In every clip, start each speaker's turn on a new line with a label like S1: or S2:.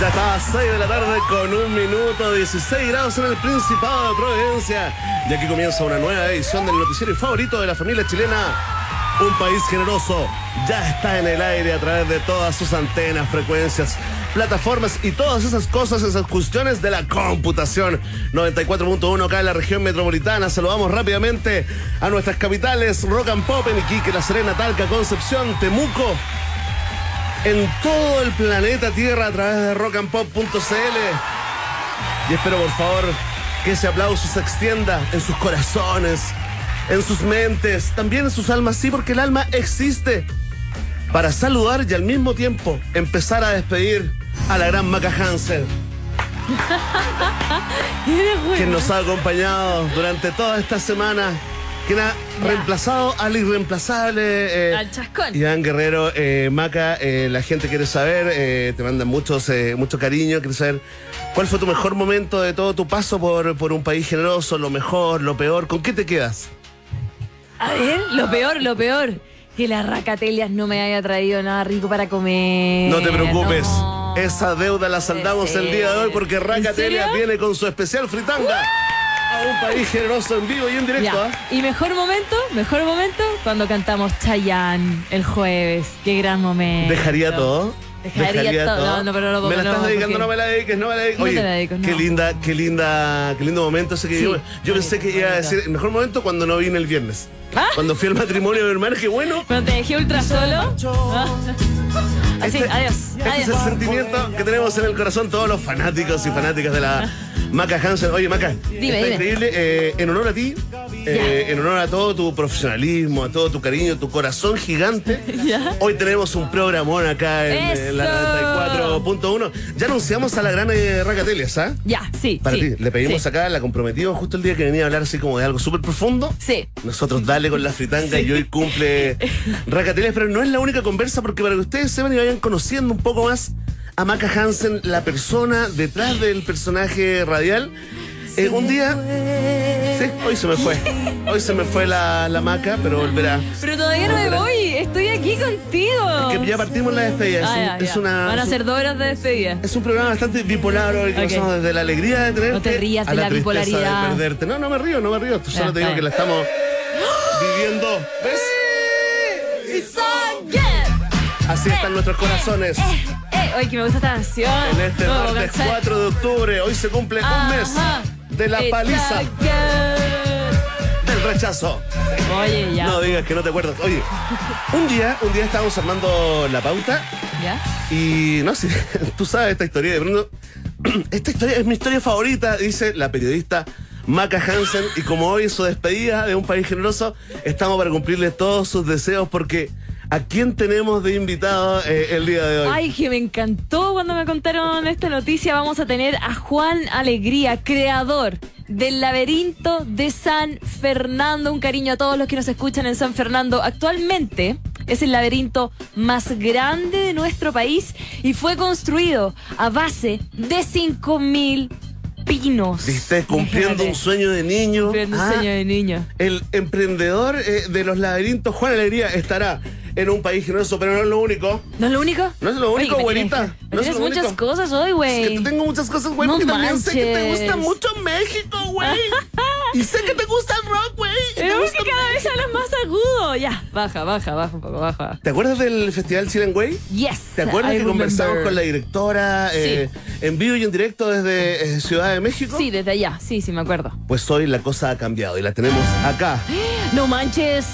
S1: Ya estaba 6 de la tarde con un minuto, 16 grados en el Principado de Providencia. Y aquí comienza una nueva edición del noticiero favorito de la familia chilena. Un país generoso ya está en el aire a través de todas sus antenas, frecuencias, plataformas y todas esas cosas, esas cuestiones de la computación. 94.1 acá en la región metropolitana. Saludamos rápidamente a nuestras capitales, Rock and Pop en Iquique, La Serena, Talca, Concepción, Temuco, en todo el planeta Tierra a través de rockandpop.cl. Y espero por favor que ese aplauso se extienda en sus corazones, en sus mentes, también en sus almas, sí, porque el alma existe para saludar y al mismo tiempo empezar a despedir a la gran Maca Hansen. quien nos ha acompañado durante toda esta semana quien ha ya. reemplazado al irreemplazable.
S2: Eh, al chascón.
S1: Iván Guerrero, eh, Maca, eh, la gente quiere saber, eh, te mandan muchos, eh, mucho cariño, quiere saber cuál fue tu mejor momento de todo tu paso por, por un país generoso, lo mejor, lo peor, ¿con qué te quedas?
S2: A ver, ¿eh? lo peor, lo peor. Que las racatelias no me haya traído nada rico para comer.
S1: No te preocupes. No. Esa deuda la saldamos el día de hoy porque Racatelias viene con su especial fritanga. ¡Uh! un país generoso en vivo y en directo. ¿ah? Yeah.
S2: ¿eh? Y mejor momento, mejor momento, cuando cantamos Chayanne el jueves. Qué gran momento.
S1: Dejaría todo.
S2: Dejaría, Dejaría todo. todo. No, no, pero no,
S1: me la estás
S2: no,
S1: dedicando, no me la dediques, no me la dediques.
S2: Oye,
S1: no
S2: te la dedico,
S1: qué
S2: no.
S1: linda, qué linda, qué lindo momento ese que sí, yo, yo pensé que iba a decir, el mejor momento cuando no vine el viernes. ¿Ah? Cuando fui al matrimonio de mi hermano, qué bueno.
S2: Pero te dejé ultra solo. ¿Ah? Así,
S1: este,
S2: Ah, adiós.
S1: Este es
S2: adiós.
S1: el sentimiento que tenemos en el corazón todos los fanáticos y fanáticas de la Maca Hansen. Oye, Maca,
S2: dime,
S1: está
S2: dime.
S1: increíble. Eh, en honor a ti, eh, en honor a todo tu profesionalismo, a todo tu cariño, tu corazón gigante, ¿Ya? hoy tenemos un programón acá en, en la 94.1. Ya anunciamos a la gran eh, Racatelias, ¿ah?
S2: Ya, sí.
S1: Para
S2: sí,
S1: ti, le pedimos
S2: sí.
S1: acá, la comprometimos justo el día que venía a hablar así como de algo súper profundo.
S2: Sí.
S1: Nosotros dale con la fritanga sí. y hoy cumple Racatelias, pero no es la única conversa porque para que ustedes sepan y vayan conociendo un poco más a Maca Hansen, la persona detrás del personaje radial. Eh, un día. Sí, hoy se me fue. Hoy se me fue la, la maca, pero volverá.
S2: Pero todavía no me voy, estoy aquí contigo.
S1: Es que ya partimos la despedida. Es,
S2: ah,
S1: un,
S2: ya,
S1: es una,
S2: Van a ser dos horas de despedida.
S1: Es un programa bastante bipolar hoy, que okay. no desde la alegría de tenerte.
S2: No te rías
S1: a
S2: de la,
S1: la
S2: bipolaridad.
S1: De perderte. No, no me río, no me río. Solo ah, te digo ah, que la estamos
S2: ¡Ah!
S1: viviendo. ¿Ves?
S2: It's all good.
S1: Así están nuestros corazones.
S2: Eh, eh, eh. Oye, que me gusta esta canción.
S1: En este
S2: no,
S1: martes 4 de octubre, hoy se cumple un mes de la paliza del rechazo.
S2: Oye, ya.
S1: No digas que no te acuerdas. Oye, un día, un día estábamos armando la pauta.
S2: ¿Ya?
S1: Y no sé, tú sabes esta historia de Bruno. Esta historia es mi historia favorita, dice la periodista Maca Hansen. Y como hoy es su despedida de un país generoso, estamos para cumplirle todos sus deseos porque. ¿A quién tenemos de invitado eh, el día de hoy?
S2: Ay, que me encantó cuando me contaron esta noticia. Vamos a tener a Juan Alegría, creador del laberinto de San Fernando. Un cariño a todos los que nos escuchan en San Fernando. Actualmente es el laberinto más grande de nuestro país y fue construido a base de 5000 pinos.
S1: ¿Viste? Cumpliendo Déjate. un sueño de niño.
S2: Cumpliendo ah, un sueño de niño.
S1: El emprendedor eh, de los laberintos, Juan Alegría, estará en un país generoso, pero no es lo único.
S2: ¿No es lo único?
S1: No es lo único, güerita.
S2: No tienes muchas único. cosas hoy, güey.
S1: Es que te tengo muchas cosas, güey, no porque también sé que te gusta mucho México, güey. y sé que te gusta el rock, güey.
S2: Pero es que cada vez hablas más agudo. Ya, baja, baja, baja un poco, baja.
S1: ¿Te acuerdas del Festival Chilen, güey?
S2: Yes.
S1: ¿Te acuerdas
S2: I
S1: que
S2: remember.
S1: conversamos con la directora
S2: sí.
S1: eh, en vivo y en directo desde eh, Ciudad de México?
S2: Sí, desde allá. Sí, sí, me acuerdo.
S1: Pues hoy la cosa ha cambiado y la tenemos acá.
S2: ¡No manches!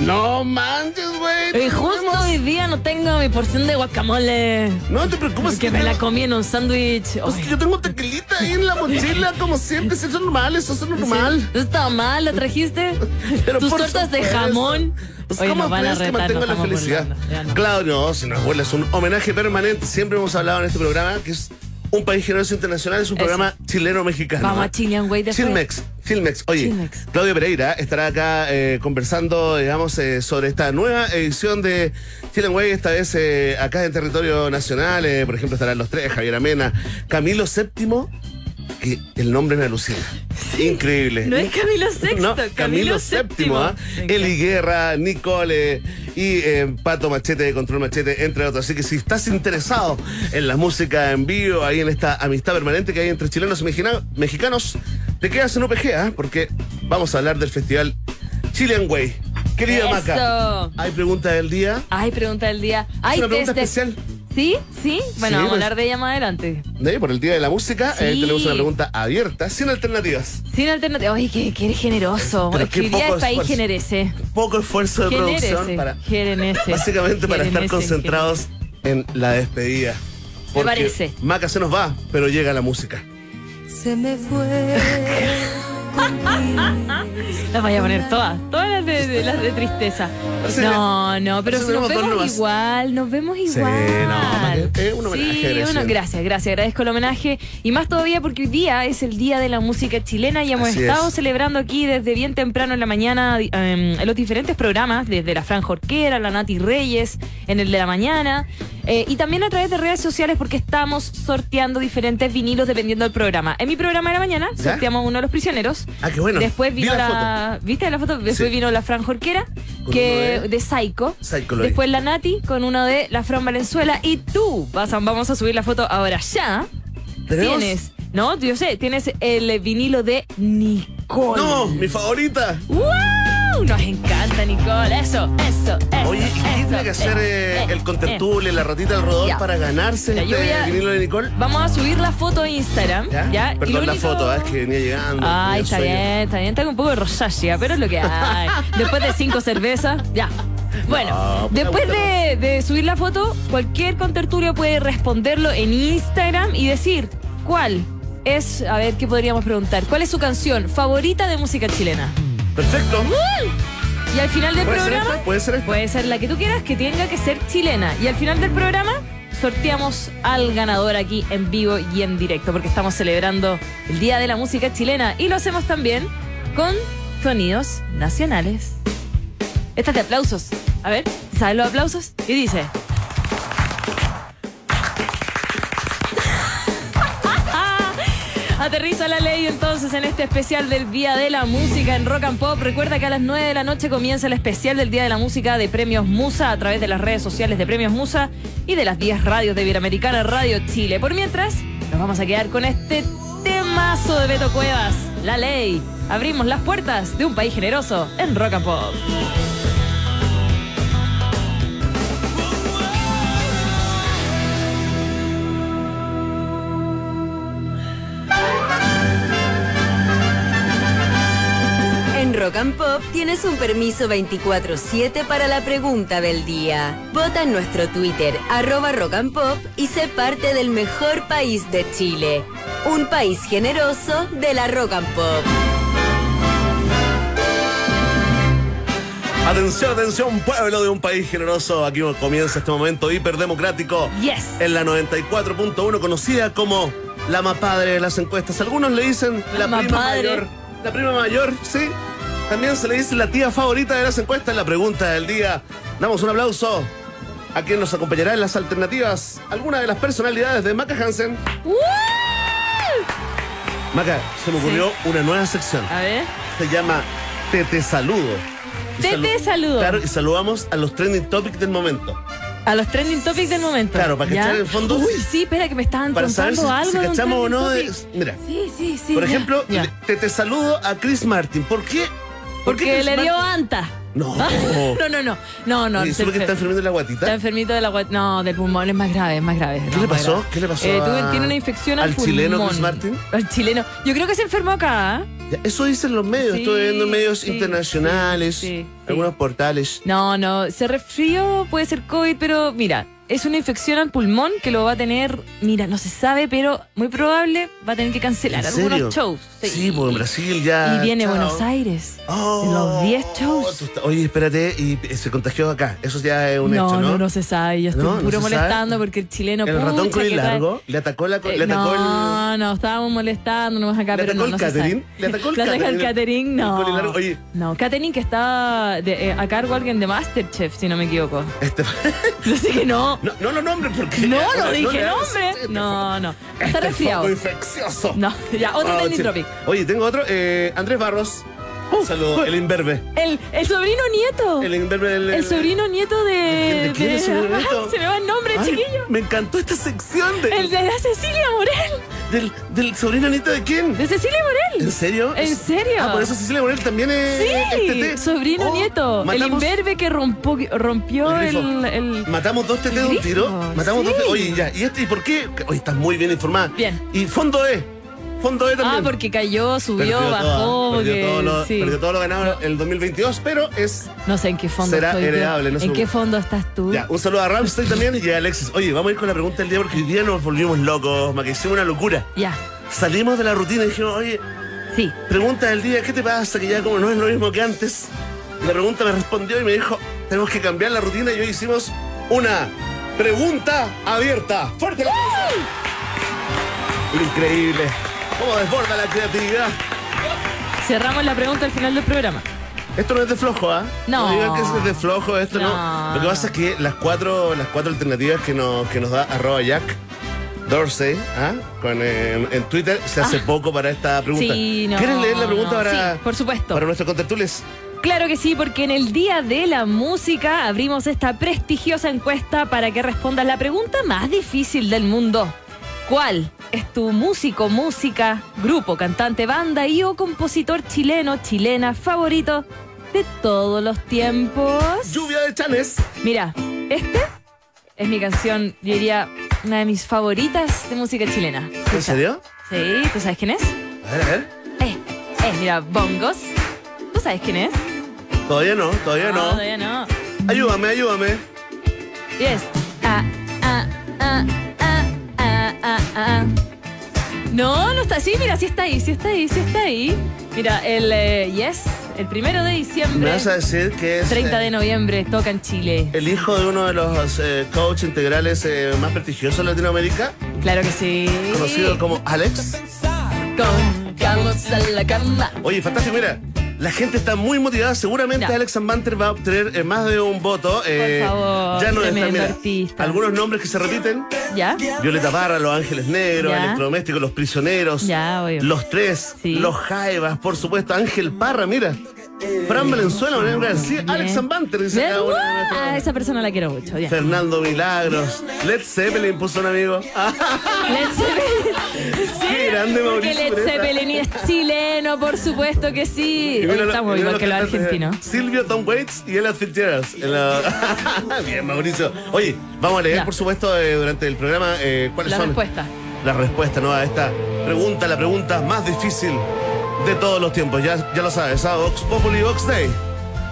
S1: No manches, güey.
S2: Y Eh, justo hoy día no tengo mi porción de guacamole.
S1: No te preocupes.
S2: Que me
S1: no...
S2: la comí en un sándwich.
S1: Pues que yo tengo tequilita ahí en la mochila, como siempre. Eso es normal, eso es normal.
S2: Sí. Está mal, ¿la trajiste? Pero Tus tortas supuesto. de jamón.
S1: Pues
S2: Oye,
S1: ¿Cómo
S2: nos van a
S1: crees que
S2: retar,
S1: mantengo
S2: nos
S1: la
S2: estamos
S1: felicidad?
S2: burlando. Ya no.
S1: Claro, no, si nos vuelves un homenaje permanente. Siempre hemos hablado en este programa que es un país generoso internacional, es un
S2: Eso.
S1: programa chileno-mexicano.
S2: Vamos a Chilean Way después.
S1: Filmex, Filmex. Oye,
S2: Filmex.
S1: Claudio Pereira estará acá eh, conversando, digamos, eh, sobre esta nueva edición de Chilean Way, esta vez eh, acá en territorio nacional. eh, por ejemplo, estarán los tres, Javier Amena, Camilo VII, que el nombre me alucina. Increíble.
S2: No es Camilo VI,
S1: No,
S2: Camilo
S1: Camilo
S2: VII.
S1: VII, ¿ah?
S2: Me encanta.
S1: Eli Guerra, Nicole, y eh, Pato Machete de Control Machete, entre otros. Así que si estás interesado en la música en vivo, ahí en esta amistad permanente que hay entre chilenos y mexina- mexicanos, te quedas en UPG, ¿ah? porque vamos a hablar del festival Chilean Way. Querida
S2: Eso.
S1: Maca, ¿hay pregunta del día?
S2: Ay, pregunta del día. Ay,
S1: una pregunta
S2: test de-
S1: especial.
S2: ¿Sí? ¿Sí? Bueno,
S1: Sí,
S2: vamos a
S1: pues.
S2: hablar de ella más adelante.
S1: ¿Eh? Por el Día de la Música, eh,
S2: Sí.
S1: tenemos una pregunta abierta, sin alternativas.
S2: Sin alternativa. Ay, qué, qué eres generoso.
S1: Pero qué
S2: Escribía
S1: poco
S2: el país
S1: esfuerzo.
S2: generese.
S1: Poco esfuerzo de producción
S2: Generese.
S1: para
S2: Generese.
S1: Básicamente para estar
S2: Generese,
S1: concentrados en la despedida. Porque
S2: parece.
S1: Maca se nos va, pero llega la música.
S3: Se me fue.
S2: generese. Las voy a poner todas. Todas las de, de- las de tristeza.
S1: Parece
S2: No, no, pero
S1: parece
S2: si
S1: que
S2: nos
S1: tenemos dos
S2: vemos
S1: nuevas.
S2: igual. Nos vemos
S1: Sí,
S2: igual.
S1: no, Maca, es un homenaje,
S2: Sí,
S1: gracias.
S2: uno- gracias, gracias. Agradezco el homenaje. Y más todavía porque hoy día es el Día de la Música Chilena y hemos
S1: Así
S2: estado
S1: es.
S2: celebrando aquí desde bien temprano en la mañana em, en los diferentes programas, desde la Fran Jorquera, la Nati Reyes, en el de la mañana. eh, y también a través de redes sociales porque estamos sorteando diferentes vinilos dependiendo del programa. En mi programa de la mañana
S1: ¿Ya?
S2: sorteamos uno de los prisioneros.
S1: Ah, qué bueno.
S2: Después
S1: Vi
S2: vino
S1: la
S2: la, ¿Viste la foto? Después
S1: Sí.
S2: vino la Fran Jorquera,
S1: Con
S2: que
S1: uno de-
S2: de Psycho.
S1: Psycho lo vi.
S2: Después la Nati con uno de la Fran Valenzuela. Y tú, vas a- vamos a subir la foto ahora ya.
S1: ¿Tenemos?
S2: Tienes, no, yo sé, tienes el vinilo de Nicole.
S1: No, mi favorita.
S2: ¡Wow! Nos encanta, Nicole. Eso, eso, eso.
S1: Oye, ¿y ¿qué
S2: eso,
S1: tiene que hacer
S2: eh,
S1: eh,
S2: eh,
S1: el
S2: eh.
S1: contertule, la ratita del rodón
S2: Ya.
S1: para ganarse
S2: Mira, yo voy a-
S1: este vinilo de Nicole?
S2: eh. Vamos a subir la foto a Instagram.
S1: ¿Ya?
S2: ¿Ya? Y
S1: Perdón
S2: lo
S1: la
S2: único-
S1: foto, ah, es que venía llegando. tenía
S2: Ay, está
S1: sueño.
S2: bien, está bien. Tengo un poco de rosácea, pero es lo que hay. Después de cinco cervezas, ya. Bueno,
S1: No, pues,
S2: después
S1: la
S2: de, de subir la foto, cualquier contertulio puede responderlo en Instagram y decir cuál es, a ver, ¿qué podríamos preguntar? ¿Cuál es su canción favorita de música chilena?
S1: Perfecto.
S2: Y al final del
S1: ¿Puede ser
S2: ¿Este programa,
S1: esta? ¿Puede ser esta?
S2: puede ser la que tú quieras, que tenga que ser chilena. Y al final del programa, sorteamos al ganador aquí en vivo y en directo, porque estamos celebrando el Día de la Música Chilena. Y lo hacemos también con sonidos nacionales. Estas de aplausos. A ver, ¿sabes los aplausos? Y dice. Aterriza la ley entonces en este especial del Día de la Música en Rock and Pop. Recuerda que a las 9 de la noche comienza el especial del Día de la Música de Premios Musa a través de las redes sociales de Premios Musa y de las 10 radios de Iberoamericana Radio Chile. Por mientras, nos vamos a quedar con este temazo de Beto Cuevas, La Ley. Abrimos las puertas de un país generoso en Rock and Pop.
S3: En Rock and Pop tienes un permiso 24-7 para la pregunta del día. Vota en nuestro Twitter, arroba Rock and Pop, y sé parte del mejor país de Chile. Un país generoso de la Rock and Pop.
S1: Atención, atención, pueblo de un país generoso. Aquí comienza este momento hiperdemocrático.
S2: Yes.
S1: En la 94.1, conocida como la mapadre de las encuestas. Algunos le dicen la,
S2: La
S1: prima
S2: mapadre.
S1: mayor. La prima mayor, sí. También se le dice la tía favorita de las encuestas. La pregunta del día. Damos un aplauso a quien nos acompañará en las alternativas. Alguna de las personalidades de Maca Hansen.
S2: ¡Woo!
S1: Eh. Maca, se me ocurrió una nueva sección.
S2: A ver.
S1: Se llama Te Te Saludo. Y
S2: Te Te Saludo.
S1: Claro, y saludamos a los trending topics del momento.
S2: A los trending topics del momento.
S1: Claro, para
S2: ¿Ya?
S1: cachar el fondo.
S2: Uy, sí, espera, que me estaban
S1: Para saber
S2: contando
S1: si,
S2: algo.
S1: si
S2: de un
S1: cachamos o
S2: trending
S1: no. de-
S2: topic.
S1: mira,
S2: Sí, sí, sí.
S1: por
S2: ya,
S1: ejemplo,
S2: ya.
S1: le- Te, te saludo a Chris Martin. ¿Por qué? ¿Por qué
S2: Porque
S1: Chris
S2: le dio
S1: Martin?
S2: anta. Ah,
S1: No.
S2: no, no, no. No, no.
S1: ¿Y
S2: se
S1: supe que
S2: enfer-
S1: está enfermando la
S2: está
S1: guatita?
S2: enfermito de la guat- No, del pulmón es más grave, es más grave. Eh,
S1: ¿Qué le pasó? ¿Qué le pasó a-
S2: tiene una infección al,
S1: al chileno
S2: pulmón.
S1: Chris Martin?
S2: Al chileno. Yo creo que se enfermó acá. ¿eh?
S1: Ya, Eso dicen los medios.
S2: Sí,
S1: Estuve viendo medios
S2: sí,
S1: internacionales,
S2: sí, sí, sí.
S1: algunos portales.
S2: No, no. Se resfrió, puede ser COVID, pero mira, es una infección al pulmón que lo va a tener. Mira, no se sabe, pero muy probable va a tener que cancelar
S1: ¿En serio?
S2: algunos shows.
S1: Sí, porque en Brasil ya.
S2: Y viene
S1: chao.
S2: Buenos Aires.
S1: Oh,
S2: en los 10 shows.
S1: tú está- Oye, espérate, y eh, se contagió acá. Eso ya es un
S2: no,
S1: hecho, ¿no?
S2: no, no, se sabe. Yo estoy
S1: No, no
S2: puro
S1: se
S2: molestando
S1: sabe.
S2: porque el chileno.
S1: el ratón
S2: pucha,
S1: con
S2: que
S1: el
S2: tal.
S1: largo le atacó la co-
S2: Eh,
S1: le atacó el
S2: no, no, estábamos molestando nomás acá,
S1: ¿Le
S2: pero
S1: atacó
S2: no,
S1: el
S2: no se
S1: catering?
S2: sabe.
S1: ¿Le atacó el
S2: ¿Le ataca
S1: catering?
S2: el catering?
S1: El coli largo.
S2: No.
S1: Oye.
S2: No, catering que está de- eh, a cargo alguien de Masterchef, si no me equivoco.
S1: este-
S2: Así que no.
S1: no, no lo nombres porque
S2: No, no,
S1: le
S2: dije
S1: hagas-
S2: nombre. No, no. Está
S1: Este Ah,
S2: resfriado.
S1: foco infeccioso.
S2: No, ya, otro
S1: Wow,
S2: trending
S1: che.
S2: topic.
S1: Oye, tengo otro. eh, Andrés Barros.
S2: Uh,
S1: Un saludo, el imberbe.
S2: El, el sobrino nieto.
S1: El imberbe del.
S2: Uh, El sobrino nieto de.
S1: ¿De quién es
S2: de-
S1: sobrino nieto?
S2: Se me va el nombre,
S1: Ay,
S2: chiquillo.
S1: Me encantó esta sección de-
S2: El de la Cecilia Morel.
S1: del, del sobrino nieto de quién.
S2: De Cecilia Morel.
S1: ¿En serio?
S2: ¿En serio?
S1: Ah, por eso Cecilia Morel también es. es
S2: Sí,
S1: TT.
S2: sobrino
S1: Oh,
S2: nieto.
S1: matamos-
S2: El imberbe que rompo- rompió
S1: El grifo.
S2: el. el-
S1: Matamos dos TT de un
S2: Grifo,
S1: tiro. Matamos dos
S2: sí.
S1: TT. Oye, ya. ¿Y, este, ¿Y por qué? Oye, estás muy bien informada.
S2: Bien.
S1: Y fondo E. Fondo E también.
S2: Ah, porque cayó, subió,
S1: Perdió
S2: bajó.
S1: toda,
S2: porque-
S1: perdió, todo lo,
S2: sí.
S1: perdió todo lo ganado en el 2022, pero es.
S2: No sé en qué fondo
S1: Será
S2: estoy yo.
S1: heredable, no sé.
S2: ¿En qué fondo estás tú?
S1: Ya, un saludo a Ramstein también y a Alexis. Oye, vamos a ir con la pregunta del día porque hoy día nos volvimos locos, ma, que hicimos una locura.
S2: Ya,
S1: Salimos de la rutina y dijimos, oye,
S2: sí.
S1: pregunta del día, ¿qué te pasa? Que ya como no es lo mismo que antes. Y la pregunta me respondió y me dijo, tenemos que cambiar la rutina y hoy hicimos una pregunta abierta. ¡Fuerte el aplauso! Lo Increíble. ¿Cómo desborda la creatividad?
S2: Cerramos la pregunta al final del programa.
S1: Esto no es de flojo, ¿ah?
S2: No.
S1: digan que es de flojo, esto no.
S2: No.
S1: Lo que pasa es que las cuatro, las cuatro alternativas que nos, que nos da arroba Jack Dorsey, ¿ah? Con, eh, en Twitter se hace poco para esta pregunta.
S2: Ah. Sí, no.
S1: ¿Quieres leer la pregunta
S2: no.
S1: para,
S2: Sí, por supuesto.
S1: para nuestros contertules?
S2: Claro que sí, porque en el Día de la Música abrimos esta prestigiosa encuesta para que respondas la pregunta más difícil del mundo. ¿Cuál es tu músico, música, grupo, cantante, banda y o compositor chileno, chilena favorito de todos los tiempos?
S1: Lluvia de chanes.
S2: Mira, esta es mi canción, yo diría, una de mis favoritas de música chilena.
S1: ¿En serio?
S2: Sí, ¿tú sabes quién es?
S1: A ver, a ver.
S2: Eh, eh, mira, Bongos. ¿Tú sabes quién es? Ah,
S1: Todavía no, todavía no.
S2: Todavía no.
S1: Ayúdame, ayúdame.
S2: Yes. Ah, ah, ah, ah, ah, ah, ah. No, no está así, mira, sí está ahí, sí está ahí, sí está ahí. Mira, el eh, Yes, el primero de
S1: Me
S2: diciembre,
S1: vas a decir que es.
S2: 30
S1: eh,
S2: de noviembre, toca en Chile.
S1: El hijo de uno de los eh, coach integrales eh, más prestigiosos de Latinoamérica,
S2: Claro que sí.
S1: conocido como Alex.
S2: Con Carlos a la cama.
S1: Oye, fantástico, mira. La gente está muy motivada. Seguramente
S2: Ya.
S1: Alex Van Banter va a obtener eh, más de un voto. Eh,
S2: favor,
S1: ya no está,
S2: tremendo
S1: mira.
S2: artista.
S1: Algunos nombres que se repiten.
S2: ¿Ya?
S1: Violeta Barra, Los Ángeles Negros,
S2: Ya.
S1: Electrodomésticos, Los Prisioneros,
S2: Ya, obvio.
S1: Los Tres,
S2: Sí.
S1: Los Jaivas, por supuesto, Ángel Parra, mira. Fran Valenzuela, Manuel García, Alex Van Banter, dice cada uno de nuestros
S2: A
S1: nombres.
S2: Ah, esa persona la quiero mucho. ya.
S1: Fernando Milagros, Led Zeppelin puso un amigo.
S2: Led Zeppelin. Sí,
S1: Qué grande
S2: porque
S1: Mauricio
S2: Led
S1: Pereza.
S2: Zeppelin es chileno, por supuesto que sí.
S1: Y mira lo-
S2: Estamos
S1: y mira
S2: igual que los
S1: cantantes,
S2: argentinos.
S1: eh, Silvio, Tom Waits y Ella Fitzgerald. En la- Bien, Mauricio. Oye, vamos a leer,
S2: Ya.
S1: por supuesto, eh, durante el programa, eh, cuáles
S2: La
S1: son
S2: respuesta.
S1: las respuestas ¿no? a esta pregunta, la pregunta más difícil de todos los tiempos. Ya, ya lo sabes, a Vox Populi Vox Day.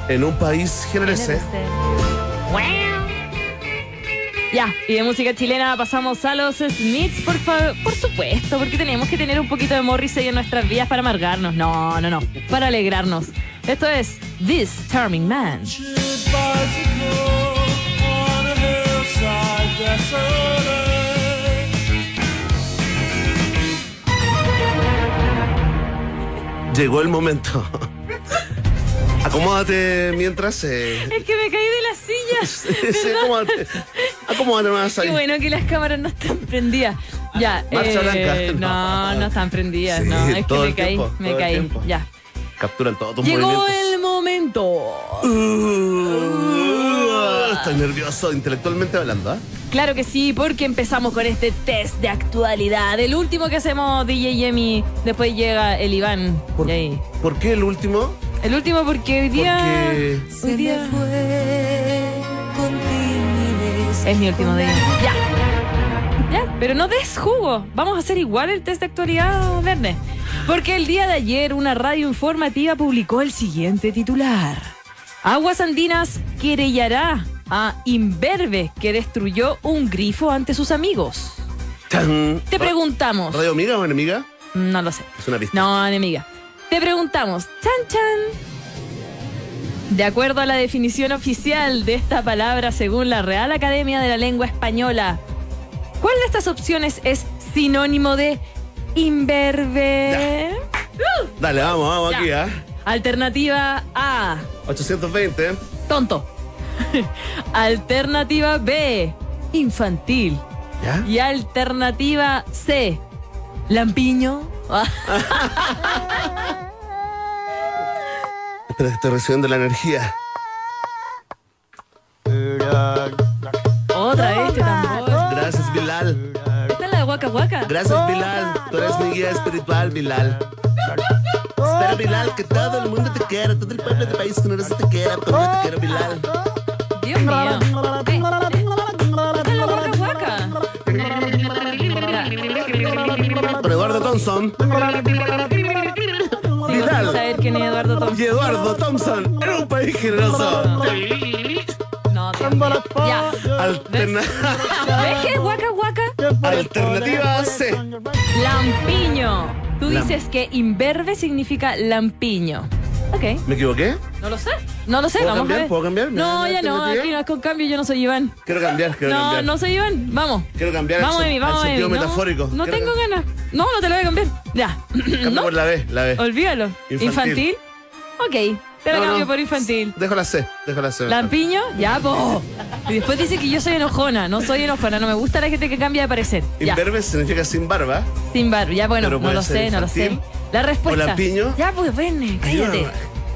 S1: En un país generese.
S2: Ya, y de música chilena pasamos a los Smiths, por favor, por supuesto, porque tenemos que tener un poquito de Morrissey en nuestras vidas para amargarnos. No, no, no, para alegrarnos. Esto es This Charming Man.
S1: Llegó el momento. Acomódate mientras. eh,
S2: Es que me caí de la silla.
S1: sí, acomódate. Acomódate más ahí.
S2: Qué bueno que las cámaras no están prendidas. Ya,
S1: Marcha
S2: eh,
S1: blanca.
S2: No, no están prendidas,
S1: Sí,
S2: no. Es que
S1: todo
S2: me
S1: el
S2: caí,
S1: tiempo,
S2: me
S1: todo el
S2: caí.
S1: tiempo.
S2: Ya.
S1: Capturan todos tus
S2: Llegó
S1: movimientos.
S2: el momento.
S1: Uh, estoy nervioso intelectualmente hablando, ¿ah?
S2: Claro que sí, porque empezamos con este test de actualidad. El último que hacemos DJ Yemi, después llega el Iván. Y ahí.
S1: ¿Por qué el último?
S2: El último porque hoy día,
S1: Porque-
S2: hoy día es mi último día. Ya. Ya, pero no des jugo. Vamos a hacer igual el test de actualidad, Verne. Porque el día de ayer una radio informativa publicó el siguiente titular. Aguas Andinas querellará a Imberbe que destruyó un grifo ante sus amigos.
S1: Chan.
S2: Te preguntamos.
S1: ¿Radio amiga o enemiga?
S2: No lo sé.
S1: Es una pista.
S2: No, enemiga. Te preguntamos, chan chan. De acuerdo a la definición oficial de esta palabra según la Real Academia de la Lengua Española, ¿cuál de estas opciones es sinónimo de imberbe?
S1: Dale, vamos, vamos
S2: Ya.
S1: aquí, ¿ah?
S2: Alternativa A,
S1: 820.
S2: tonto. Alternativa B, infantil.
S1: ¿Ya?
S2: Y alternativa C, Ah, lampiño.
S1: Pero estoy recibiendo la energía.
S2: Otra vez este tambor.
S1: Gracias, Bilal.
S2: Esta es la de Waka Waka.
S1: Gracias, Bilal. Tú eres mi guía espiritual, Bilal. Espera, Bilal, que todo el mundo te quiera. Todo el pueblo de país generoso te quiera. Todo te quiero, Bilal.
S2: Dios mío. Eh, eh, Esta es la Waka Waka.
S1: Con Eduardo Thompson.
S2: Sí, no quiero
S1: Bilal
S2: saber quién es Eduardo
S1: y
S2: Thompson.
S1: Eduardo Thompson en un país generoso.
S2: No, Dios mío. Ya.
S1: Alterna-
S2: ¿Ves qué es Waka Waka?
S1: Alternativa C.
S2: Lampiño. Tú
S1: Lam-
S2: dices que imberbe significa lampiño. Ok.
S1: ¿Me equivoqué?
S2: No lo sé. No lo sé,
S1: ¿Puedo
S2: vamos
S1: cambiar?
S2: a ver.
S1: ¿Puedo cambiar? ¿Me
S2: No,
S1: dan
S2: ya no,
S1: alternativa?
S2: aquí no es con cambio, yo no soy Iván.
S1: Quiero cambiar, quiero
S2: no,
S1: cambiar.
S2: no soy Iván. Vamos.
S1: Quiero cambiar
S2: Vamos,
S1: al,
S2: Emi,
S1: sen-
S2: vamos,
S1: al
S2: Emi.
S1: sentido
S2: No,
S1: metafórico.
S2: No,
S1: Quiero
S2: tengo
S1: cam-
S2: ganas. No, no te lo voy a cambiar. Ya.
S1: cambio
S2: no,
S1: por la B, la B.
S2: olvídalo.
S1: Infantil.
S2: Infantil. Ok, te
S1: No,
S2: lo
S1: no.
S2: cambio por infantil.
S1: Dejo la C, dejo la C.
S2: Lampiño, ya, po. Y después dice que yo soy enojona. No soy enojona, no me gusta la gente que cambia de parecer. Ya,
S1: Imberbe significa sin barba.
S2: sin barba. Ya, bueno,
S1: Pero
S2: no
S1: puede
S2: lo
S1: ser
S2: sé, no lo sé.
S1: infantil.
S2: La respuesta.
S1: lampiño.
S2: Ya, pues, ven, cállate.
S1: Ayúdame.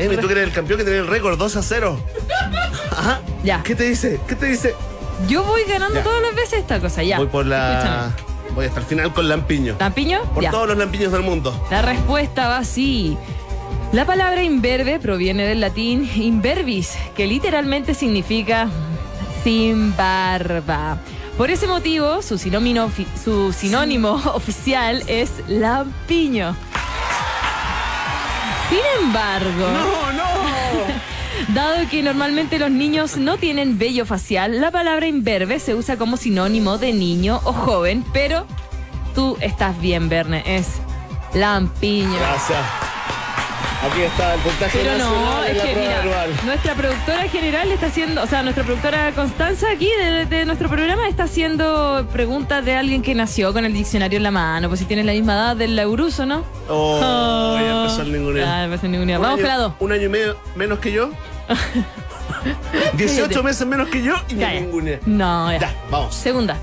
S1: Emi, tú que eres el campeón que tiene el récord 2 a 0. Ajá.
S2: Ya.
S1: ¿Qué te dice? ¿Qué te dice?
S2: Yo voy ganando
S1: Ya.
S2: todas las veces esta cosa, ya.
S1: Voy por la.
S2: Escúchame.
S1: Voy hasta el final con Lampiño.
S2: ¿Lampiño?
S1: Por
S2: ya.
S1: todos los lampiños del mundo.
S2: La respuesta va así. La palabra imberbe proviene del latín imberbis, que literalmente significa sin barba. Por ese motivo, su sinónimo, ofi- su sinónimo oficial es lampiño. Sin embargo,
S1: ¡No, no!
S2: Dado que normalmente los niños no tienen vello facial, la palabra imberbe se usa como sinónimo de niño o joven, pero tú estás bien, Verne, es lampiño.
S1: Gracias. Aquí está el puntaje
S2: Pero no,
S1: nacional en
S2: es
S1: la
S2: que
S1: prueba
S2: mira,
S1: anual.
S2: nuestra productora general está haciendo, o sea, nuestra productora Constanza aquí de, de nuestro programa está haciendo preguntas de alguien que nació con el diccionario en la mano, pues si tienes la misma edad del Lauruso, ¿no?
S1: Oh, ya empezó el ninguneo.
S2: Ah, empezó el ninguneo.
S1: Un
S2: Vamos
S1: año-
S2: con la dos.
S1: Un año y medio menos que yo. 18
S2: Cállate.
S1: meses menos que yo y
S2: Ya,
S1: me
S2: ya.
S1: ningunea.
S2: No, ya.
S1: Ya, vamos.
S2: Segunda.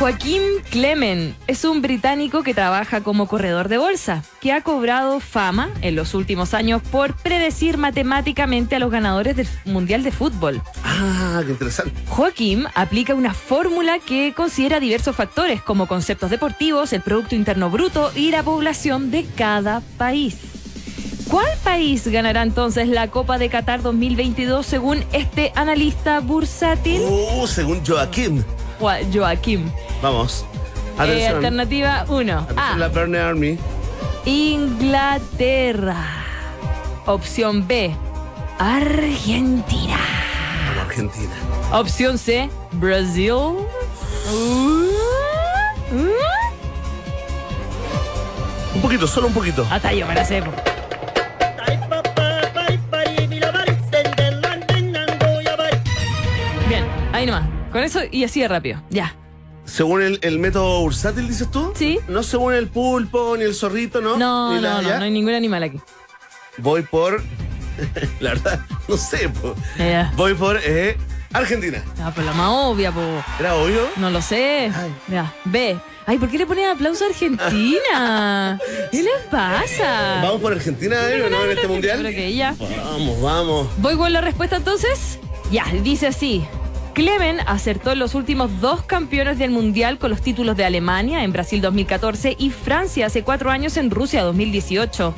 S2: Joaquín Clemen es un británico que trabaja como corredor de bolsa, que ha cobrado fama en los últimos años por predecir matemáticamente a los ganadores del Mundial de Fútbol.
S1: Ah, qué interesante.
S2: Joaquín aplica una fórmula que considera diversos factores como conceptos deportivos, el Producto Interno Bruto y la población de cada país. ¿Cuál país ganará entonces la Copa de Qatar 2022 según este analista bursátil?
S1: Uh, según Joaquín.
S2: Gua- Joaquim.
S1: Vamos.
S2: Eh, Ah.
S1: Atención.
S2: alternativa 1.
S1: Atención, la
S2: A.
S1: Bernie Army.
S2: Inglaterra. Opción B. Argentina.
S1: Vamos, Argentina.
S2: Opción C, Brasil. Uh, uh.
S1: Un poquito, solo un poquito.
S2: Hasta yo me la sé. po. Bien, ahí nomás. Con eso y así de rápido. Ya.
S1: Según el, el método bursátil, dices tú.
S2: Sí.
S1: No según el pulpo, ni el zorrito, ¿no?
S2: No,
S1: Ni la-
S2: no, no,
S1: ya.
S2: no hay ningún animal aquí.
S1: Voy por. la verdad, no sé. po.
S2: Eh,
S1: Voy por eh, Argentina.
S2: ah, pues la más obvia, po.
S1: ¿Era obvio?
S2: No lo sé.
S1: Ay.
S2: Ya. B. Ay, ¿por qué le ponen aplauso a Argentina? ¿Qué les pasa?
S1: ¿Vamos por Argentina, eh, o no, en este
S2: Creo
S1: mundial?
S2: que ya.
S1: Vamos, vamos.
S2: ¿Voy con la respuesta entonces? Ya, dice así. Clemen acertó en los últimos dos campeones del Mundial con los títulos de Alemania en Brasil 2014 y Francia hace cuatro años en Rusia 2018.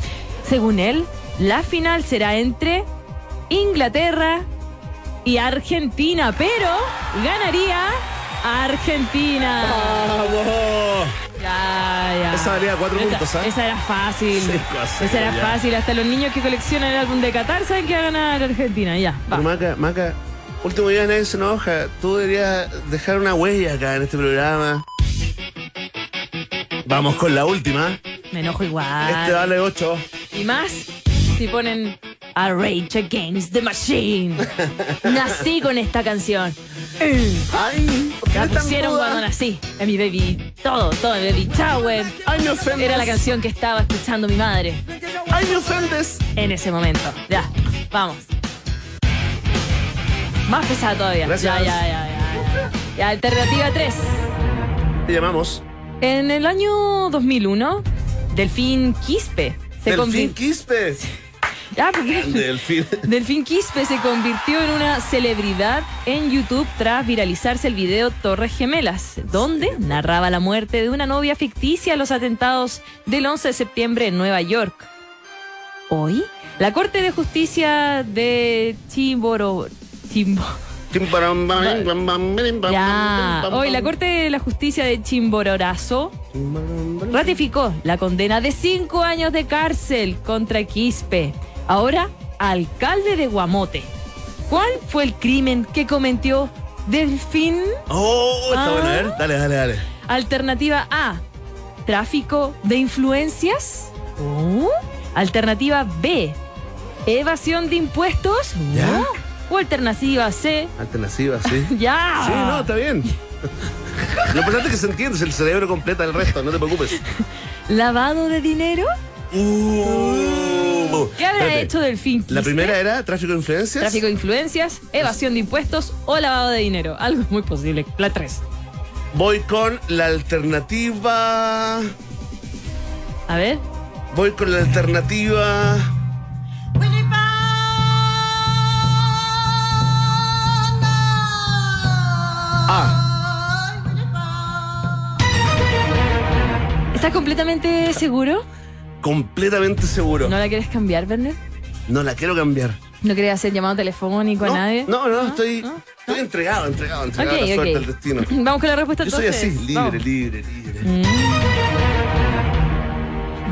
S2: Según él, la final será entre Inglaterra y Argentina, pero ganaría Argentina.
S1: ¡Vamos!
S2: Ya, ya.
S1: Esa valía cuatro
S2: Esa-
S1: puntos, ¿ah?
S2: Esa era fácil.
S1: Cinco a cero,
S2: esa era
S1: ya.
S2: fácil. Hasta los niños que coleccionan el álbum de Qatar saben que va a ganar Argentina. Ya,
S1: Pero
S2: va.
S1: Maca, Maca, último día nadie se enoja. Tú deberías dejar una huella acá en este programa. Vamos con la última.
S2: Me enojo igual.
S1: Este vale 8.
S2: Y más si ponen A Rage Against the Machine. nací con esta canción.
S1: ¡Ay! ¿por qué
S2: La
S1: eres tan
S2: pusieron
S1: ruda?
S2: cuando nací. En mi baby, todo, todo, mi baby shower.
S1: ¡Ay, me ofendes!
S2: Era la canción que estaba escuchando mi madre
S1: ¡Ay, me ofendes!
S2: en ese momento. Ya, vamos. Más pesada todavía.
S1: Gracias.
S2: Ya, ya, ya, ya, ya. Ya, alternativa 3.
S1: Te llamamos.
S2: En el año 2001, Delfín Quispe se
S1: Delfín
S2: convirtió.
S1: Quispe.
S2: Ah, porque-
S1: Delfín.
S2: Delfín Quispe se convirtió en una celebridad en YouTube tras viralizarse el video Torres Gemelas, donde narraba la muerte de una novia ficticia a los atentados del 11 de septiembre en Nueva York. Hoy, la Corte de Justicia de Chimboro... Chimbo... Ya. Hoy, la Corte de la Justicia de Chimborazo ratificó la condena de cinco años de cárcel contra Quispe, ahora alcalde de Guamote. ¿Cuál fue el crimen que cometió Delfín?
S1: Oh, está
S2: Ah.
S1: bueno, a ver. Dale, dale, dale.
S2: Alternativa A, tráfico de influencias. Oh. Alternativa B, evasión de impuestos.
S1: Ya.
S2: Oh. O alternativa C,
S1: Alternativa, sí.
S2: ya.
S1: Sí, no, está bien. Lo importante es que se entiende, el cerebro completa el resto, no te preocupes.
S2: Lavado de dinero.
S1: Uh,
S2: ¿Qué habrá
S1: espérate.
S2: hecho Delfín Quispe?
S1: La primera era tráfico de influencias.
S2: Tráfico de influencias, evasión de impuestos o lavado de dinero. Algo muy posible. La 3.
S1: Voy con la alternativa.
S2: A ver.
S1: Voy con la alternativa. Ah,
S2: ¿Estás completamente seguro?
S1: completamente seguro.
S2: ¿No
S1: No,
S2: la quieres cambiar, Werner?
S1: la quiero cambiar.
S2: ¿No quieres hacer llamado telefónico
S1: no,
S2: a nadie?
S1: No, no, estoy, estoy entregado, entregado,
S2: Ok,
S1: entregado a la
S2: ok.
S1: suerte del destino.
S2: Vamos con la respuesta
S1: Yo soy así,
S2: entonces.
S1: libre,
S2: Vamos.
S1: libre, libre.
S2: Mm.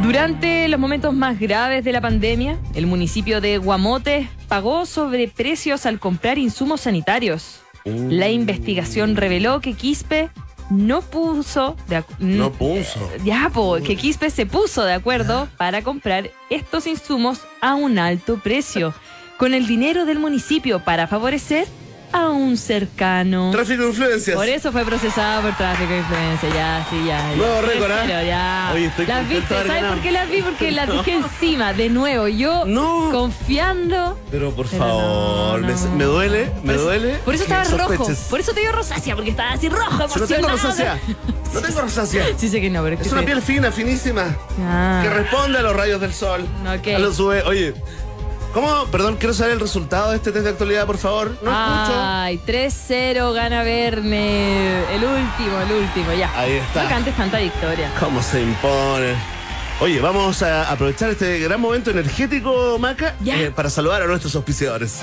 S2: Durante los momentos más graves de la pandemia, el municipio de Guamote pagó sobreprecios al comprar insumos sanitarios. La investigación reveló que Quispe no puso de ac-
S1: No puso.
S2: Ya, po, que Quispe se puso de acuerdo para comprar estos insumos a un alto precio, con el dinero del municipio para favorecer a un cercano.
S1: Tráfico de influencias.
S2: Por eso fue procesada por tráfico de influencia. Ya, sí, ya.
S1: Nuevo
S2: No,
S1: récord, ¿ah? Oye, estoy
S2: Las
S1: contento de
S2: viste,
S1: haber
S2: ¿sabes
S1: ganado.
S2: por qué las vi? Porque las dije encima, de nuevo. Yo
S1: No.
S2: confiando.
S1: Pero por
S2: Pero no,
S1: favor, me-
S2: no.
S1: Me, duele, me duele.
S2: Por eso
S1: que
S2: estaba rojo.
S1: sospeches.
S2: Por eso te dio rosácea, porque estaba así rojo,
S1: Si no tengo
S2: emocionado.
S1: rosácea. No tengo rosácea.
S2: Sí, sé que no, pero es que
S1: Es una
S2: te-
S1: piel fina, finísima.
S2: Ah.
S1: Que responde a los rayos del sol.
S2: Ok.
S1: A los UV. Oye, ¿cómo? Perdón, quiero saber el resultado de este test de actualidad, por favor. No escucho.
S2: Ay, 3-0 gana Verne. El último, el último, ya.
S1: Ahí está.
S2: No cantes tanta victoria.
S1: ¿Cómo se impone? Oye, vamos a aprovechar este gran momento energético, Maca,
S2: Ya.
S1: eh, para saludar a nuestros auspiciadores.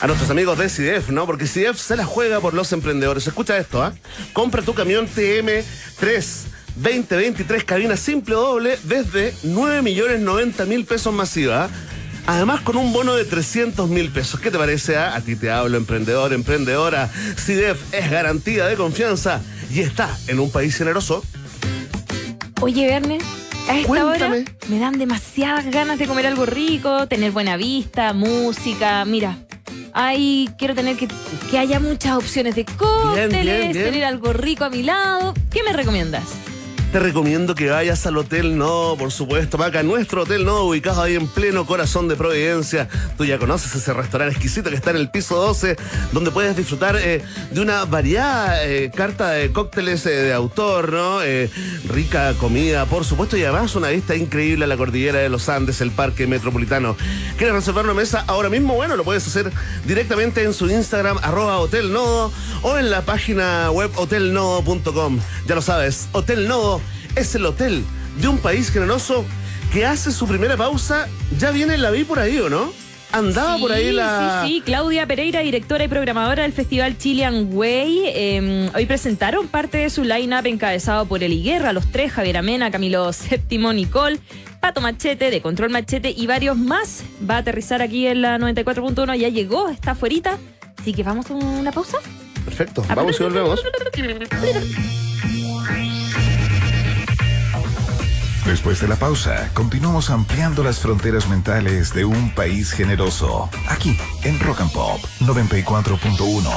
S1: A nuestros amigos de CIDEF, ¿no? Porque CIDEF se la juega por los emprendedores. Escucha esto, ¿ah? Compra tu camión TM3 2023 cabina simple o doble desde 9 millones 90 mil pesos masiva. ¿ah? Además con un bono de 300 mil pesos. ¿Qué te parece? ah? A ti te hablo, emprendedor, emprendedora. CIDEF es garantía de confianza y está en un país generoso.
S2: Oye, Verne, a esta
S1: Cuéntame.
S2: hora me dan demasiadas ganas de comer algo rico, tener buena vista, música. Mira, ay, quiero tener que, que haya muchas opciones de cócteles,
S1: bien, bien.
S2: tener algo rico a mi lado. ¿Qué me recomiendas?
S1: Te recomiendo que vayas al Hotel No, por supuesto, Maca. Nuestro Hotel No, ubicado ahí en pleno corazón de Providencia. Tú ya conoces ese restaurante exquisito que está en el piso 12, donde puedes disfrutar eh, de una variada eh, carta de cócteles eh, de autor, ¿no? Eh, rica comida, por supuesto, y además una vista increíble a la cordillera de los Andes, el Parque Metropolitano. ¿Quieres reservar una mesa ahora mismo? Bueno, lo puedes hacer directamente en su Instagram, arroba Hotel Nodo, o en la página web hotelnodo.com. Ya lo sabes, Hotel Nodo es el hotel de un país generoso que hace su primera pausa. Ya viene la vi por ahí, ¿o no? Andaba por ahí
S2: Sí,
S1: la...
S2: Sí, sí, Claudia Pereira, directora y programadora del Festival Chilean Way. eh, hoy presentaron parte de su line-up encabezado por Eli Guerra, los tres, Javier Amena, Camilo VII, Nicole, Pato Machete, de Control Machete y varios más. Va a aterrizar aquí en la 94.1, ya llegó, está afuerita. Así que vamos a una pausa.
S1: Perfecto, vamos y volvemos.
S4: Después de la pausa, continuamos ampliando las fronteras mentales de un país generoso. Aquí, en Rock and Pop 94.1.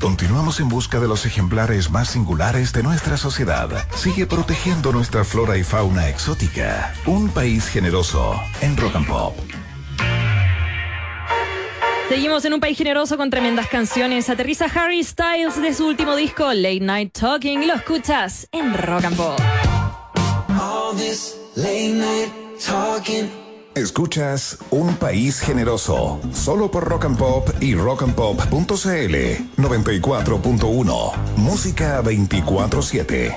S4: Continuamos en busca de los ejemplares más singulares de nuestra sociedad. Sigue protegiendo nuestra flora y fauna exótica. Un país generoso en Rock and Pop
S2: Seguimos en un país generoso con tremendas canciones. Aterriza Harry Styles de su último disco, Late Night Talking, y lo escuchas en Rock and Pop.
S5: All this late night talking.
S4: Escuchas Un País Generoso, solo por Rock and Pop y rockandpop.cl 94.1. Música 24-7.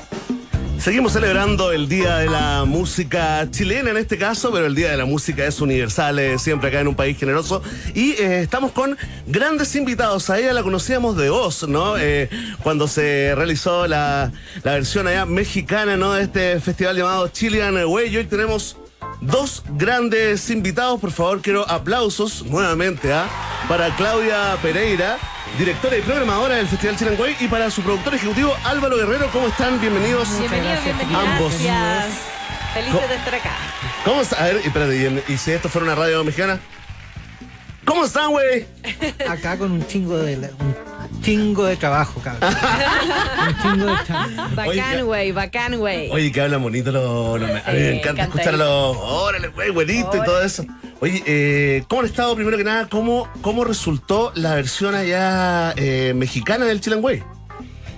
S1: Seguimos celebrando el Día de la Música Chilena en este caso, pero el Día de la Música es universal, eh, siempre acá en un país generoso. Y eh, estamos con grandes invitados. A ella la conocíamos de Oz, ¿no? Eh, cuando se realizó la, la versión allá mexicana, ¿no? De este festival llamado Chilean Way. Y hoy tenemos dos grandes invitados. Por favor, quiero aplausos nuevamente ¿ah? para Claudia Pereira. Directora y programadora del Festival Chilean Way y para su productor ejecutivo Álvaro Guerrero, ¿cómo están? Bienvenidos.
S6: Bienvenido, bienvenida.
S1: Ambos.
S6: Gracias. Felices de estar acá.
S1: ¿Cómo está? A ver, espérate, y, en- y si esto fuera una radio mexicana? ¿Cómo están, güey?
S7: acá con un chingo de un chingo de trabajo, cabrón.
S1: Ah.
S7: un chingo de trabajo.
S1: Oiga.
S6: Bacán, güey, bacán, güey.
S1: Oye, que hablan bonito los... los- a mí me
S6: Sí,
S1: encanta
S6: encantadito.
S1: escuchar a los... Órale, güey, güerito y todo eso. Oye, eh, ¿cómo han estado, primero que nada? ¿Cómo, cómo resultó la versión allá eh, mexicana del Chilean Way?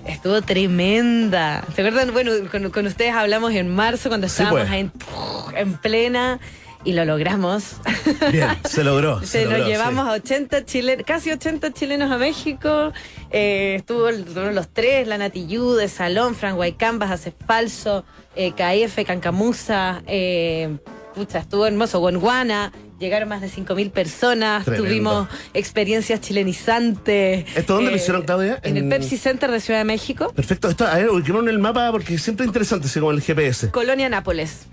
S6: Estuvo tremenda. ¿Se acuerdan? Bueno, con, con ustedes hablamos en marzo cuando
S1: Sí,
S6: estábamos
S1: pues.
S6: ahí en, en plena y lo logramos.
S1: Bien, se logró.
S6: Se lo
S1: logró,
S6: llevamos
S1: sí.
S6: a 80 chilenos, casi 80 chilenos a México. Eh, estuvo estuvieron los tres, la Natillú de Salón, Fran Guaycambas, Hace Falso, eh, KF, Cancamusa, eh, pucha, estuvo hermoso, Gonguana, llegaron más de 5.000 personas,
S1: Tremendo.
S6: tuvimos experiencias chilenizantes. eh,
S1: ¿Esto dónde lo hicieron, Claudia?
S6: En,
S1: En-
S6: el Pepsi Center de Ciudad de México,
S1: Perfecto, esto, a ver, ubiquémonos en el mapa porque siempre es interesante, así como el GPS.
S6: Colonia Nápoles.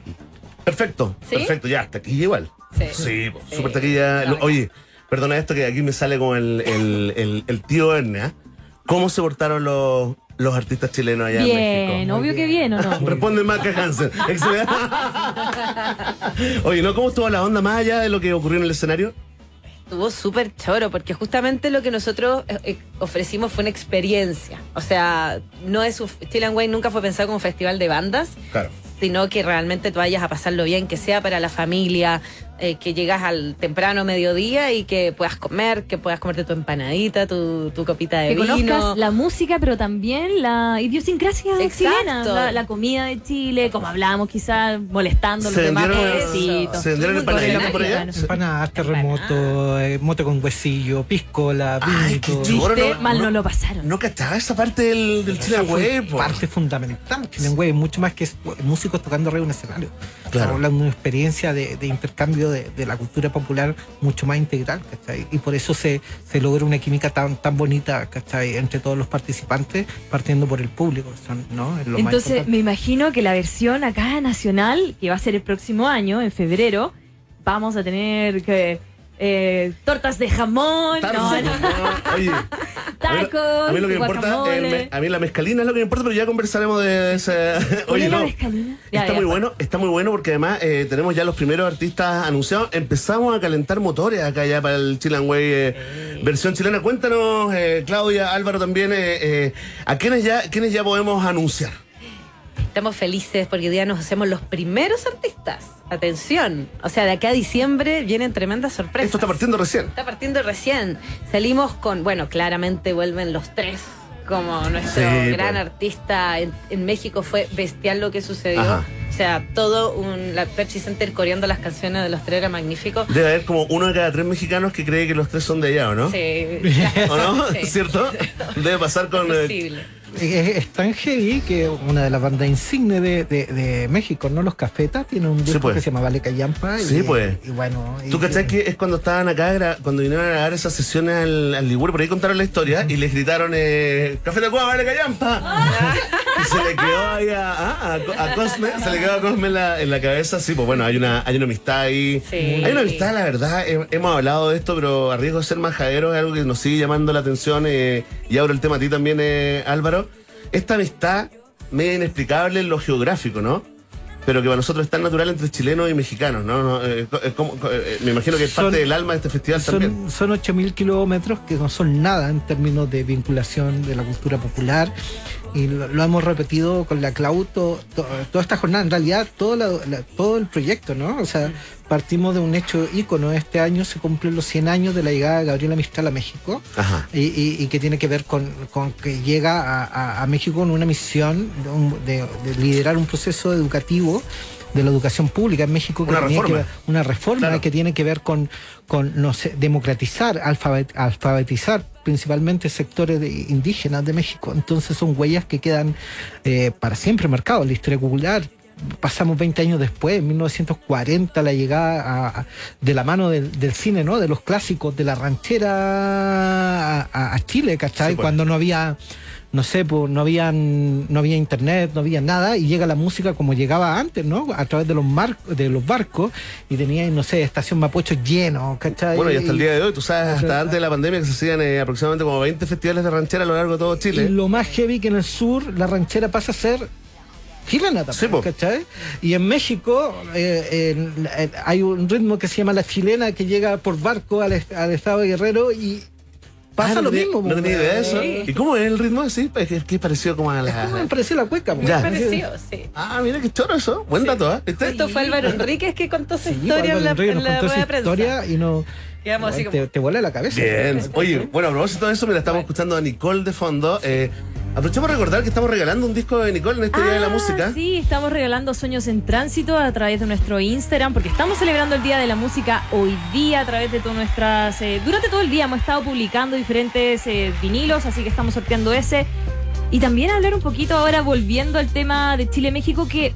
S1: Perfecto,
S6: ¿Sí?
S1: perfecto, ya, taquilla igual. Sí,
S6: Sí.
S1: po, super taquilla. Lo- Oye, perdona esto que aquí me sale con el, el, el- el tío Erne, ¿ah? ¿Cómo se portaron los, los artistas chilenos allá en
S2: Bien,
S1: México?
S2: obvio que bien, ¿o no?
S1: Responde Maca Hansen. Excelente. Oye, ¿no? ¿Cómo estuvo la onda más allá de lo que ocurrió en el escenario?
S6: Estuvo súper choro, porque justamente lo que nosotros eh, eh, ofrecimos fue una experiencia. O sea, no es un- Steel and Way nunca fue pensado como un festival de bandas,
S1: Claro.
S6: sino que realmente tú vayas a pasarlo bien, que sea para la familia, eh, que llegas al temprano mediodía y que puedas comer, que puedas comerte tu empanadita, tu, tu copita de
S2: Que
S6: vino.
S2: conozcas la música, pero también la idiosincrasia
S6: Exacto.
S2: chilena, la, la comida de Chile, como hablábamos quizás, molestando a los
S1: Se
S2: demás
S1: vendieron-
S2: pobrecitos.
S1: se vendieron
S2: Estuvo muy
S1: empanaditas
S2: bueno,
S1: por allá.
S2: bueno.
S7: Empanadas, terremoto, eh, moto con huesillo, piscola,
S1: Ay, qué
S7: vinito.
S1: chulo. Ahora
S2: Viste,
S1: no-
S2: mal no,
S1: no-
S2: lo pasaron.
S1: No cachaba esa parte del, del Chilean Way, po.
S7: parte fundamental, Chilean Way, mucho más que es- músicos tocando arriba de un escenario.
S1: Claro.
S7: Estamos hablando de una experiencia de, de intercambio de, de la cultura popular mucho más integral, ¿cachai? Y por eso se, se logra una química tan, tan bonita, ¿cachai? Entre todos los participantes, partiendo por el público, que son, ¿no? Es lo más
S2: Entonces,
S7: importante.
S2: me imagino que la versión acá nacional, que va a ser el próximo año, en febrero, vamos a tener que. eh, tortas de jamón, no,
S1: Tarde,
S2: no,
S1: po. Oye. A mí lo-
S2: tacos,
S1: A mí lo que me importa,
S2: guacamole.
S1: el me- a mí la mezcalina es lo que me importa, pero ya conversaremos de ese.
S2: ¿Cuál
S1: Oye,
S2: es la
S1: no.
S2: mezcalina? Ya,
S1: Está
S2: ya,
S1: muy
S2: pa-
S1: bueno, está muy bueno porque además eh, tenemos ya los primeros artistas anunciados. Empezamos a calentar motores acá ya para el Chilean Way eh, versión chilena. Cuéntanos, eh, Claudia, Álvaro también, eh, eh, a quiénes ya, quiénes ya podemos anunciar.
S6: Estamos felices porque hoy día nos hacemos los primeros artistas. Atención. O sea, de acá a diciembre vienen tremendas sorpresas.
S1: Esto está partiendo recién.
S6: Está partiendo recién. Salimos con, bueno, claramente vuelven los tres. Como nuestro
S1: Sí,
S6: gran
S1: pues.
S6: artista en, en México fue bestial lo que sucedió.
S1: Ajá.
S6: O sea, todo un la Pepsi Center coreando las canciones de los tres era magnífico.
S1: Debe haber como uno de cada tres mexicanos que cree que los tres son de allá, ¿o no?
S6: Sí,
S1: ¿O no?
S6: Sí.
S1: ¿Cierto? Debe pasar con. eh,
S6: Imposible.
S7: Es, es tan heavy que una de las bandas insignes de, de- de México, ¿no? Los Cafetas, tiene un disco
S1: pues.
S7: que se llama Vale Callampa. y-
S1: Sí, pues.
S7: Y bueno. y-
S1: ¿Tú cachás que es cuando estaban acá, gra- cuando vinieron a grabar esas sesiones al, al Ligüero, por ahí contaron la historia y les gritaron, eh, Café de Cuba, vale callampa? y se le quedó ahí a, a- a- a Cosme, se le quedó a Cosme en la, en la cabeza, sí, pues bueno, hay una, hay una amistad ahí.
S6: Sí.
S1: Hay una amistad, la verdad, he- hemos hablado de esto, pero a riesgo de ser majadero es algo que nos sigue llamando la atención eh, y abro el tema a ti también, eh, Álvaro. Esta amistad medio inexplicable en lo geográfico, ¿no? pero que para nosotros es tan natural entre chilenos y mexicanos, ¿no? No, eh, co- eh, como- co- eh, me imagino que es
S7: Son-
S1: parte del alma de este festival también.
S7: Son, son 8.000 kilómetros que no son nada en términos de vinculación de la cultura popular, y lo, lo hemos repetido con la Clau to- to- toda esta jornada, en realidad todo, la- la- todo el proyecto, ¿no? O sea, partimos de un hecho ícono, este año se cumplen los 100 años de la llegada de Gabriela Mistral a México
S1: Ajá.
S7: y, y- y que tiene que ver con, con que llega a, a- a México con una misión de, un- de- de liderar un proceso educativo de la educación pública en México que
S1: Una
S7: tenía que
S1: reforma.
S7: ver- una reforma
S1: Claro.
S7: que tiene que ver con, con no sé, democratizar, alfabet- alfabetizar principalmente sectores de- indígenas de México. Entonces son huellas que quedan eh, para siempre marcadas en la historia popular. Pasamos 20 años después, en 1940, la llegada a- a- de la mano del, del cine, ¿no? De los clásicos, de la ranchera a, a- a Chile, ¿cachai?
S1: Sí, pues.
S7: Cuando no había, no sé, pues, no, habían, no había internet, no había nada, y llega la música como llegaba antes, ¿no? A través de los, mar- de los barcos, y tenía, no sé, estación Mapocho lleno, ¿cachai?
S1: Bueno, y hasta el día de hoy, tú sabes,
S7: Ajá.
S1: hasta antes de la pandemia que se hacían eh, aproximadamente como 20 festivales de ranchera a lo largo de todo
S7: Y
S1: Chile.
S7: lo más heavy que en el sur la ranchera pasa a ser chilena también,
S1: Sí, po.
S7: ¿cachai? Y en México eh, en- eh, hay un ritmo que se llama la chilena que llega por barco al, est- al estado de Guerrero y pasa
S1: Ah, no
S7: lo
S1: tenía-
S7: mismo.
S1: No
S7: po,
S1: tenía idea de eso.
S7: eh,
S1: ¿Y cómo es el ritmo así? Es que- es que pareció como a
S7: Es como me
S1: la...
S7: pareció la cueca. po.
S1: Ya.
S6: Parecido, sí.
S1: Ah, mira qué choro eso. Buen dato, ¿eh? ¿Viste?
S6: Esto fue Álvaro Enríquez que contó su
S7: Sí,
S6: historia
S7: Álvaro
S6: en la,
S7: Enrique
S6: en
S7: nos
S6: la
S7: contó
S6: rueda de
S7: esa
S6: prensa.
S7: historia y no
S6: Quedamos así
S7: te,
S6: como-
S7: te vuela la cabeza.
S1: Bien. Oye, bueno, a propósito de eso, mira, estamos escuchando a Nicole de fondo. Eh, aprovechamos a recordar que estamos regalando un disco de Nicole en este Día de la
S2: Ah,
S1: Música.
S2: Sí, estamos regalando sueños en tránsito a través de nuestro Instagram, porque estamos celebrando el Día de la Música hoy día a través de todas nuestras. eh, durante todo el día hemos estado publicando diferentes eh, vinilos, así que estamos sorteando ese. Y también hablar un poquito ahora, volviendo al tema de Chile-México, que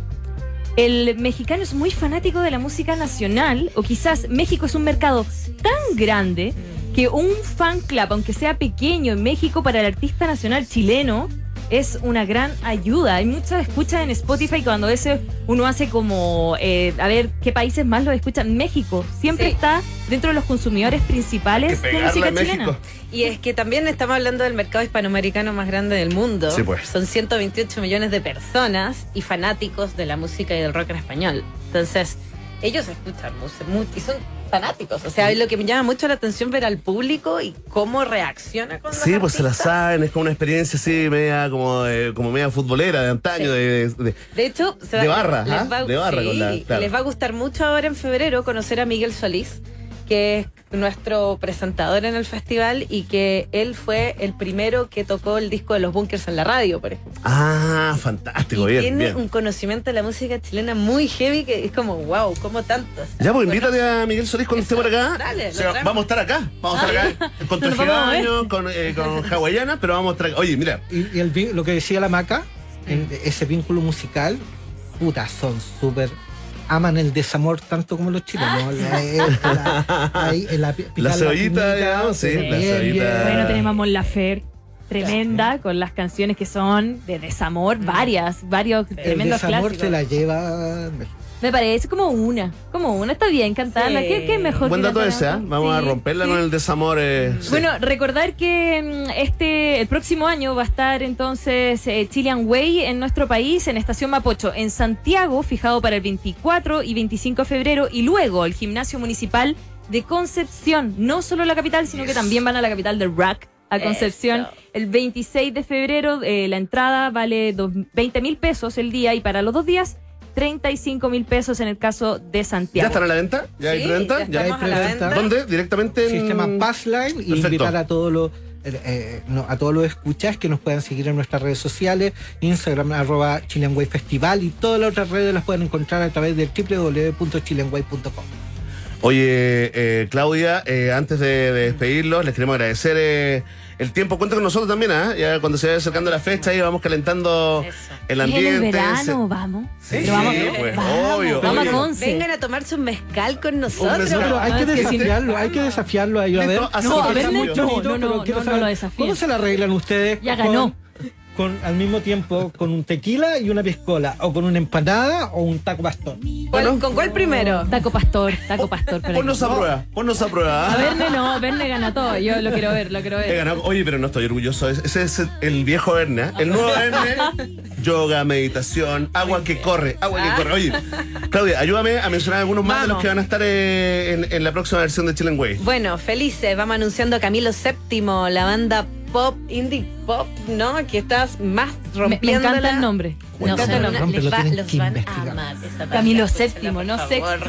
S2: el mexicano es muy fanático de la música nacional, o quizás México es un mercado tan grande que un fan club, aunque sea pequeño en México, para el artista nacional chileno, es una gran ayuda. Hay muchas escuchas en Spotify cuando ese uno hace como, eh, a ver, ¿qué países más lo escuchan? México siempre
S6: Sí.
S2: está dentro de los consumidores principales de
S1: Pegarla
S2: música
S1: en México.
S2: chilena.
S6: Y es que también estamos hablando del mercado hispanoamericano más grande del mundo.
S1: Sí, pues.
S6: Son 128 millones de personas y fanáticos de la música y del rock en español. Entonces, ellos escuchan música mu- y son fanáticos. O sea, y lo que me llama mucho la atención ver al público y cómo reacciona con
S1: Sí,
S6: los
S1: pues se la
S6: artistas.
S1: saben, es como una experiencia así, media, como, de- como media futbolera de antaño,
S6: Sí.
S1: de- de- de-
S6: De hecho, se
S1: De barra, ¿ah? De barra con la-
S6: sí,
S1: claro.
S6: les va a gustar mucho ahora en febrero conocer a Miguel Solís, que es nuestro presentador en el festival y que él fue el primero que tocó el disco de los Bunkers en la radio, por ejemplo.
S1: Ah, fantástico,
S6: y
S1: bien,
S6: tiene
S1: bien.
S6: un conocimiento de la música chilena muy heavy que es como, wow, ¿cómo tanto? O sea,
S1: Ya, pues
S6: bueno,
S1: invítate a Miguel Solís cuando esté por acá.
S6: Dale, lo
S1: O sea,
S6: traemos.
S1: vamos a estar acá. Vamos a estar acá con
S2: Nos vamos a ver.
S1: trajeaño, con, eh, con hawaiana, pero vamos a estar acá. Oye, mira,
S7: Y, y el vi- lo que decía la maca, en- ese vínculo musical, puta, son súper. Aman el desamor tanto como los
S6: Ah.
S7: chilenos. La, la- ahí, la- picar la
S1: cebollita,
S7: piñita,
S1: digamos, sí,
S7: bien,
S1: la cebollita.
S7: bien.
S2: Bueno, tenemos a Mon Laferte, tremenda, con las canciones que son de desamor, varias, varios
S7: Mm. El
S2: tremendos
S7: desamor
S2: clásicos.
S7: te la lleva.
S2: Me parece como una, como una, está bien cantarla,
S6: Sí.
S2: ¿qué, qué mejor?
S1: buen
S2: que
S1: dato ese,
S2: cantarla?
S1: ¿ah? Vamos
S2: Sí,
S1: a romperla
S2: sí.
S1: con el desamor. eh, sí.
S2: Bueno, recordar que mm, este el próximo año va a estar entonces eh, Chilean Way en nuestro país, en Estación Mapocho, en Santiago, fijado para el 24 y 25 de febrero, y luego el Gimnasio Municipal de Concepción, no solo la capital, sino que también van a la capital del RAC, a Concepción,
S6: Eso.
S2: el 26 de febrero. eh, la entrada vale dos- 20 mil pesos el día y para los dos días 35 mil pesos en el caso de
S1: ¿Ya
S2: Santiago.
S1: están a la venta? ¿Ya hay
S6: sí,
S1: preventa?
S6: ya estamos a la
S7: preventa.
S6: venta.
S1: ¿Dónde? Directamente en.
S7: Sistema Passline y
S1: Perfecto.
S7: invitar a todos los. eh, eh, no, a todos los escuchas que nos puedan seguir en nuestras redes sociales, Instagram arroba Chilean Way Festival y todas las otras redes las pueden encontrar a través del www.chileanway.com.
S1: Oye, eh, Claudia, eh, antes de, de despedirlos, les queremos agradecer eh, el tiempo. Cuenta con nosotros también, ¿ah? Ya cuando se vaya acercando la fecha, ahí vamos calentando
S6: Eso.
S1: el
S2: Es
S1: ambiente.
S2: en
S1: se-
S2: el verano, vamos. Lo vamos,
S1: sí, pues,
S2: vamos,
S1: obvio,
S2: vamos
S1: obvio.
S2: a Conce.
S6: Vengan a tomarse un mezcal con nosotros.
S1: mezcal.
S7: No, pero hay
S2: Ah,
S7: que
S2: es que sí.
S7: desafiarlo, hay que desafiarlo a ellos. A ver,
S1: Listo, así
S2: No, a
S1: que
S2: ver,
S1: estamos-
S2: Nacho.
S7: Está
S2: No,
S7: muy
S2: no,
S7: bonito, pero
S2: no,
S7: quiero
S2: no
S7: saber,
S2: lo desafíes.
S7: ¿Cómo se la arreglan ustedes?
S2: Ya
S7: con-
S2: ganó.
S7: Con, al mismo tiempo con un tequila y una piscola, o con una empanada o un taco pastor.
S6: ¿Cuál- ¿Con cuál primero?
S2: Taco Pastor, Taco Pastor. pero-
S1: Ponnos a prueba, ponnos a prueba. ¿ah?
S2: A Verne no, Verne gana todo. Yo lo quiero ver, lo quiero
S1: He
S2: ver.
S1: ganado. Oye, pero no estoy orgulloso. Ese ese es el viejo Verne. ¿eh? El nuevo Verne. Yoga, meditación, agua que corre, agua
S2: Ah.
S1: que corre. Oye, Claudia, ayúdame a mencionar algunos más de los
S6: Vamos.
S1: que van a estar eh, en, en la próxima versión de Chilean Way.
S6: Bueno, felices, vamos anunciando a Camilo VII, la banda pop, indie pop, ¿no? Que estás más
S2: Me- Me,
S6: rompiendo.
S2: encanta el nombre. Me
S7: Cuéntame,
S2: encanta el nombre.
S7: Hernán. Rompe, lo tienen
S6: los
S7: que
S6: van a
S7: investigar.
S6: amar. esa banda,
S2: Camilo
S6: escúchala,
S2: séptimo,
S6: por
S2: no
S6: favor.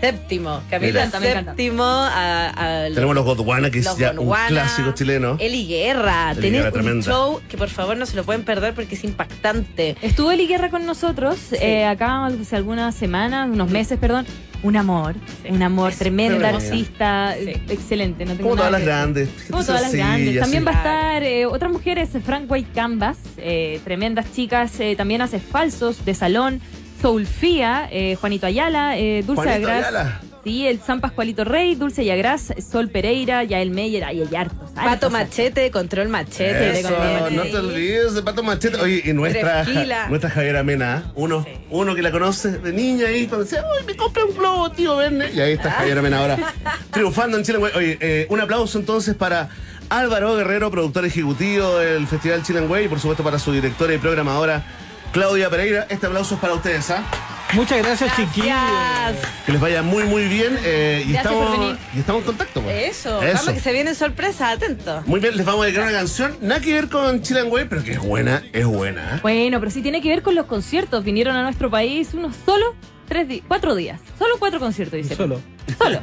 S6: Séptimo, Camilo
S2: encanta, me encanta.
S6: séptimo a, a los-
S1: Tenemos los Gondwana, que es
S6: Los
S1: ya
S6: Gondwana,
S1: un clásico chileno.
S6: Eli Guerra,
S1: Eli
S6: tenés
S1: Guerra,
S6: un
S1: tremenda.
S6: show que por favor no se lo pueden perder porque es impactante.
S2: Estuvo Eli Guerra con nosotros eh, acá hace algunas semanas, unos meses, perdón. Un amor, un amor,
S6: Es
S2: tremenda
S1: tremendo.
S2: artista,
S6: Sí.
S2: eh, excelente. No tengo
S1: Como
S2: nada
S1: todas las
S2: que decir.
S1: grandes.
S2: Como todas las grandes.
S1: sencillas,
S2: También
S1: sí.
S2: va a estar eh, otras mujeres, Frank White Canvas, eh, tremendas chicas, eh, también hace falsos de salón, Soulfía, eh, Juanito Ayala, eh, Dulce
S1: Juanito
S2: Agras,
S1: Ayala.
S2: sí, el San Pascualito Rey, Dulce Yagras, Sol Pereira, Yael Meyer, ay, hay hartos.
S6: Pato
S2: hartos,
S6: Machete, Control Machete.
S1: Eso,
S6: Control Machete.
S1: no te olvides de Pato Machete. Oye, y nuestra,
S6: Fresquila.
S1: nuestra Javiera Mena, uno,
S6: Sí.
S1: uno que la conoce de niña ahí, cuando decía, ¡ay, me compra un globo, tío, ven! Y ahí está
S6: Ah.
S1: Javiera Mena ahora, triunfando en Chile. güey. Oye, eh, un aplauso entonces para Álvaro Guerrero, productor ejecutivo del Festival Chile Way, y por supuesto para su directora y programadora, Claudia Pereira. Este aplauso es para ustedes, ¿ah?
S7: Muchas gracias, chiquillos.
S6: Gracias.
S1: Que les vaya muy, muy bien. eh, y,
S2: Gracias por
S1: estamos,
S2: venir.
S1: y estamos en contacto. güey.
S6: Eso, vamos que se vienen sorpresas, atento.
S1: Muy bien, les vamos a dedicar una canción. Nada que ver con Chilean Way, pero que es buena, es buena. ¿eh?
S2: Bueno, pero sí tiene que ver con los conciertos. Vinieron a nuestro país unos solo tres di- cuatro días. Solo cuatro conciertos, dice.
S7: Solo.
S2: Solo.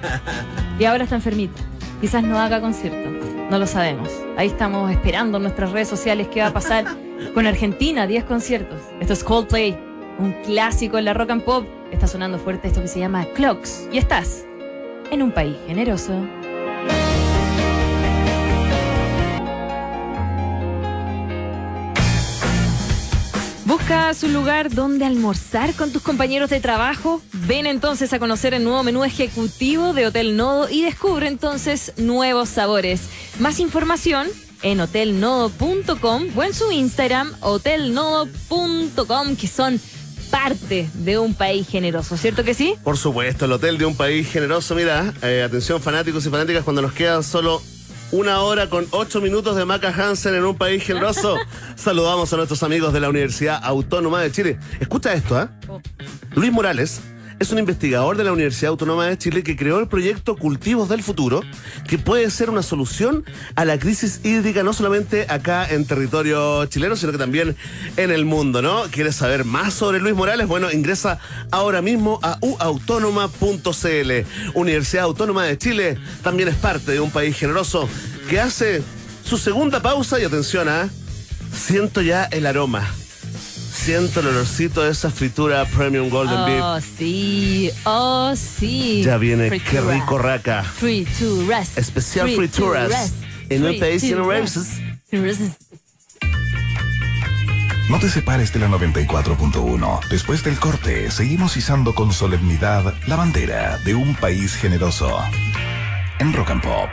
S2: Y ahora está enfermito. Quizás no haga concierto. No lo sabemos. Ahí estamos esperando en nuestras redes sociales qué va a pasar con Argentina. 10 conciertos. Esto es Coldplay, un clásico en la rock and pop. Está sonando fuerte esto que se llama Clocks. Y estás en un país generoso. ¿Buscas un lugar donde almorzar con tus compañeros de trabajo? Ven entonces a conocer el nuevo menú ejecutivo de Hotel Nodo y descubre entonces nuevos sabores. Más información en hotelnodo.com o en su Instagram hotelnodo.com que son parte de un país generoso, ¿cierto que sí?
S1: Por supuesto, el hotel de un país generoso. Mira, eh, atención fanáticos y fanáticas, cuando nos quedan solo una hora con ocho minutos de Maca Hansen en un país generoso, saludamos a nuestros amigos de la Universidad Autónoma de Chile. Escucha esto, ¿ah? Luis Morales. Es un investigador de la Universidad Autónoma de Chile que creó el proyecto Cultivos del Futuro, que puede ser una solución a la crisis hídrica no solamente acá en territorio chileno, sino que también en el mundo, ¿no? ¿Quieres saber más sobre Luis Morales? Bueno, ingresa ahora mismo a uautónoma.cl. Universidad Autónoma de Chile también es parte de un país generoso que hace su segunda pausa y atención, ¿ah? Siento ya el aroma. Siento el olorcito de esa fritura Premium Golden Beef.
S2: Oh, sí, oh, sí.
S1: Ya viene, qué
S2: Fritura.
S1: rico raca.
S2: Frituras.
S1: Especial frituras. En un país sin raíces.
S2: Races.
S4: No te separes de la 94.1. Después del corte, seguimos izando con solemnidad la bandera de un país generoso. En Rock and Pop.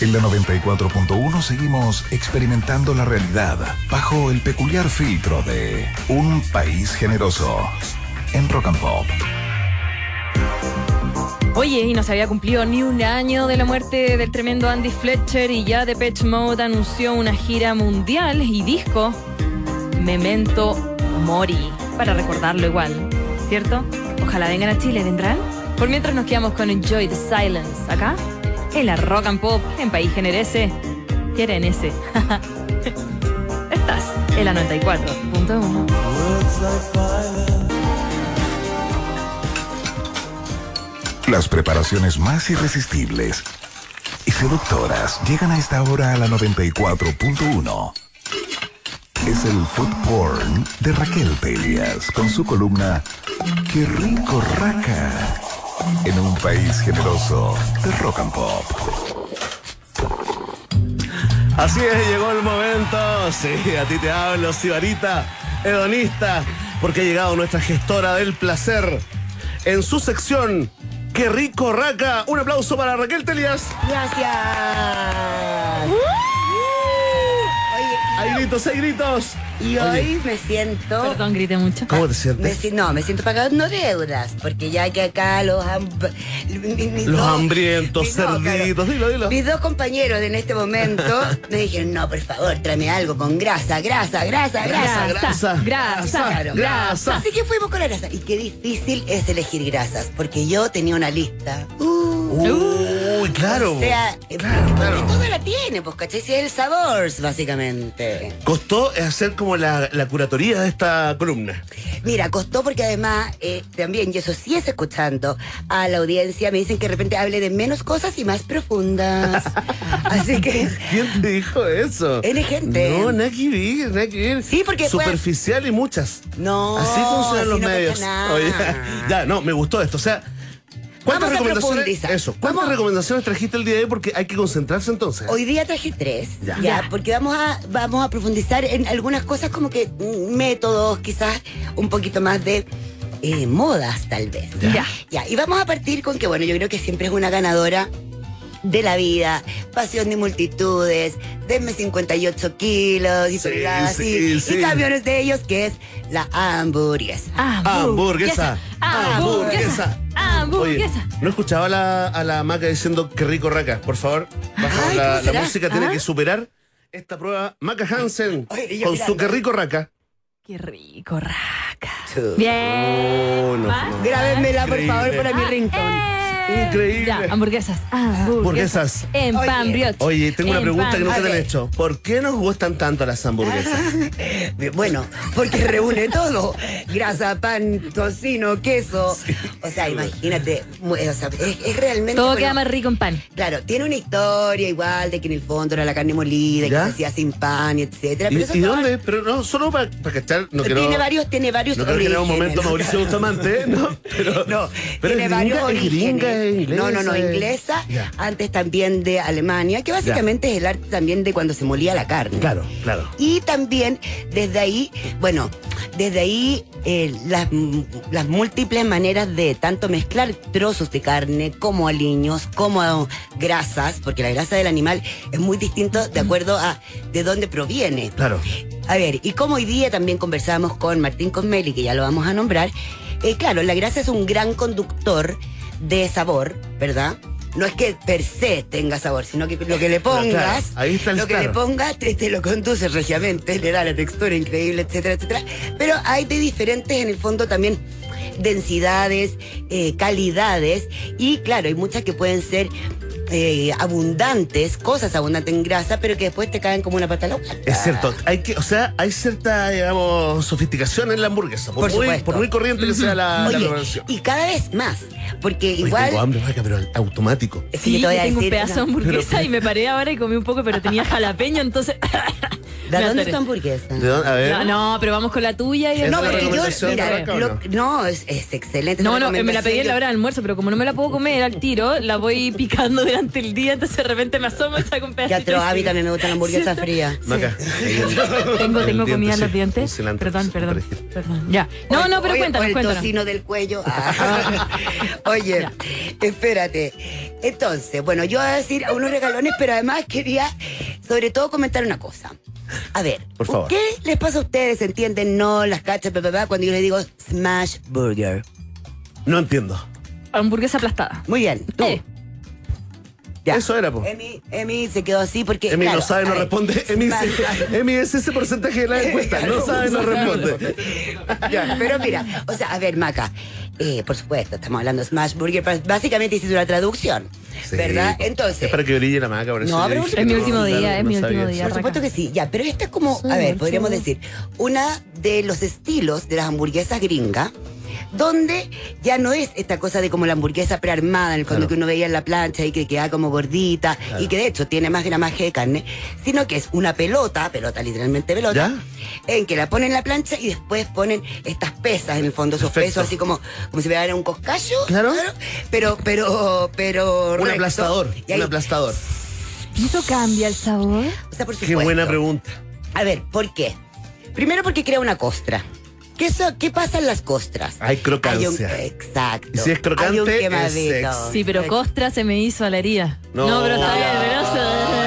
S4: En la 94.1 seguimos experimentando la realidad bajo el peculiar filtro de un país generoso. En Rock and Pop.
S2: Oye, y no se había cumplido ni un año de la muerte del tremendo Andy Fletcher y ya Depeche Mode anunció una gira mundial y disco Memento Mori, para recordarlo igual, ¿cierto? Ojalá vengan a Chile, ¿vendrán? Por mientras nos quedamos con Enjoy the Silence, acá, en la Rock and Pop, en País Generese, quieren ese. Estás en la 94.1.
S4: Las preparaciones más irresistibles y seductoras llegan a esta hora a la 94.1. Es el food porn de Raquel Pelias con su columna Qué rico raca en un país generoso de rock and pop.
S1: Así es, llegó el momento. Sí, a ti te hablo, Sibarita, hedonista, porque ha llegado nuestra gestora del placer en su sección. ¡Qué rico raca! Un aplauso para Raquel Telias.
S8: Gracias. Oye,
S1: Hay gritos, hay gritos.
S8: y hoy me siento.
S2: Perdón, grité mucho.
S1: ¿Cómo te
S8: me
S1: sientes?
S8: si- no, me siento pagado no deudas, porque ya que acá los, hamb- mi- mi-
S1: Los
S8: dos-
S1: hambrientos,
S8: mi- no, claro.
S1: cerditos. Dilo, dilo.
S8: Mis dos compañeros en este momento me dijeron, no, por favor, tráeme algo con grasa, grasa, grasa, grasa.
S1: grasa, grasa,
S8: Claro.
S1: grasa.
S8: Así que fuimos con la grasa. Y qué difícil es elegir grasas, porque yo tenía una lista. Uh,
S1: Uy, Uy, claro.
S8: O sea, eh, porque
S1: claro.
S8: todo la tiene, pues, ¿cachai? Si es el sabor, básicamente.
S1: Costó hacer como la, la curatoría de esta columna.
S8: Mira, costó porque además, eh, también, y eso sí es escuchando a la audiencia, me dicen que de repente hable de menos cosas y más profundas. Así que,
S1: ¿Quién te dijo eso?
S8: N gente.
S1: No, nada que ver, nada que ver.
S8: Sí, porque fue-
S1: Superficial y muchas.
S8: no.
S1: Así funcionan
S8: así
S1: los
S8: no cacha
S1: medios.
S8: nada.
S1: Oye, ya, no, me gustó esto. O sea, ¿cuántas
S8: Vamos a
S1: recomendaciones?
S8: profundizar.
S1: Eso, ¿cuántas
S8: Vamos.
S1: recomendaciones trajiste el día de hoy? Porque hay que concentrarse entonces.
S8: Hoy día traje tres,
S1: Ya.
S8: ya,
S1: Ya.
S8: porque vamos a, vamos a profundizar en algunas cosas como que mm, métodos, quizás un poquito más de eh, modas tal vez.
S1: Ya.
S8: Ya, y vamos a partir con que, bueno, yo creo que siempre es una ganadora de la vida, pasión de multitudes, denme 58 kilos y
S1: Sí,
S8: cosas
S1: sí,
S8: así,
S1: sí.
S8: y camiones de ellos, que es la hamburguesa.
S1: Hamburguesa.
S2: Hamburguesa. Hamburguesa.
S1: Oye, no escuchaba a la, a la maca diciendo qué rico raca. Por favor, bajamos
S8: Ay, ¿cómo
S1: la, la
S8: será?
S1: música. Tiene
S2: Ah.
S1: que superar esta prueba. Maca Hansen
S8: Oye, y yo
S1: con su
S8: mirando.
S1: qué rico raca.
S2: Qué rico, raca.
S8: Chu.
S2: Bien.
S1: Oh, no,
S2: Más.
S1: no.
S8: Grábenmela, por
S1: Increíble.
S8: favor, para mi
S2: Ah,
S8: rincón.
S2: eh.
S1: Increíble.
S2: Ya, hamburguesas. Hamburguesas.
S1: Hamburguesas.
S2: En
S8: Oye.
S2: pan brioche.
S1: Oye, tengo una
S2: En
S1: pregunta
S2: pan
S1: que nunca
S8: A
S1: te la he
S8: ver.
S1: hecho. ¿Por qué nos gustan tanto las
S8: Ah,
S1: hamburguesas?
S8: Bueno, porque reúne todo. Grasa, pan, tocino, queso. O sea, imagínate, mu- o sea, es, es realmente...
S2: Todo
S8: bueno,
S2: queda más rico en pan.
S8: Claro, tiene una historia igual de que en el fondo era la carne molida, y que
S1: ¿Ya?
S8: se hacía sin pan, y etcétera.
S1: ¿Y,
S8: Pero eso
S1: y
S8: todo-
S1: dónde? Pero no, solo para, para cachar. No quiero,
S8: tiene varios, tiene varios
S1: no quiero generar un
S8: orígenes,
S1: momento
S8: ¿no?
S1: Mauricio Bustamante, ¿eh? ¿no? Pero,
S8: No,
S1: pero
S8: tiene
S1: es gringa,
S8: varios
S1: es
S8: orígenes.
S1: gringa, es inglesa,
S8: no, no, no,
S1: es-
S8: inglesa,
S1: Ya.
S8: antes también de Alemania, que básicamente es el arte también de cuando se molía la carne.
S1: Claro, claro.
S8: Y también desde ahí, bueno, desde ahí eh, las, m- las múltiples maneras de tanto mezclar trozos de carne como aliños, como grasas, porque la grasa del animal es muy distinto de acuerdo a de dónde proviene.
S1: Claro.
S8: A ver, y como hoy día también conversamos con Martín Cosmeli, que ya lo vamos a nombrar, eh, claro, la grasa es un gran conductor de sabor, ¿verdad? No es que per se tenga sabor, sino que lo que le
S1: claro,
S8: pongas,
S1: ahí está el
S8: lo que
S1: claro.
S8: le pongas te, te lo conduce regiamente, le da la textura increíble, etcétera, etcétera. Pero hay de diferentes, en el fondo también, densidades, eh, calidades, y claro, hay muchas que pueden ser eh, abundantes, cosas abundantes en grasa, pero que después te caen como una pata a la guata.
S1: Es cierto, hay que, o sea, hay cierta, digamos, sofisticación en la hamburguesa. Por,
S8: Por
S1: muy,
S8: supuesto.
S1: por muy corriente que sea la, Ah, la
S8: Oye,
S1: preparación.
S8: y cada vez más, porque
S1: Oye,
S8: igual...
S1: tengo hambre, vaca, pero al- automático.
S8: es que
S2: Sí,
S8: te
S2: yo
S8: voy a
S2: tengo un
S8: decir-
S2: pedazo de hamburguesa y me paré ahora y comí un poco, pero tenía jalapeño, entonces.
S8: ¿De
S2: me
S8: dónde
S2: atoré.
S8: es tu hamburguesa?
S1: ¿De dónde? A ver.
S2: No, no, pero vamos con la tuya y
S1: ¿Eh? ¿Es
S8: No,
S1: una
S8: porque yo,
S1: recomendación
S8: mira,
S1: de vaca o
S8: lo-
S1: no?
S8: no, es, es excelente.
S2: No, no,
S8: esa
S2: me la pedí en la
S8: recomendación.
S2: hora del almuerzo, pero como no me la puedo comer al tiro, la voy picando durante el día, entonces de repente me asomo y saco un
S8: Yo- Que
S2: pedacito.
S8: atroz, a mí
S2: y-
S8: también me gusta la hamburguesa fría.
S1: Maca, ahí el-
S2: Tengo,
S1: el
S2: tengo
S1: diente,
S2: comida en
S1: sí,
S2: los
S1: un
S2: dientes.
S1: cilantro,
S2: Perdón,
S1: sí,
S2: perdón,
S1: parece.
S2: perdón. Ya. No,
S8: Oye,
S2: no, pero
S8: oye,
S2: cuéntanos,
S8: por El
S2: cuéntanos.
S8: tocino del cuello. Ah. Oye,
S2: Ya.
S8: espérate. Entonces, bueno, yo voy a decir unos regalones, pero además quería, sobre todo, comentar una cosa. A ver,
S1: Por favor.
S8: ¿qué les pasa a ustedes? ¿Entienden? No, las cachas, bla, bla, bla, cuando yo les digo smash burger.
S1: No entiendo.
S2: Hamburguesa aplastada.
S8: Muy bien, tú.
S2: Eh,
S8: Ya.
S1: Eso era, po.
S8: Emi, Emi se quedó así porque.
S1: Emi
S8: claro,
S1: no sabe,
S8: a
S1: no
S8: ver,
S1: responde. Emi,
S8: smash-
S1: se- Emi es ese porcentaje de la encuesta. No sabe, no responde.
S8: Ya, pero mira, o sea, a ver, Maca, eh, por supuesto, estamos hablando de Smash Burger, pero básicamente hiciste una traducción,
S1: Sí,
S8: ¿verdad?
S1: po.
S8: Entonces,
S1: Es para que brille la maca, por eso
S8: No,
S1: yo
S8: pero
S1: dije
S8: es
S1: que
S2: mi
S1: no,
S2: último día,
S1: claro,
S2: es
S1: no
S2: mi
S1: sabía
S2: último día,
S1: eso.
S8: por supuesto que sí, ya, pero esta es como, a ver, podríamos decir, una de los estilos de las hamburguesas gringas, donde ya no es esta cosa de como la hamburguesa prearmada, en el fondo
S1: Claro.
S8: que uno veía en la plancha y que queda como gordita, y que de hecho tiene más gramaje de carne, sino que es una pelota, pelota literalmente pelota,
S1: ¿Ya?
S8: en que la ponen en la plancha y después ponen estas pesas en el fondo, esos
S1: Perfecto.
S8: pesos así como, como si me dieran un coscayo.
S1: Claro.
S8: Pero, pero, pero.
S1: Un
S8: recto.
S1: aplastador,
S8: Y ahí-
S1: un aplastador.
S2: ¿Y eso cambia el sabor?
S8: o sea, por
S1: Qué
S8: supuesto.
S1: buena pregunta.
S8: A ver, ¿por qué? Primero porque crea una costra. ¿Qué, so- qué pasa en las costras?
S1: Hay crocancia.
S8: Hay un- exacto.
S1: Y si es crocante,
S8: Hay un
S1: es
S8: quemadito.
S1: sexy.
S2: Sí, pero costra se me hizo a la herida.
S1: No.
S2: No, pero está bien,
S1: No,
S2: pero
S1: no, no,
S2: eso-
S1: no.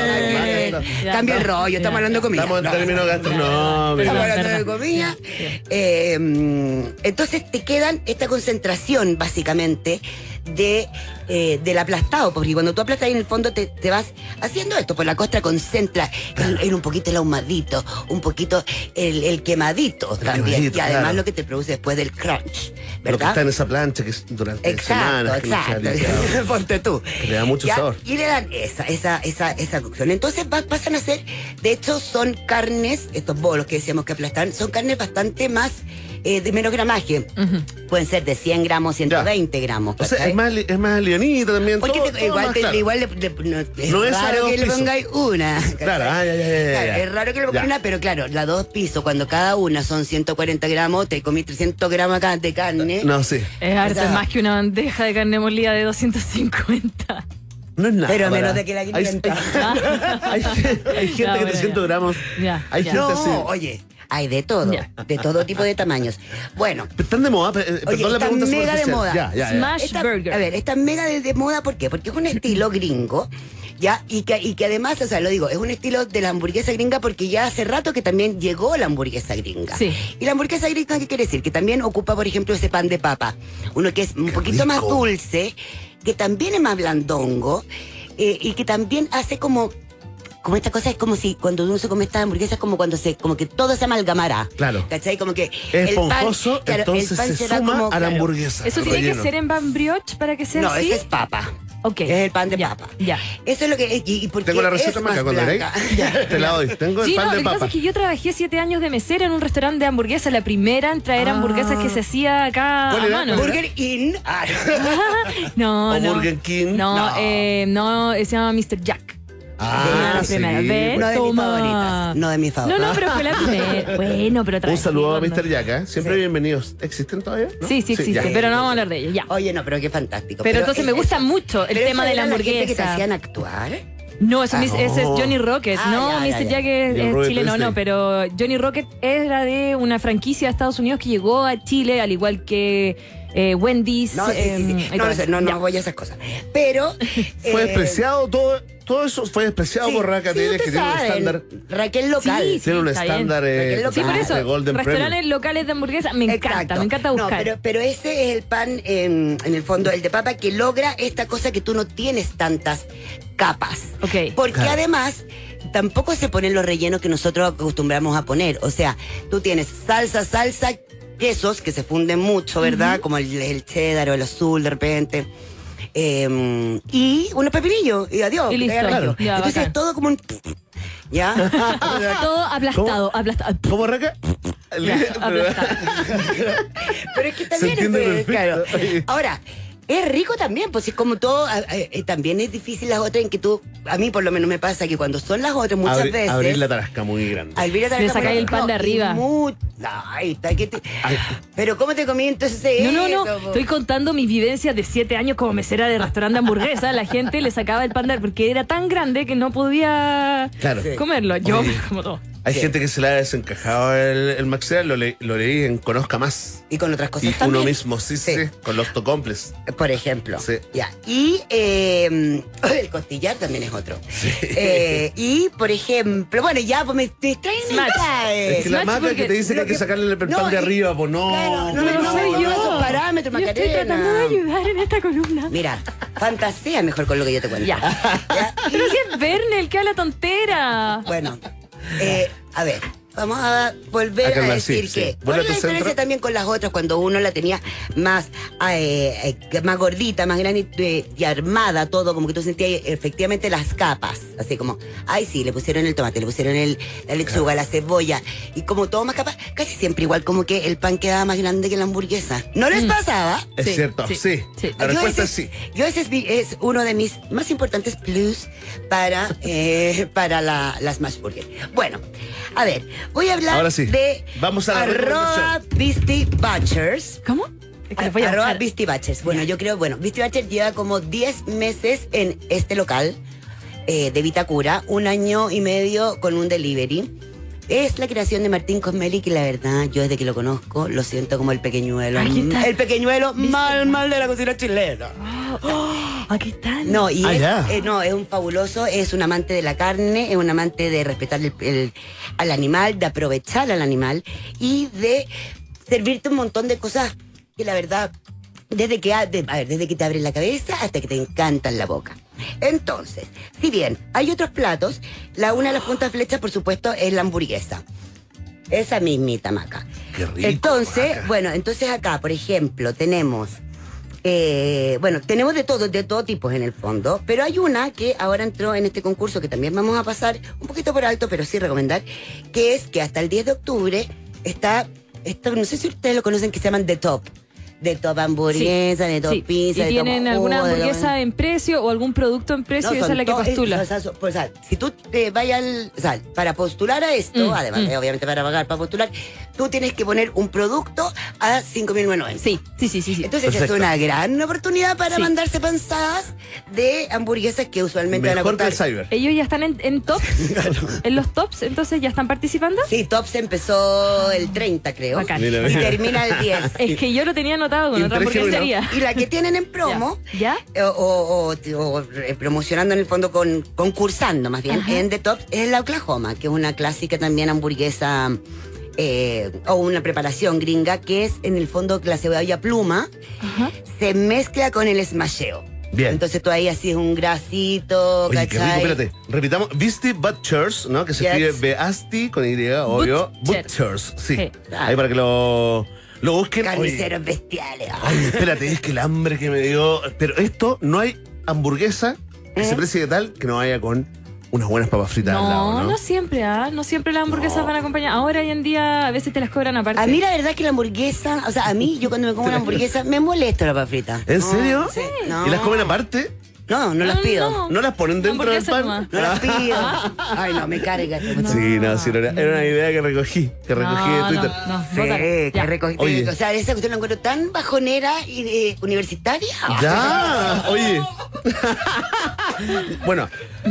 S2: Ya,
S8: Cambia el
S2: no,
S8: rollo,
S2: ya.
S8: estamos hablando de comida.
S1: Estamos en
S8: No.
S1: términos gastronómicos.
S8: Estamos
S2: Perdón,
S8: hablando de
S2: perdón.
S8: comida.
S2: Sí, sí.
S8: Eh, mm, entonces te quedan esta concentración, básicamente, de, eh, del aplastado, porque cuando tú aplastas ahí en el fondo te, te vas haciendo esto, por la costra concentra en, en un poquito el ahumadito, un poquito el, el quemadito también,
S1: quemadito,
S8: y además
S1: claro.
S8: lo que te produce después del crunch,
S1: Lo que está
S8: ¿verdad?
S1: en esa plancha que es durante
S8: Exacto,
S1: semanas que no se ha
S8: exacto.
S1: limpiado.
S8: Ponte tú.
S1: Le da mucho
S8: Ya,
S1: sabor.
S8: Y le dan esa, esa, esa, esa cocción. Entonces va- pasan a ser, de hecho, son carnes, estos bolos que decíamos que aplastan, son carnes bastante más, eh, de menos gramaje. Pueden ser de 100 gramos, 120 gramos.
S1: O sea,
S8: ¿cachai?
S1: es más, li- es más livianita también.
S8: Porque
S1: todo-
S8: te-
S1: todo
S8: igual,
S1: más
S8: te-
S1: claro.
S8: igual le- le- no, es
S1: No es a
S8: raro
S1: dos
S8: que le
S1: pisos.
S8: pongáis una. ¿cachai?
S1: Claro, ah, ya, ya, ya, ya,
S8: Claro,
S1: ya.
S8: es raro que le
S1: Ya.
S8: pongan una, pero claro, las dos pisos, cuando cada una son 140 gramos, te comí 300 gramos acá de carne.
S1: No, sí.
S2: Es harto,
S8: Ya.
S2: es más que una bandeja de carne molida de 250.
S1: No es nada.
S8: Pero a
S1: para-
S8: menos de que la
S1: Hay-
S8: alimenta.
S1: Hay, hay gente, hay gente
S2: Ya,
S1: que
S2: bueno,
S1: 300
S2: ya.
S1: gramos.
S2: Ya,
S1: hay
S2: ya.
S1: gente
S8: No,
S1: así.
S8: oye, hay de todo,
S2: Ya.
S8: de todo tipo de tamaños. Bueno,
S1: Están de moda. pe- eh, perdón la
S8: están
S1: pregunta
S8: mega de
S1: superficial.
S8: moda.
S1: Ya, ya, ya.
S2: Smash
S8: esta-
S2: Burger.
S8: a ver, está mega de, de moda, ¿por qué? Porque es un estilo gringo, ¿ya? Y que, y que además, o sea, lo digo, es un estilo de la hamburguesa gringa porque ya hace rato que también llegó la hamburguesa gringa.
S2: Sí.
S8: Y la hamburguesa gringa, ¿qué quiere decir? Que también ocupa, por ejemplo, ese pan de papa, uno que es un poquito más
S1: rico.
S8: dulce, que también es más blandongo eh, y que también hace como... Como esta cosa es como si cuando uno se come estas hamburguesas, como cuando se, como que todo se amalgamara.
S1: Claro.
S8: ¿Cachai? Como que.
S1: Es
S8: el pan-
S1: esponjoso,
S8: claro, el
S1: entonces
S8: pan
S1: se
S8: da
S1: suma
S8: como-
S1: a la
S8: claro.
S1: hamburguesa.
S2: ¿Eso tiene que
S1: relleno.
S2: ser en Van Brioche para que sea
S8: No,
S2: así?
S8: ese es papa.
S2: Ok.
S8: Es el pan de
S2: Ya,
S8: papa.
S2: Ya.
S8: Eso es lo que. Y, y porque
S1: Tengo la receta
S8: es
S1: maca
S8: más
S1: cuando queréis.
S8: blanca.
S1: Te la doy. Tengo el
S2: Sí,
S1: pan
S2: no,
S1: de
S2: lo que pasa
S1: papa.
S2: es que yo trabajé siete años de mesera en un restaurante de hamburguesas, la primera en
S8: Ah.
S2: traer hamburguesas que se hacía acá
S1: ¿Cuál
S2: a
S1: era?
S2: mano. ¿Eh?
S8: Burger Inn. Ah,
S2: No,
S1: O
S2: no.
S1: Burger King.
S2: No,
S1: No.
S2: eh, no, eh, se llama Mr. Jack.
S1: Ah,
S2: la
S1: sí.
S2: primera vez.
S8: no de mis
S2: Toma.
S8: favoritas. No de mis
S2: No,
S8: favoritas.
S2: no, pero fue la primera. Bueno, pero
S1: Un
S2: traje,
S1: saludo a
S2: cuando-
S1: Mr. Jack, ¿eh? Siempre bienvenidos. ¿Existen todavía? ¿No?
S2: Sí, sí existe,
S1: ya.
S2: pero no vamos a hablar de ellos, ya.
S8: Oye, no, pero qué fantástico.
S2: Pero entonces me gusta mucho el
S8: pero
S2: tema
S8: eso
S2: de la
S8: era gente que te
S2: hamburguesa.
S8: hacían actuar.
S2: No, eso
S8: Ah,
S2: mis- ese es
S1: no.
S2: Johnny Rocket.
S8: Ah,
S2: no,
S8: ya, ya,
S2: Mr.
S8: ya.
S2: Jack es,
S1: Johnny
S2: es
S1: Rocket
S2: chileno,
S8: este.
S1: Disney.
S2: no, pero Johnny Rocket era de una franquicia de Estados Unidos que llegó a Chile, al igual que eh, Wendy's.
S8: No, sí, sí, sí.
S2: em, y
S8: No,
S2: todo
S8: no, sé,
S2: eso.
S8: no, no
S2: Ya.
S8: voy a esas cosas. Pero.
S1: Fue
S8: eh,
S1: despreciado todo. Todo eso fue despreciado
S8: sí,
S1: por Raca
S8: sí,
S1: Tele, que
S8: ustedes
S1: tiene un
S8: saben,
S1: estándar.
S8: Raquel local.
S2: Sí,
S1: Tiene un
S2: está bien.
S1: estándar
S8: Porque es
S1: eh,
S8: lo que-
S2: Sí, por
S1: de
S2: eso,
S1: Golden
S2: restaurantes
S1: Premium.
S2: locales de hamburguesa, me encanta,
S8: Ah, Exacto.
S2: me encanta buscar.
S8: No, pero, pero ese es el pan, eh, en el fondo, el de papa, que logra esta cosa que tú no tienes tantas capas.
S2: Ok.
S8: Porque
S1: Claro.
S8: además tampoco se ponen los rellenos que nosotros acostumbramos a poner. O sea, tú tienes salsa, salsa, quesos que se funden mucho, ¿verdad? Como el, el cheddar o el azul de repente. Eh, y unos pepinillos y adiós.
S2: Y
S8: que te haga
S2: listo.
S8: rico.
S2: Ya,
S8: Entonces
S2: bacán.
S8: es todo como un... ¿Ya?
S2: Todo aplastado, aplastado.
S1: ¿Cómo Raca?
S2: Ya, aplastado.
S8: Pero es que
S1: Se
S8: también
S1: entiende
S8: es, eh, claro.
S1: perfecto.
S8: Ahora, es rico también, pues es como todo, eh, eh, también es difícil las otras en que tú, a mí por lo menos me pasa que cuando son las otras muchas
S1: Abrir-
S8: veces...
S1: Abrir la tarasca muy grande.
S8: Al Vira
S2: Le sacáis el pan de arriba.
S8: Ay, está que te- Pero ¿cómo te comí entonces
S2: No, no, no.
S8: eso, po?
S2: Estoy contando mis vivencias de siete años como mesera de restaurante de hamburguesa. La gente le sacaba el pan de porque era tan grande que no podía
S1: Claro.
S2: comerlo. Yo
S1: Oye.
S2: como todo.
S1: Hay
S8: Sí.
S1: gente que se le ha desencajado el, el maxilar, lo, le- lo leí en Conozca Más.
S8: Y con otras cosas
S1: Y
S8: también.
S1: uno mismo, sí, sí,
S8: Sí.
S1: sí, con los tocomples.
S8: Por ejemplo.
S1: Sí.
S8: Ya. Y eh, el costillar también es otro. Eh, y, por ejemplo, bueno, ya, pues me te distraen. y
S2: Smash.
S8: caes.
S1: es que la
S2: Nacho,
S1: maca que
S2: porque
S1: te dice que
S8: lo
S1: hay que
S8: que-
S1: sacarle el pan
S8: no,
S1: de
S8: y-
S1: arriba, pues no.
S8: Claro, no,
S1: pues,
S8: no,
S2: soy yo.
S8: esos parámetros,
S2: yo estoy
S8: Macarena.
S2: tratando de ayudar en esta columna.
S8: Mira, fantasea mejor con lo que yo te cuento.
S2: Ya. Pero si es Verne el que habla tontera.
S8: Bueno, eh, a ver, vamos a volver
S1: Acá
S8: a
S1: la- sí,
S8: decir
S1: sí.
S8: que. ¿Cuál
S1: Vuelve a
S8: es la
S1: tu
S8: diferencia
S1: centro.
S8: también con las otras cuando uno la tenía más, eh, eh, más gordita, más grande eh, y armada todo? Como que tú sentías eh, efectivamente las capas. Así como, ay, sí, le pusieron el tomate, le pusieron el, la lechuga, la cebolla. Y como todo más capaz, casi siempre igual, como que el pan quedaba más grande que la hamburguesa. ¿No les pasaba?
S1: Es
S2: Sí,
S1: cierto, sí.
S2: sí, sí.
S1: La
S8: Yo
S1: respuesta es
S8: ese-
S1: sí.
S8: Yo ese es, mi- es uno de mis más importantes plus para, eh, para la, la Smash Burger. Bueno, a ver, voy a hablar
S1: Ahora sí,
S8: de
S1: vamos a la
S8: arroba Beastie Butchers.
S2: ¿Cómo? Es que lo voy a
S8: Arroba
S2: buscar.
S8: Beastie Butchers. Bueno, yo creo, bueno, Beastie Butchers lleva como 10 meses en este local eh, de Vitacura, un año y medio con un delivery. Es la creación de Martín Cosmeli, que la verdad, yo desde que lo conozco, lo siento como el pequeñuelo.
S2: Aquí está.
S8: El pequeñuelo mal, mal de la cocina chilena.
S2: Aquí están.
S8: No, y
S1: Ah,
S8: es,
S1: ya.
S8: eh, no, es un fabuloso, es un amante de la carne, es un amante de respetar el- el- al animal, de aprovechar al animal y de servirte un montón de cosas que la verdad Desde que, a de- a ver, desde que te abres la cabeza hasta que te encantan la boca. Entonces, si bien hay otros platos, la una de las puntas flechas, por supuesto, es la hamburguesa. Esa mismita, Maca.
S1: Qué rico,
S8: Entonces,
S1: Maca.
S8: bueno, entonces acá, por ejemplo, tenemos. eh, bueno, tenemos de todo, de todo tipo en el fondo, pero hay una que ahora entró en este concurso que también vamos a pasar un poquito por alto, pero sí recomendar, que es que hasta el 10 de octubre está, esto, no sé si ustedes lo conocen, que se llaman The Top. De top hamburguesa, de top
S2: Sí.
S8: pizza,
S2: y
S8: de top
S2: tienen alguna
S8: jugo, de top-
S2: hamburguesa en precio o algún producto en precio
S8: no,
S2: y esa
S8: son
S2: es la que
S8: todos-
S2: postula.
S8: o sea, so- pues, o sea, si tú te vayas al. O sea, para postular a esto,
S2: Mm,
S8: además,
S2: mm.
S8: de, obviamente para pagar, para postular, tú tienes que poner un producto a 5.990.
S2: Sí, sí, sí, sí. sí.
S8: Entonces
S1: Perfecto.
S8: es una gran oportunidad para
S2: Sí.
S8: mandarse pensadas de hamburguesas que usualmente van a
S1: Mejor que
S8: costar.
S1: el cyber.
S2: Ellos ya están en, en tops, en los tops, entonces ya están participando.
S8: Sí, Top se empezó el 30, creo.
S2: Bacán.
S1: Mira,
S8: Y
S1: mira.
S8: termina el 10.
S2: Es que yo lo tenía anotado con otra
S1: Impresionante.
S2: hamburguesería.
S8: Y la que tienen en promo.
S2: ¿Ya?
S8: eh, O, o- o, eh, promocionando en el fondo, con, concursando más bien en The Top, es la Oklahoma, que es una clásica también hamburguesa eh, o una preparación gringa, que es en el fondo la cebolla pluma,
S2: Ajá.
S8: se mezcla con el smasheo.
S1: Bien.
S8: Entonces tú ahí así es un grasito,
S1: Oye, qué rico,
S8: ¿cachai?
S1: espérate. Repitamos, Beastie Butchers, ¿no? Que se
S8: Yes.
S1: escribe Beasti con Y, obvio.
S2: Butcher.
S1: Butchers, sí.
S2: Sí.
S1: Ahí para que lo, lo busquen. Oye,
S8: Carniceros bestiales. ah.
S1: ay, espérate, es que el hambre que me dio. Pero esto, no hay hamburguesa que
S2: ¿Eh?
S1: se precie de tal que no vaya con unas buenas papas fritas al lado,
S2: No,
S1: ¿no?
S2: no siempre, ¿ah? No siempre las hamburguesas
S1: No.
S2: van acompañadas. Ahora, hoy en día, a veces te las cobran aparte.
S8: A mí la verdad es que la hamburguesa, o sea, a mí yo cuando me como una hamburguesa me molesta la papa frita.
S1: ¿En
S8: No,
S1: serio?
S8: sí, no.
S1: ¿Y las comen aparte?
S8: No, no las
S2: No,
S8: pido.
S2: no.
S8: No,
S1: ¿No las ponen dentro del
S2: Hamburguesa
S1: pan? Ah.
S2: nomás.
S8: las pido. Ay, no, me carga. este muchacho.
S1: Sí, no, sí, no, era, era una idea que recogí, que recogí de Twitter.
S2: No, no,
S8: Sí,
S2: bótala.
S8: que
S2: Ya.
S8: recogiste.
S1: Oye.
S8: O sea, esa cuestión la encuentro tan bajonera y eh, universitaria.
S1: Ya, oye. bueno,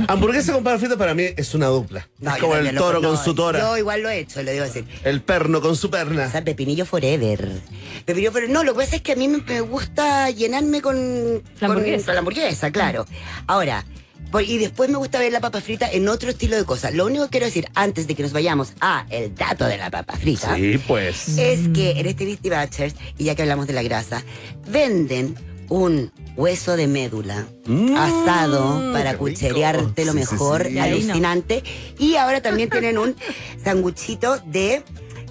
S1: hamburguesa con papas fritas para mí es una dupla.
S8: No,
S1: es
S8: yo
S1: como
S8: también
S1: el
S8: lo-
S1: toro
S8: no,
S1: con su tora,
S8: Yo igual lo he hecho, lo digo así.
S1: el perno con su perna.
S8: O sea, pepinillo forever. Pepinillo forever. No, lo que pasa es que a mí me, me gusta llenarme con
S2: La
S8: con-
S2: hamburguesa.
S8: con la hamburguesa, claro. Ahora, por- y después me gusta ver la papa frita en otro estilo de cosas. Lo único que quiero decir, antes de que nos vayamos a el dato de la papa frita,
S1: Sí, pues.
S8: es que en este Beastie Butchers, y ya que hablamos de la grasa, venden un hueso de médula asado para
S1: Mm. qué rico.
S8: cucherearte lo
S1: Sí, sí,
S8: mejor,
S1: sí.
S2: Ahí no.
S8: alucinante. Y ahora también tienen un sanguchito de,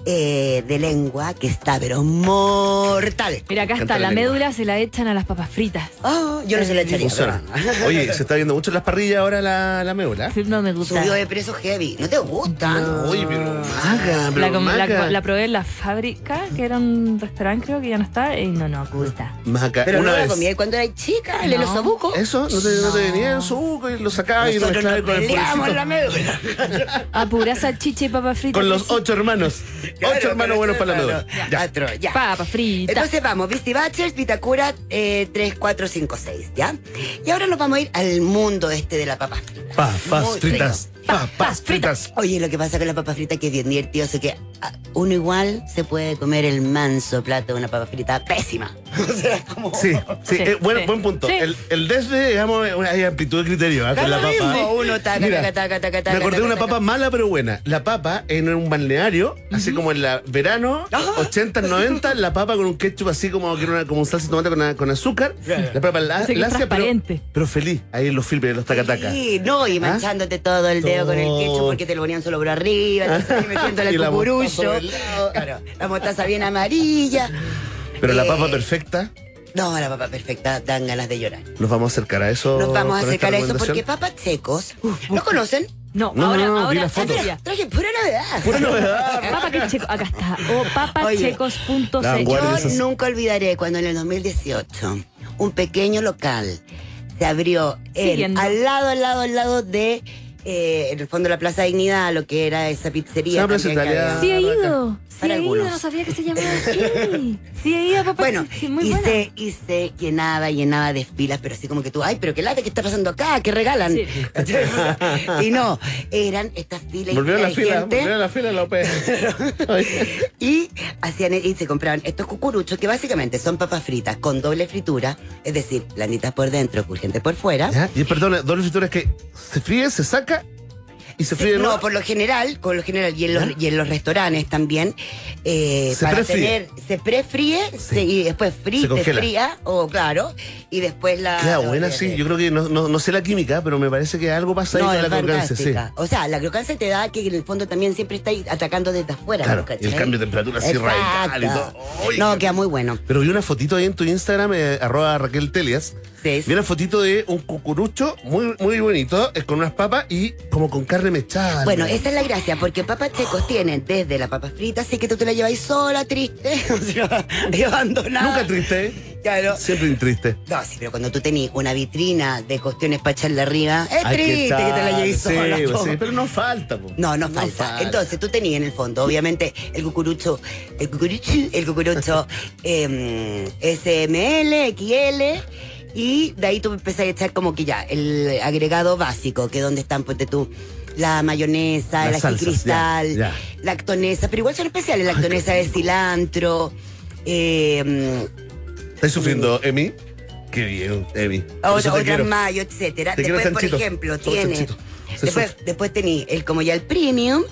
S8: eh, de lengua que está pero mortal.
S2: Mira, acá está,
S1: Canta la
S2: la
S1: lengua.
S2: médula se la echan a las papas fritas.
S8: Oh, yo no se lo echaría.
S1: Funciona.
S8: pero-
S1: Oye, se está viendo mucho en las parrillas ahora la, la médula.
S2: No me gusta.
S8: Subió de preso heavy. ¿No te gusta?
S1: Oye, pero maga, pero
S2: La, com- la-
S1: maga.
S2: la probé en la fábrica, que era un restaurante, creo que ya no está, y no nos gusta.
S1: Maga,
S8: Pero
S1: una
S8: no la
S1: vez.
S8: comí cuando era chica, el
S2: No.
S8: los sobucos.
S1: Eso, no te, no te venía en su y lo sacaba y lo
S8: Nosotros
S1: mezclaba
S8: nos
S1: con el
S8: peleamos
S1: purecito.
S8: la médula.
S2: Apurá Ah, salchicha y papas fritas.
S1: Con los ocho hermanos. ocho hermanos buenos para la médula.
S8: Ya,
S1: Ya.
S8: atro, ya.
S2: Papas fritas.
S8: Entonces vamos, Visti Bachers, Vitacura eh, 3456, ¿ya? Y ahora nos vamos a ir al mundo este de la papa frita.
S1: Papas
S8: Muy
S1: fritas. Papas fritas.
S8: Oye, lo que pasa con la papa frita que es bien divertido, es que ah, uno igual se puede comer el manso plato de una papa frita pésima. O sea, como...
S1: Sí, sí,
S2: Sí,
S1: eh, buen,
S2: sí.
S1: buen punto.
S2: Sí.
S1: El, el desde, digamos, eh, hay amplitud de criterio ¿ah?
S8: Da
S1: con la
S8: lo
S1: papa.
S8: mismo, uno taca,
S1: Mira,
S8: taca, taca, taca, taca,
S1: me acordé de una
S8: taca,
S1: papa
S8: taca.
S1: mala pero buena. La papa en un balneario, así como en la verano,
S8: Ah.
S1: 80, 90, la papa con un ketchup así como que era una, como un salsa de tomate con, con azúcar. La papa la,
S2: Así que es
S1: lacia, pero,
S2: transparente.
S1: pero feliz. Ahí en los filmes, en los tacatacas.
S8: Sí, no, y manchándote todo el dedo con el ketchup
S1: ¿Ah? Todo.
S8: porque te lo ponían solo por arriba, entonces metiéndole
S1: Y
S8: el
S1: la mostaza
S8: cucurullo.
S1: por el lado.
S8: Claro, la mostaza bien amarilla.
S1: Pero la
S8: Eh,
S1: papa perfecta,
S8: No, la papa perfecta, dan ganas de llorar.
S1: nos vamos a acercar a eso.
S8: Nos vamos a
S1: con esta
S8: acercar a eso porque
S1: recomendación.
S8: papas secos, ¿lo conocen?
S2: No,
S1: No,
S2: ahora,
S1: no, no, vi
S2: ahora,
S1: las fotos.
S2: Ah, mira,
S8: Traje pura novedad.
S1: Pura novedad.
S2: Papa que checo, acá está. O
S1: La
S2: papachecos.cl.
S1: vanguardia. Guarden
S8: Yo
S1: esas-
S8: nunca olvidaré cuando en el 2018 un pequeño local se abrió en-
S2: Siguiendo.
S8: al lado, al lado, al lado de, eh, en el fondo de la Plaza Dignidad, lo que era esa pizzería.
S1: Se llama Plaza
S8: también que
S1: Italia.
S8: había.
S2: Sí he ido, sí
S8: Para
S2: he ido,
S8: algunos.
S2: no sabía que se llamaba así. Sí he ido a Papa
S8: Bueno,
S2: Checo, muy
S8: y
S2: buena.
S8: se, y se llenaba, llenaba de filas, pero así como que tú, ay, pero qué lata, ¿qué está pasando acá? ¿Qué regalan?
S2: Sí.
S8: y no, eran estas filas. y
S1: Volvió a la
S8: de
S1: fila,
S8: gente.
S1: volvió a la fila López. Oye.
S8: Y hacían y se compraban estos cucuruchos que básicamente son papas fritas con doble fritura, es decir, blanditas por dentro, crujientes por fuera.
S1: ¿Ya? Y perdona, doble fritura es que se fríe, se saca y se
S8: Sí,
S1: fríe
S8: no,
S1: no,
S8: por lo general, con lo general, y en los, y en los restaurantes también, eh,
S1: Se
S8: para
S1: prefríe.
S8: tener, se prefríe se- y después fríe,
S1: Se
S8: se
S1: congela.
S8: fría, o claro, y después la.
S1: Queda
S8: la-
S1: buena, sí. Yo creo que no, no, no sé la química, pero me parece que algo pasa ahí
S8: No,
S1: con
S8: es
S1: la crocancia, sí.
S8: fantástica. O sea, la crocancia te da que en el fondo también siempre estáis atacando desde afuera.
S1: Claro,
S8: ¿cachai?
S1: y el cambio de temperatura así
S8: Exacto.
S1: radical y todo. Oy,
S8: no,
S1: qué-
S8: queda muy bueno.
S1: Pero vi una fotito ahí en tu Instagram, eh, arroba Raquel Telias.
S8: Sí, sí.
S1: Vi una fotito de un cucurucho muy, muy bonito, eh, con unas papas y como con carne mechada.
S8: Bueno,
S1: ¿no?
S8: esa es la gracia, porque papas checos tienen desde la papa frita, así que tú te la lleváis sola, triste, o sea, y abandonada.
S1: Nunca triste, ¿eh?
S8: Claro.
S1: Siempre triste.
S8: No, sí, pero cuando tú tenés una vitrina de cuestiones para echarle arriba, es
S1: Hay
S8: triste que, te la
S1: echar,
S8: lleves sola.
S1: Sí, pues
S8: po.
S1: sí, pero no falta. po.
S8: No, no, falta. Entonces, tú tenías en el fondo, obviamente, el cucurucho, el cucurucho, el cucurucho em, SML, XL, y de ahí tú empezás a echar como que ya, el agregado básico, que donde están, ponte tú, la mayonesa,
S1: Las
S8: el ají
S1: salsas,
S8: cristal,
S1: ya, ya.
S8: lactonesa, pero igual son especiales, lactonesa de cilantro, em,
S1: ¿Estás sufriendo, Emi? Qué bien, Emi.
S8: o-
S1: Eso te
S8: otras
S1: quiero.
S8: mayo, etcétera.
S1: Te quiero
S8: después, por
S1: chanchito.
S8: ejemplo,
S1: Todo
S8: tiene.
S1: chanchito. Se
S8: Después,
S1: sufre.
S8: después tenés el, como ya el premium,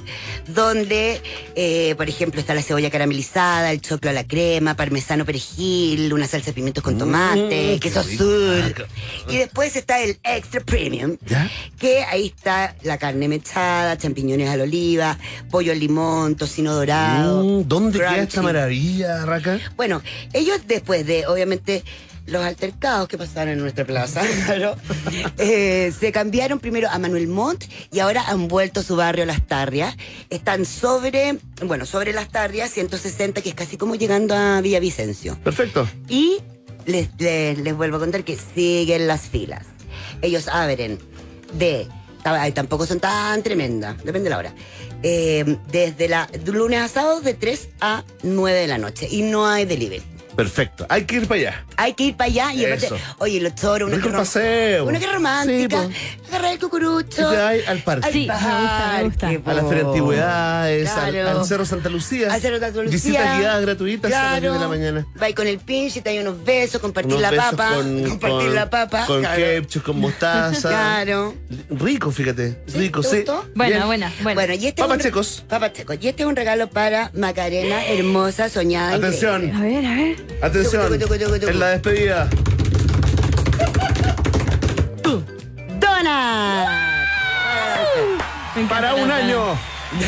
S8: donde, eh, por ejemplo, está la cebolla caramelizada, el choclo a la crema, parmesano perejil, una salsa de pimientos con tomate,
S1: Mm,
S8: queso
S1: qué rico.
S8: azul.
S1: Ah,
S8: Y después está el extra premium,
S1: ¿Ya?
S8: que ahí está la carne mechada, champiñones a la oliva, pollo al limón, tocino dorado.
S1: Mm, ¿Dónde queda
S8: crunchy.
S1: esta maravilla, Raca?
S8: Bueno, ellos después de, obviamente, los altercados que pasaron en nuestra plaza, claro, eh, se cambiaron primero a Manuel Montt y ahora han vuelto a su barrio Las Tarrias. Están sobre, bueno, sobre Las Tarrias, 160, que es casi como llegando a Villavicencio.
S1: Perfecto.
S8: Y les, les, les vuelvo a contar que siguen las filas. Ellos abren de. ay, Tampoco son tan tremendas, depende de la hora. Eh, desde la de lunes a sábado de 3 a 9 de la noche. Y no hay delivery.
S1: Perfecto. Hay que ir para allá.
S8: Hay que ir para allá y aparte,
S1: Eso.
S8: oye, los choros, una
S1: Rico
S8: que, rom-
S1: paseo.
S8: una que romántica,
S1: Sí,
S8: agarrar el cucurucho.
S1: Y te vas al parque.
S2: Sí, me gusta, me gusta.
S8: Parque,
S1: A la Feria de
S8: po.
S1: Antigüedades, al-
S8: Claro.
S1: al, Cerro Santa Lucía.
S8: Al Cerro Santa Lucía.
S1: Visitas guiadas gratuitas a las 10 de la mañana.
S8: Va con el pinche, te hay unos besos, compartir
S1: Unos
S8: la
S1: besos
S8: papa. compartir
S1: con-
S8: la papa.
S1: Con
S8: claro.
S1: ketchup, con mostaza.
S8: Claro.
S1: Rico, fíjate.
S8: ¿Sí?
S1: Rico,
S8: ¿Te
S1: sí.
S8: gustó?
S2: Buena,
S1: Bien.
S2: buena, buena.
S8: Bueno, y este
S1: Papas
S8: es un...
S1: checos.
S8: Papas checos. Y este es un regalo para Macarena, hermosa, soñada.
S1: Atención.
S2: A ver, a ver.
S1: Atención.
S8: Tucu, tucu, tucu, tucu.
S1: En la despedida.
S8: increíble. ¡Dona!
S2: Me encantan
S1: Para un
S2: las
S1: año.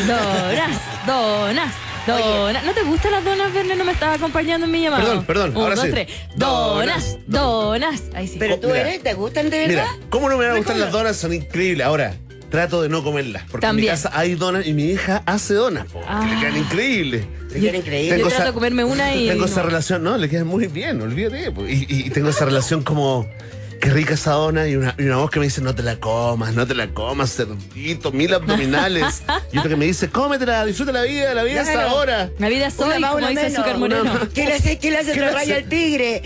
S2: Donas, donas. Donas. ¿No te gustan las donas, Verne? No me estaba acompañando en mi llamada.
S1: Perdón, perdón,
S2: Un,
S1: ahora
S2: dos,
S1: sí.
S2: tres. Donas, donas. Ahí sí.
S8: Pero tú
S1: Oh, Mira.
S8: eres, ¿te gustan de
S1: Mira,
S8: verdad?
S1: ¿cómo no me van a
S8: Me
S1: gustar las
S8: acuerdo.
S1: donas? Son increíbles. Ahora, trato de no comerlas. Porque
S2: También.
S1: en mi casa hay donas y mi hija hace donas. po, Que
S2: Ah.
S1: le quedan increíbles.
S8: Te quedan increíbles.
S2: Yo trato de comerme una y
S1: Tengo
S2: no.
S1: esa relación, no, le quedan muy bien, olvídate. po. Y, y tengo esa relación como. Qué rica esa dona y una, y una voz que me dice, no te la comas, no te la comas, cerdito, mil abdominales. Y otra que me dice, cómetela, disfruta la vida, la vida
S8: Claro.
S1: es ahora.
S2: La vida
S8: Una
S2: soy,
S8: más,
S2: como
S8: una
S2: dice Mm,
S8: menos.
S2: Azúcar Moreno.
S8: ¿Qué le hace, qué le hace
S1: ¿Qué
S8: otra
S1: le
S8: raya
S1: hace?
S8: al tigre?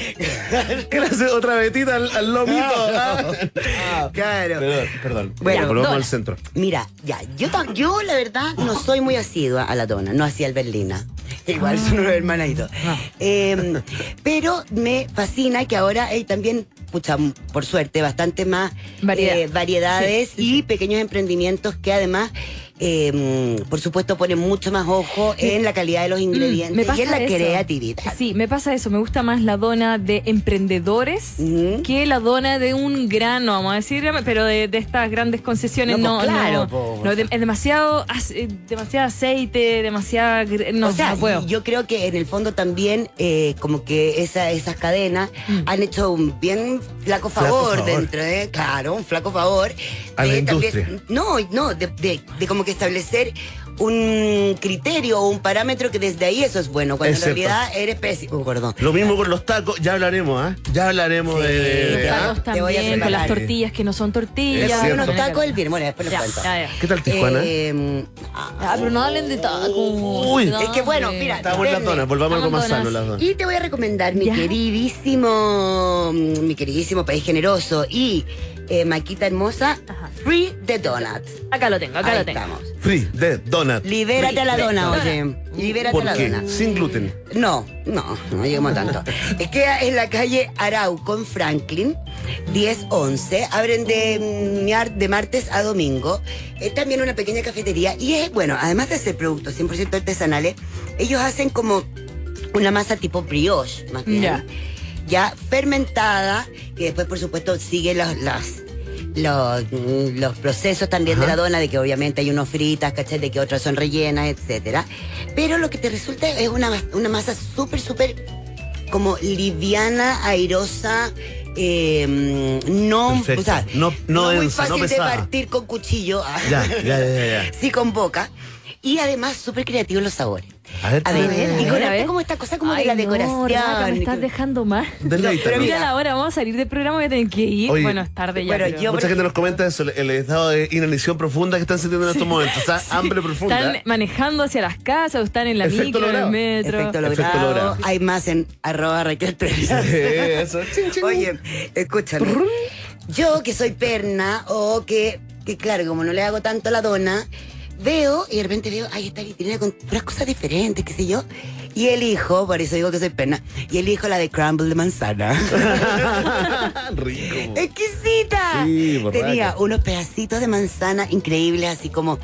S1: ¿Qué le hace otra vetita al, al lomito? ah?
S8: Claro.
S1: Perdón, perdón.
S8: Bueno,
S1: Ya, volvamos
S2: dona.
S1: al centro.
S8: Mira, ya, yo, tam- yo la verdad no soy muy asidua a la dona, no así al berlina. Igual son unos hermanaditos. Eh, pero me fascina que ahora hay también, pucha, m- por suerte, bastante más
S2: Variedad.
S8: eh, variedades y pequeños emprendimientos que además, eh, por supuesto, ponen mucho más ojo en la calidad de los
S2: Mm, me
S8: ingredientes
S2: pasa
S8: y en la
S2: eso.
S8: creatividad.
S2: Sí, me pasa eso. Me gusta más la dona de emprendedores
S8: Ujú.
S2: que la dona de un grano, vamos a decir, pero de, de estas grandes concesiones
S8: No,
S2: no.
S8: pues, claro,
S2: no,
S8: po.
S2: no, de- es demasiado, as- eh, demasiado aceite, demasiada. gre- No,
S8: o sea,
S2: no puedo.
S8: y yo creo que en el fondo también, eh, como que esa- esas cadenas
S2: Mm.
S8: han hecho un bien
S1: Flaco
S8: flaco favor,
S1: favor.
S8: dentro de, claro, un flaco favor.
S1: A la
S8: de
S1: industria.
S8: no, no, de, de- de como que establecer un criterio o un parámetro que desde ahí eso es bueno, cuando
S1: Es
S8: en
S1: cierto.
S8: realidad eres pésimo, oh, gordo.
S1: Lo mismo con los tacos, ya hablaremos, ¿ah? Ya hablaremos de. de- de-
S8: ya.
S1: ¿ah?
S2: Tacos
S8: Te voy a
S2: también, con las
S8: separar.
S2: tortillas que no son tortillas.
S1: Es
S8: Ya,
S1: cierto.
S8: unos tacos el viernes, bueno, después les
S2: Ya,
S8: cuento.
S2: ya, ya.
S1: ¿Qué tal Tijuana?
S8: Eh,
S2: Ah, pero no hablen de tacos.
S1: Uy.
S8: Es que bueno, mira,
S1: Está buena
S8: Verne.
S1: dona, volvamos a algo más
S2: Estaban
S1: sano,
S2: donas.
S1: las donas.
S8: Y te voy a recomendar mi mm,
S2: Ya.
S8: queridísimo, mi queridísimo país generoso y eh, Maquita Hermosa, Free the Donut.
S2: Acá lo tengo, acá
S8: Ahí
S2: lo tengo.
S8: estamos.
S1: Free de donut.
S8: Libérate a la dona,
S2: Donut.
S8: oye. Libérate a
S1: ¿Por
S8: la
S1: qué?
S8: dona.
S1: Sin gluten.
S8: No, no, no llegamos a tanto. Eh, Queda en la calle Arau con Franklin, 1011. Abren de, mm, miar- de martes a domingo. Es también una pequeña cafetería. Y es, bueno, además de hacer productos 100% artesanales, ellos hacen como una masa tipo brioche, más bien.
S6: Ya.
S8: Ya. fermentada, que después, por supuesto, sigue los, las- los, mm, los procesos también de la dona, de que obviamente hay unos fritas, ¿cachai? De que otras son rellenas, etcétera. Pero lo que te resulta es una, mas- una masa súper, súper como liviana, airosa, eh, mm, no,
S1: Perfecto.
S8: o sea,
S1: No- no
S8: muy
S1: densa, no
S8: fácil de
S1: pesada.
S8: partir con cuchillo. ah,
S1: Ya, ya, ya, ya.
S8: Sí, con boca. Y además, súper creativos los sabores.
S1: A ver,
S8: A ver,
S2: ver,
S8: y
S2: a
S8: con
S2: ver, a ver.
S8: como esta cosa como
S2: Ay,
S8: de la
S2: No,
S8: decoración.
S2: Rebeca, me
S8: y
S2: estás
S8: que-
S2: dejando más.
S1: deleítanos.
S8: pero
S2: Mira la hora, vamos a salir del programa, voy a tener que ir.
S1: Oye,
S2: bueno, es tarde ya.
S8: bueno,
S2: pero-
S8: yo-
S1: Mucha gente nos comenta eso, el- el estado de inanición profunda que están sintiendo en estos momentos. O sea, hambre profunda.
S2: Están manejando hacia las casas, o están en la
S1: Efecto
S2: micro, en el
S1: logrado.
S2: metro.
S8: Efecto logrado.
S1: Efecto logrado.
S8: Hay más en arroba Raquel
S1: Sí,
S8: Trevisan.
S1: eso. Ching, ching.
S8: Oye, escúchame. Yo que soy perna o que, que claro, como no le hago tanto a la dona, veo y de repente veo, ay, esta vitrina con puras cosas diferentes, qué sé yo. Y elijo, por eso digo que soy perna, y elijo la de crumble de manzana.
S1: Rico.
S8: ¡Exquisita!
S1: Sí, borracha.
S8: Tenía unos pedacitos de manzana increíbles, así como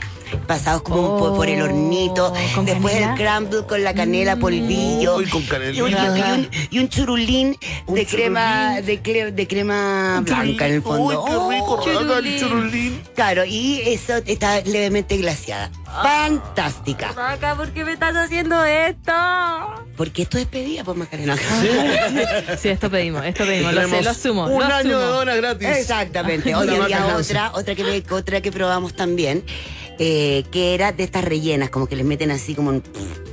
S8: pasados como un po- por
S1: Oh,
S8: el hornito.
S2: ¿con
S8: Después
S2: canela?
S8: el crumble con la canela, polvillo.
S1: Mm. Uy, con canela.
S8: Y un, y un- y un churulín
S1: Un
S8: de crema, de, cle- de crema blanca en el fondo.
S1: Uy, qué rico,
S8: Oh,
S1: Renata, el churulín.
S8: Claro, y eso está levemente glaciada. Fantástica.
S2: Acá, ¿por qué me estás haciendo esto?
S8: Porque esto es pedida por Macarena.
S2: Sí, esto pedimos, esto pedimos, lo, sé,
S1: Tenemos
S2: lo asumo.
S1: Un
S2: lo
S1: año de
S2: asumo.
S1: dona gratis.
S8: Exactamente. Hoy
S1: La marca
S8: había
S1: Hansen.
S8: otra, otra que, me- otra que probamos también, eh, que era de estas rellenas, como que les meten así como un...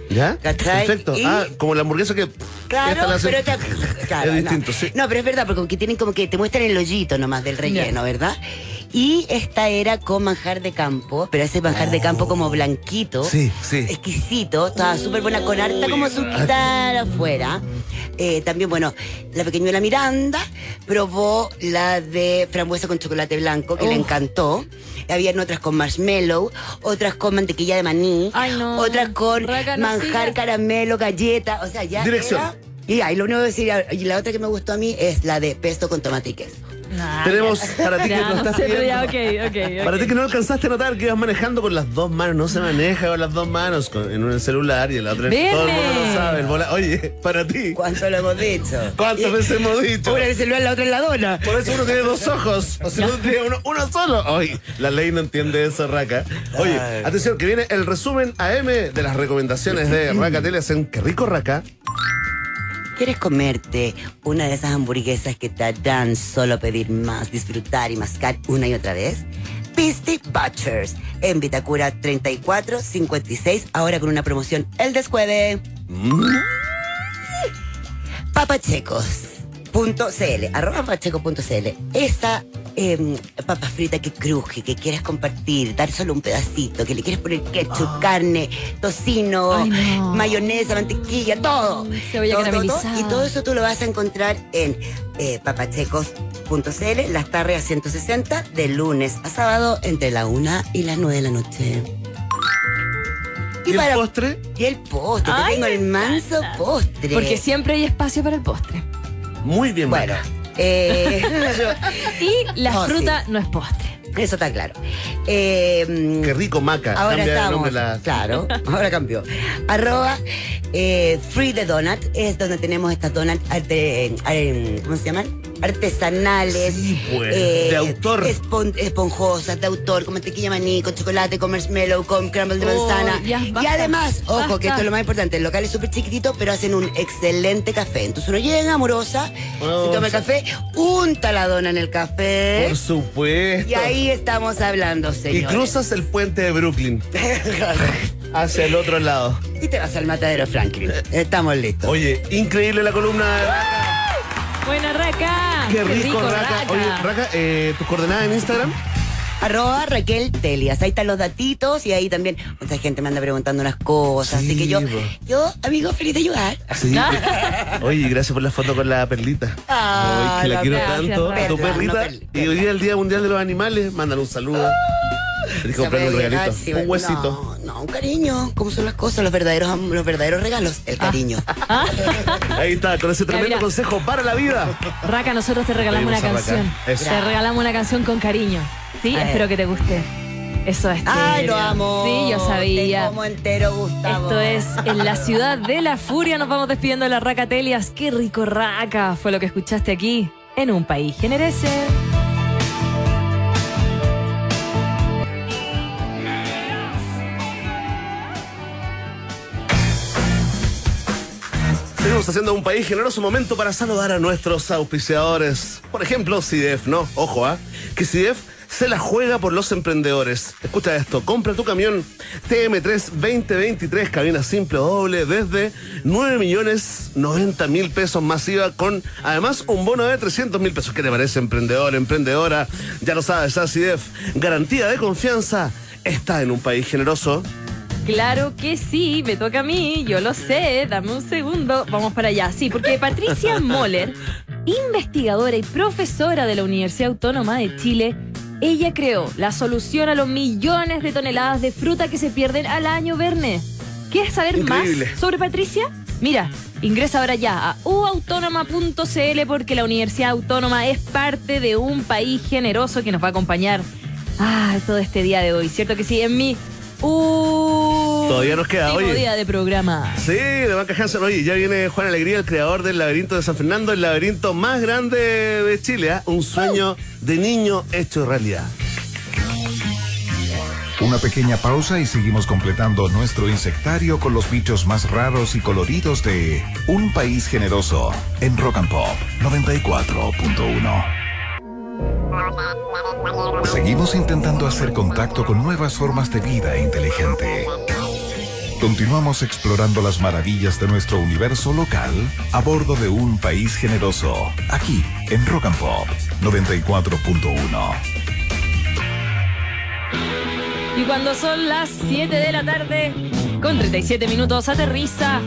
S1: ¿Ya?
S8: ¿Cachai?
S1: Perfecto.
S8: Y-
S1: Ah, como la hamburguesa que.
S8: Claro,
S1: esta la hace-
S8: pero te- claro,
S1: es
S8: no.
S1: distinto, sí.
S8: No, pero es verdad, porque que tienen como que te muestran el hoyito nomás del relleno, ¿verdad? Y esta era con manjar de campo, pero ese manjar de campo como blanquito.
S1: Sí, sí.
S8: Exquisito, estaba súper buena, con harta como
S1: Ah.
S8: suquita afuera. Eh, también, bueno, la pequeñuela Miranda probó la de frambuesa con chocolate blanco, que le encantó. Habían otras con marshmallow, otras con mantequilla de maní,
S2: Ay, no.
S8: otras con
S2: Raca, no
S8: manjar,
S2: sigas.
S8: caramelo, galleta, o sea, ya
S1: Dirección.
S8: era- Y ahí lo único que decir, y la otra que me gustó a mí es la de pesto con tomate y queso.
S1: Tenemos para ti que
S2: Ya,
S1: lo
S2: no
S1: estás
S2: sé, pero ya,
S1: viendo.
S2: ok, ok, ok.
S1: Para ti que no alcanzaste a notar que ibas manejando con las dos manos, no se maneja con las dos manos con- en un celular y en la otra
S2: Veme.
S1: todo el mundo lo sabe. el vola- Oye, para ti,
S8: ¿Cuánto lo hemos dicho?
S1: ¿cuántas veces hemos dicho?
S8: Una en el celular, la otra en la dona.
S1: Por eso uno tiene dos ojos, o si no tiene uno, uno solo. Oye, la ley no entiende eso, Raca. Oye, atención, que viene el resumen AM de las recomendaciones de Raca Tele. Hacen que rico, Raca.
S8: ¿Quieres comerte una de esas hamburguesas que te harán solo pedir más, disfrutar y mascar una y otra vez? Pisty Butchers en Vitacura 3456, ahora con una promoción el descueve. Papachecos.cl, arroba papacheco.cl. Esa eh, papa frita que cruje, que quieres compartir, dar solo un pedacito, que le quieres poner ketchup, carne, tocino,
S2: Ah. Ay, no.
S8: mayonesa, mantequilla, todo.
S2: Cebolla
S8: Todo, todo, todo.
S2: caramelizada.
S8: Y todo eso tú lo vas a encontrar en eh, papachecos.cl, las tardes a 160, de lunes a sábado, entre la 1 y las 9 de la noche.
S1: ¿Y el
S8: para-
S1: postre?
S8: y el postre, te
S2: Ay,
S8: tengo
S2: me
S8: el manso postre.
S2: Porque siempre hay espacio para el postre.
S1: Muy bien,
S8: Bueno,
S1: Raca.
S8: eh,
S2: Y la
S8: Oh, sí.
S2: fruta no es postre.
S8: eso está claro. Eh, mm,
S1: Qué rico, Maca.
S8: Ahora
S1: Cambia el
S8: estamos.
S1: nombre la-
S8: Claro, ahora cambió. Arroba eh, Free the Donut es donde tenemos estas donuts arte- eh, ¿cómo se llaman? Artesanales. eh,
S1: Sí, pues, de autor.
S8: espon- esponjosas, de autor, con mantequilla maní, con chocolate, con marshmallow, con crumble de
S2: Oh,
S8: manzana.
S2: ya,
S8: y
S2: basta,
S8: además, ojo,
S2: basta.
S8: que esto es lo más importante, el local es súper chiquitito, pero hacen un excelente café. Entonces uno llega amorosa, se toma el café, unta la dona en el café.
S1: Oh, Por supuesto.
S8: Y ahí estamos hablando,
S1: Y
S8: señor.
S1: cruzas el puente de Brooklyn hacia el otro lado.
S8: Y te vas al matadero Franklin. Estamos listos.
S1: Oye, increíble la columna de Raca.
S2: Buena raca.
S1: Qué rico, Raca.
S2: Raca.
S1: Oye, Raca, eh, tus coordenadas en Instagram.
S8: Arroba Raquel Telias. Ahí están los datitos y ahí también mucha gente me anda preguntando unas cosas.
S1: Sí,
S8: así que yo,
S1: po.
S8: yo, amigo, feliz de ayudar.
S1: Sí. Ah. Oye, gracias por la foto con la perlita.
S8: Ah,
S1: Ay, que la,
S8: la
S1: quiero
S2: perla.
S1: tanto. a tu
S8: Perla, no
S1: perrita.
S8: perla.
S1: y hoy día el Día Mundial de los Animales. Mándale un saludo. Tienes que
S8: Se
S1: comprarle un
S8: puede llegar,
S1: regalito.
S8: sí,
S1: un
S8: bueno,
S1: huesito.
S8: No, no, un cariño. ¿Cómo son las cosas? Los verdaderos, am- los verdaderos regalos.
S2: Ah,
S8: El cariño.
S1: Ahí está, con ese tremendo
S2: mira.
S1: consejo para la vida.
S2: Raca, nosotros te regalamos
S1: Pedimos
S2: una
S1: a Raca.
S2: canción.
S1: Eso.
S2: Te regalamos una canción con cariño. Sí,
S8: A ver.
S2: espero que te guste. Eso es.
S8: Ay,
S2: Tigre.
S8: lo amo.
S2: Sí, yo
S8: Te
S2: sabía.
S8: como entero, Gustavo.
S2: Esto es En la ciudad de la furia. Nos vamos despidiendo de la Raca Telias. Qué rico Raca fue lo que escuchaste aquí en un país generese.
S1: Seguimos haciendo un país generoso momento para saludar a nuestros auspiciadores. Por ejemplo, CIDEF, ¿no? Ojo, ¿ah? Que CIDEF se la juega por los emprendedores. Escucha esto, compra tu camión TM3 2023, cabina simple o doble, desde 9 millones 90 mil pesos masiva, con además un bono de 300 mil pesos. ¿Qué te parece, emprendedor, emprendedora? Ya lo sabes, ¿ah? CIDEF, garantía de confianza, está en un país generoso.
S2: Claro que sí, me toca a mí, yo lo sé. Dame un segundo, vamos para allá. Sí, porque Patricia Moller, investigadora y profesora de la Universidad Autónoma de Chile, ella creó la solución a los millones de toneladas de fruta que se pierden al año, Verne. ¿Quieres saber
S1: Increíble.
S2: más sobre Patricia? Mira, ingresa ahora ya a uautónoma.cl porque la Universidad Autónoma es parte de un país generoso que nos va a acompañar ah, todo este día de hoy. ¿Cierto que sí? En mi
S1: Todavía nos queda,
S2: último
S1: oye.
S2: día de programa.
S1: Sí, de Banca Hansen. Oye, ya viene Juan Alegría, el creador del laberinto de San Fernando, el laberinto más grande de Chile. ¿ah? Un sueño de niño hecho realidad.
S4: Una pequeña pausa y seguimos completando nuestro insectario con los bichos más raros y coloridos de Un País Generoso en Rock and Pop 94.1. Seguimos intentando hacer contacto con nuevas formas de vida inteligente. Continuamos explorando las maravillas de nuestro universo local a bordo de Un País Generoso, aquí en Rock and Pop 94.1.
S2: Y cuando son las 7 de la tarde, con 37 minutos, aterriza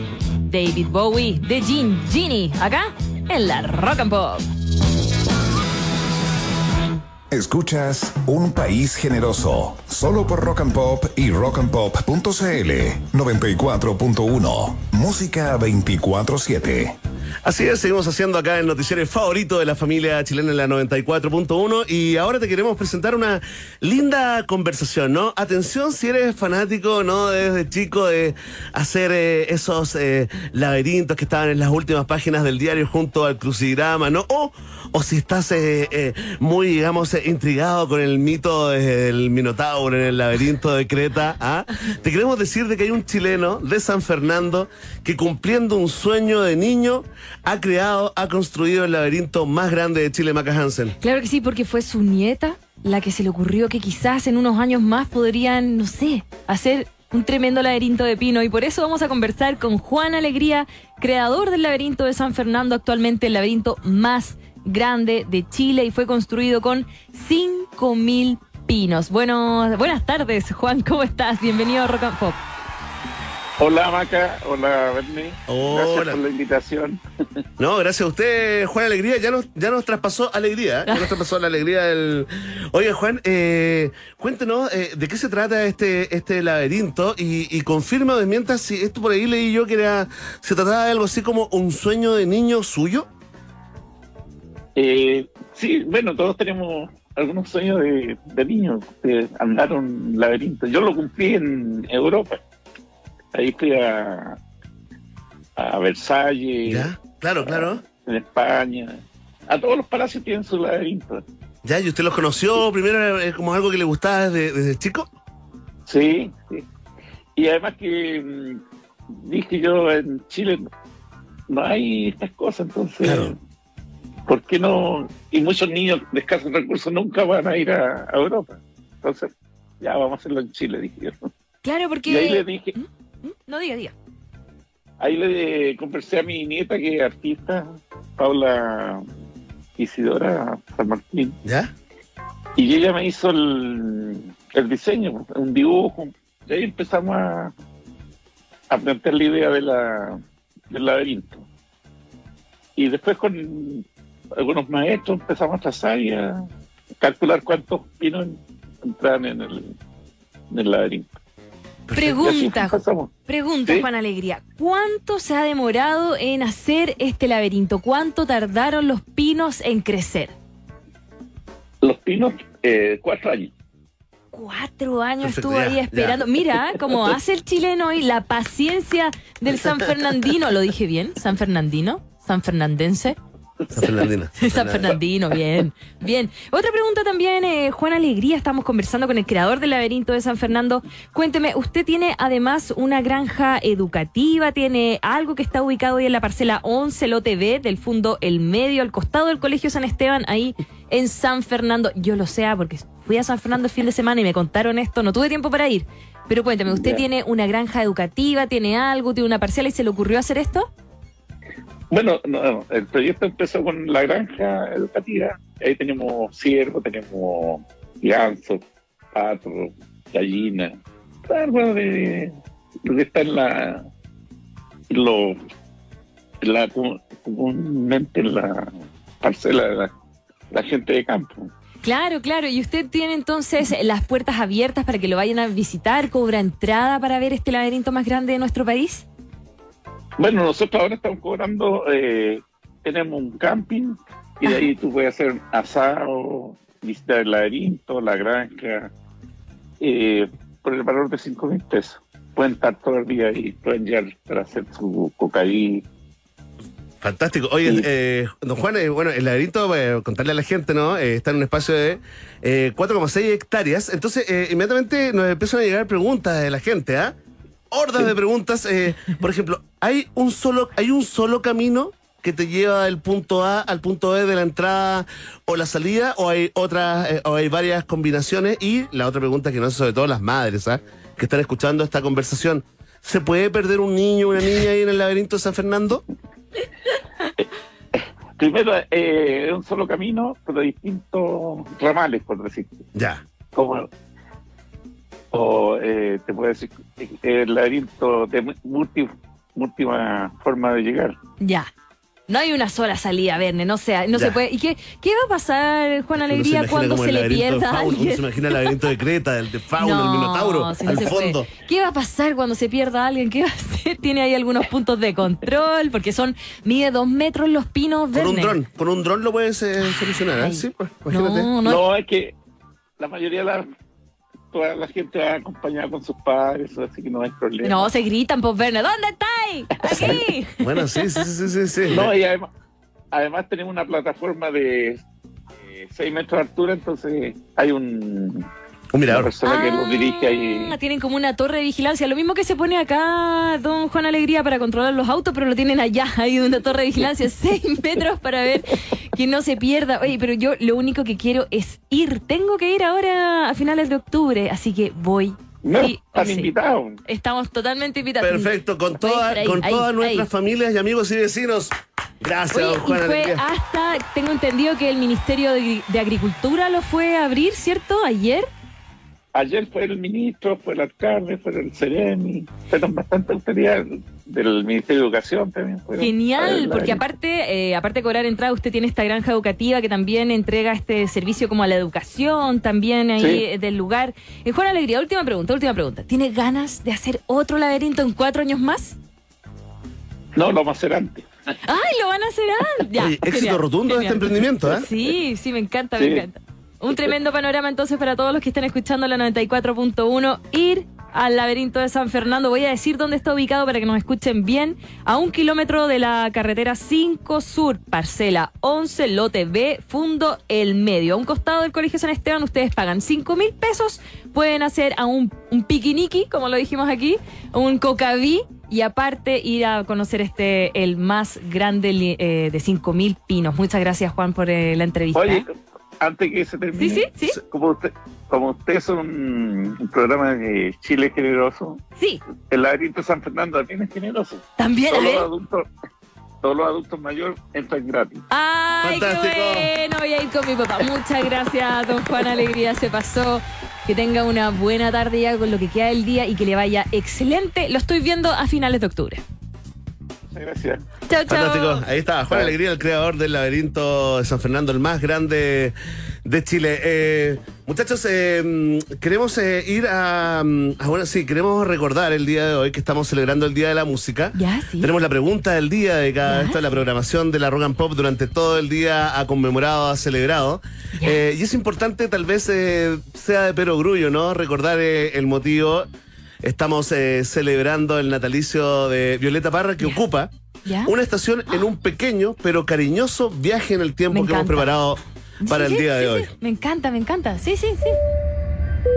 S2: David Bowie de Gin Genie, acá en la Rock and Pop.
S4: Escuchas Un País Generoso, solo por Rock and Pop y rockandpop.cl 94.1, música 24-7.
S1: Así es, seguimos haciendo acá el noticiero favorito de la familia chilena en la 94.1 y ahora te queremos presentar una linda conversación, ¿no? Atención si eres fanático, ¿no? Desde chico de hacer eh, esos eh, laberintos que estaban en las últimas páginas del diario junto al crucigrama, ¿no? O, o si estás eh, eh, muy, digamos, eh, intrigado con el mito del Minotauro en el laberinto de Creta, ¿ah? Te queremos decir de que hay un chileno de San Fernando que cumpliendo un sueño de niño ha creado, ha construido el laberinto más grande de Chile, Maca Hansen.
S2: Claro que sí, porque fue su nieta la que se le ocurrió que quizás en unos años más podrían, no sé, hacer un tremendo laberinto de pino. Y por eso vamos a conversar con Juan Alegría, creador del laberinto de San Fernando, actualmente el laberinto más grande de Chile y fue construido con 5.000 pinos. Bueno, buenas tardes, Juan, ¿cómo estás? Bienvenido a Rock and Pop.
S9: Hola Maca, hola Bernie.
S1: Hola.
S9: Gracias por la invitación.
S1: No, gracias a usted, Juan Alegría. Ya nos, ya nos traspasó alegría. ¿eh? Ya nos traspasó la alegría del. Oye, Juan, eh, cuéntenos eh, de qué se trata este, este laberinto y, y confirma o desmienta si esto por ahí leí yo que era. Se trataba de algo así como un sueño de niño suyo.
S9: Eh, sí, bueno, todos tenemos algunos sueños de, de niños, de andar un laberinto. Yo lo cumplí en Europa. Ahí fui a, a Versalles,
S1: Ya, claro, claro.
S9: en España. A todos los palacios tienen su laberinto.
S1: Ya, ¿y usted los conoció primero eh, como algo que le gustaba desde, desde chico?
S9: Sí, sí. Y además que mm, dije yo, en Chile no hay estas cosas, entonces,
S1: Claro.
S9: ¿por qué no? Y muchos niños de escasos recursos nunca van a ir a, a Europa. Entonces, ya vamos a hacerlo en Chile, dije yo.
S2: Claro,
S9: Y ahí le
S2: porque...
S9: dije,
S2: No diga, diga.
S9: ahí le conversé a mi nieta que es artista, Paula Isidora San Martín.
S1: Ya.
S9: Y ella me hizo el, el diseño, un dibujo. Y ahí empezamos a, a plantear la idea de la, del laberinto. Y después con algunos maestros empezamos a trazar y a calcular cuántos pinos entraban en el, en el laberinto. Pues, Y así
S2: Pregunta,
S9: empezamos.
S2: Pregunta,
S9: Sí.
S2: Juan Alegría, ¿cuánto se ha demorado en hacer este laberinto? ¿Cuánto tardaron los pinos en crecer?
S9: Los pinos, eh, cuatro años.
S2: Cuatro años
S1: Perfecto,
S2: estuvo
S1: ya,
S2: ahí
S1: ya.
S2: esperando. Mira, como hace el chileno y la paciencia del San Fernandino. ¿Lo dije bien? ¿San Fernandino? ¿San Fernandense?
S1: San Fernandina.
S2: San Fernandino, bien, bien. Otra pregunta también, eh, Juan Alegría, estamos conversando con el creador del laberinto de San Fernando. Cuénteme, usted tiene además una granja educativa, tiene algo que está ubicado ahí en la parcela 11, lote B, del fondo El Medio, al costado del Colegio San Esteban, ahí en San Fernando. Yo lo sé, ah, porque fui a San Fernando el fin de semana y me contaron esto, no tuve tiempo para ir. Pero cuénteme, ¿usted
S9: Ya.
S2: tiene una granja educativa, tiene algo, tiene una parcela y se le ocurrió hacer esto?
S9: Bueno, no, no, el proyecto empezó con la granja educativa. Ahí tenemos ciervos, tenemos gansos, patos, gallinas, algo de lo que está en la, en lo, en la com- comúnmente en la parcela de la, la gente de campo.
S2: Claro, claro. Y usted tiene entonces las puertas abiertas para que lo vayan a visitar, cobra entrada para ver este laberinto más grande de nuestro país.
S9: Bueno, nosotros ahora estamos cobrando, eh, tenemos un camping y de ahí tú puedes hacer asado, visitar el laberinto, la granja, eh, por el valor de 5 mil pesos. Pueden estar todo el día ahí, pueden llegar para hacer su cocaína.
S1: Fantástico. Oye,
S9: Sí.
S1: eh, don Juan, eh, bueno, el laberinto, eh, contarle a la gente, ¿no? Eh, está en un espacio de eh, 4,6 hectáreas. Entonces, eh, inmediatamente nos empiezan a llegar preguntas de la gente, ¿ah? Hordas de preguntas. eh, por ejemplo, ¿hay un, solo, ¿hay un solo camino que te lleva del punto A al punto B de la entrada o la salida? ¿O hay otras, eh, o hay varias combinaciones? Y la otra pregunta que no hace sobre todo las madres, ¿ah? Que están escuchando esta conversación. ¿Se puede perder un niño, una niña ahí en el laberinto de San Fernando?
S9: Primero, eh, es un solo camino, pero distintos ramales, por decirte.
S1: Ya.
S9: como o eh, te puedo decir eh, el laberinto de mu- multi, múltima forma de llegar
S2: Ya. No hay una sola salida, Verne, no sea, no
S1: Ya.
S2: se puede. ¿Y qué, qué va a pasar, Juan
S1: Uno
S2: Alegría,
S1: imagina
S2: cuando
S1: como
S2: se
S1: el
S2: le
S1: laberinto de
S2: pierda a
S1: Fauno, uno se
S2: alguien?
S1: imagina el laberinto de Creta, el de Fauno, el Minotauro,
S2: si no
S1: al
S2: se puede.
S1: fondo.
S2: ¿Qué va a pasar cuando se pierda alguien? ¿Qué va a hacer? Tiene ahí algunos puntos de control, porque son, mide dos metros los pinos,
S1: Con un
S2: Verne.
S1: dron, con un dron lo puedes eh, solucionar, ¿eh?
S2: Ay.
S1: Sí, pues, imagínate.
S2: No,
S9: no,
S2: no,
S9: es que la mayoría de la toda la gente va acompañada con sus padres así que no hay problema
S2: no, se gritan, pues, Verne, ¿dónde estáis? Aquí.
S1: Bueno, sí, sí, sí, sí, sí.
S9: No, y además además tenemos una plataforma de 6 metros de altura entonces hay un
S1: Un
S9: una
S1: mirador.
S9: persona que
S2: Ah,
S9: nos dirige ahí
S2: Tienen como una torre de vigilancia. Lo mismo que se pone acá Don Juan Alegría para controlar los autos, pero lo tienen allá, ahí una torre de vigilancia, seis metros para ver que no se pierda. Oye, pero yo lo único que quiero es ir. Tengo que ir ahora a finales de octubre, así que voy.
S9: no,
S2: Sí,
S9: están
S2: sí.
S9: invitados
S2: Estamos totalmente invitados.
S1: Perfecto, con,
S2: Estoy
S1: toda,
S2: por ahí,
S1: con
S2: ahí,
S1: todas
S2: ahí.
S1: nuestras familias y amigos y vecinos. Gracias,
S2: Oye,
S1: don
S2: y
S1: Juan.
S2: fue
S1: Alegría.
S2: hasta, tengo entendido que el Ministerio de, Agri- de Agricultura lo fue a abrir, ¿cierto? Ayer.
S9: Ayer fue el ministro, fue el alcalde, fue el Ceremi, fueron bastante autoridades del Ministerio de Educación también. fueron.
S2: Genial,
S9: Eh, la-
S2: porque aparte, eh, aparte de cobrar entrada, usted tiene esta granja educativa que también entrega este servicio como a la educación, también ahí
S9: Sí.
S2: eh, del lugar. Eh, Juan Alegría, última pregunta, última pregunta. ¿Tiene ganas de hacer otro laberinto en cuatro años más?
S9: No, lo macerante.
S2: ¡Ay, lo van a hacer! ah! Ya,
S1: Oye, éxito
S2: genial,
S1: rotundo de este
S2: genial.
S1: emprendimiento, ¿eh?
S2: Sí, sí, me encanta,
S9: Sí.
S2: me encanta. Un tremendo panorama entonces para todos los que están escuchando la 94.1, ir al laberinto de San Fernando. Voy a decir dónde está ubicado para que nos escuchen bien. A un kilómetro de la carretera 5 Sur, parcela 11, lote B, fundo el medio. A un costado del Colegio San Esteban ustedes pagan 5 mil pesos, pueden hacer a un, un piquiniqui, como lo dijimos aquí, un cocaví y aparte ir a conocer este el más grande li- eh, de 5000 pinos. Muchas gracias Juan por eh, la entrevista.
S9: Oye, antes que se termine,
S2: Sí, sí, sí.
S9: Como, usted, como usted es un, un programa de Chile generoso,
S2: Sí,
S9: el laberinto San Fernando también es generoso.
S2: también a
S9: Todos los
S2: ver.
S9: adultos, todos los adultos mayores entran gratis.
S2: ¡Ay,
S1: Fantástico.
S2: qué bueno! Voy a ir con mi papá. Muchas gracias, don Juan Alegría. Se pasó. Que tenga una buena tarde ya con lo que queda del día y que le vaya excelente. Lo estoy viendo a finales de octubre.
S9: Muchas gracias.
S2: Chao, chao.
S1: Fantástico. Ahí está, Juan Alegría, el creador del laberinto de San Fernando, el más grande de Chile. Eh, muchachos, eh, queremos eh, ir a. mm, ah, bueno, sí, queremos recordar el día de hoy que estamos celebrando el Día de la Música.
S2: Ya, sí.
S1: Tenemos la pregunta del día de cada
S2: Ya.
S1: esto, la programación de la Rock and Pop durante todo el día ha conmemorado, ha celebrado. Eh, y es importante, tal vez eh, sea de perogrullo, ¿no? Recordar eh, el motivo. Estamos eh, celebrando el natalicio de Violeta Parra, que ocupa
S2: ¿Ya?
S1: una estación en un pequeño pero cariñoso viaje en el tiempo
S2: Me
S1: que hemos
S2: encanta.
S1: preparado para
S2: Sí,
S1: el
S2: sí,
S1: día de
S2: sí,
S1: hoy.
S2: sí. Me encanta, me encanta. Sí, sí, sí.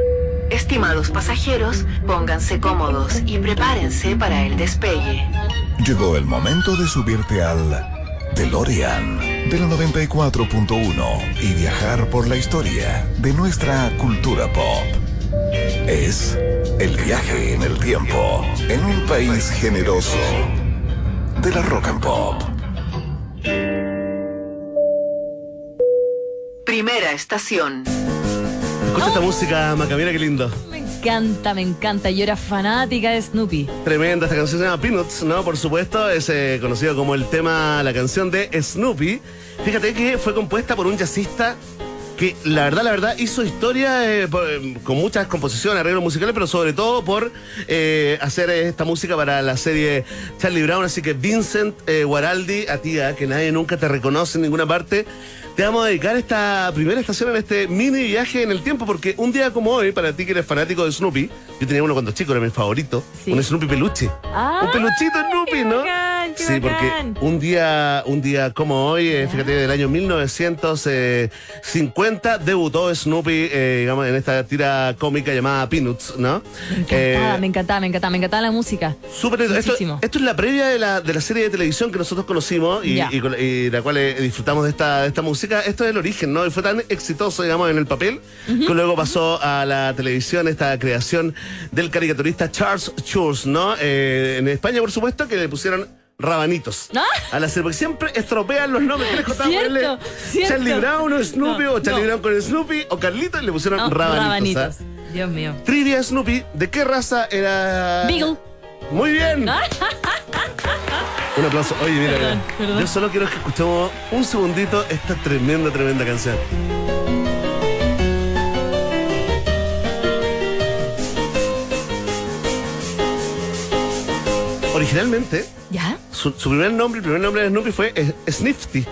S10: Estimados pasajeros, pónganse cómodos y prepárense para el despegue.
S4: Llegó el momento de subirte al DeLorean de la 94.1 y viajar por la historia de nuestra cultura pop. Es el viaje en el tiempo en un país generoso de la rock and pop.
S10: Primera estación.
S1: Escucha
S2: Oh.
S1: esta música, Macamira, qué lindo.
S2: Me encanta, me encanta. Yo era fanática de Snoopy.
S1: Tremenda, esta canción se llama Peanuts, ¿no? Por supuesto, es eh, conocido como el tema, la canción de Snoopy. Fíjate que fue compuesta por un jazzista que la verdad, la verdad, hizo historia eh, por- eh, con muchas composiciones, arreglos musicales, pero sobre todo por eh, hacer esta música para la serie Charlie Brown. Así que Vincent eh, Guaraldi, a ti, ah, que nadie nunca te reconoce en ninguna parte, te vamos a dedicar esta primera estación en este mini viaje en el tiempo, porque un día como hoy, para ti que eres fanático de Snoopy, yo tenía uno cuando chico, era mi favorito,
S2: Sí.
S1: un Snoopy peluche.
S2: Ah,
S1: Un peluchito Snoopy,
S2: qué
S1: ¿no?
S2: bacán, qué
S1: Sí, porque
S2: bacán.
S1: un día, un día como hoy, eh, fíjate, del año 1950 debutó Snoopy, eh, digamos, en esta tira cómica llamada Peanuts, ¿no?
S2: Me encantaba,
S1: Eh,
S2: me encantaba, me encantaba, me encantaba la música.
S1: Súper esto,
S2: Muchísimo.
S1: esto es la previa de la, de la serie de televisión que nosotros conocimos y,
S2: Ya.
S1: y con- y la cual eh, disfrutamos de esta, de esta música. Esto es el origen, ¿no? Y fue tan exitoso, digamos, en el papel que luego pasó a la televisión esta creación del caricaturista Charles Schurz, ¿no? Eh, en España, por supuesto, que le pusieron rabanitos
S2: ¿Ah?
S1: a la serie, porque siempre estropean los nombres que les contaba
S2: Cierto,
S1: ponerle
S2: cierto.
S1: Charlie Brown o Snoopy
S2: No,
S1: o Charlie
S2: no.
S1: Brown con Snoopy o Carlitos y le pusieron
S2: No,
S1: rabanitos.
S2: rabanitos.
S1: ¿ah?
S2: Dios mío.
S1: Trivia Snoopy, ¿de qué raza era?
S2: Beagle.
S1: Muy bien. Un aplauso. Oye, mira,
S2: Perdón,
S1: mira.
S2: perdón.
S1: Yo solo quiero que escuchemos un segundito esta tremenda, tremenda canción. Originalmente,
S2: ¿Ya?
S1: su, su primer nombre, el primer nombre de Snoopy fue eh, Snifty.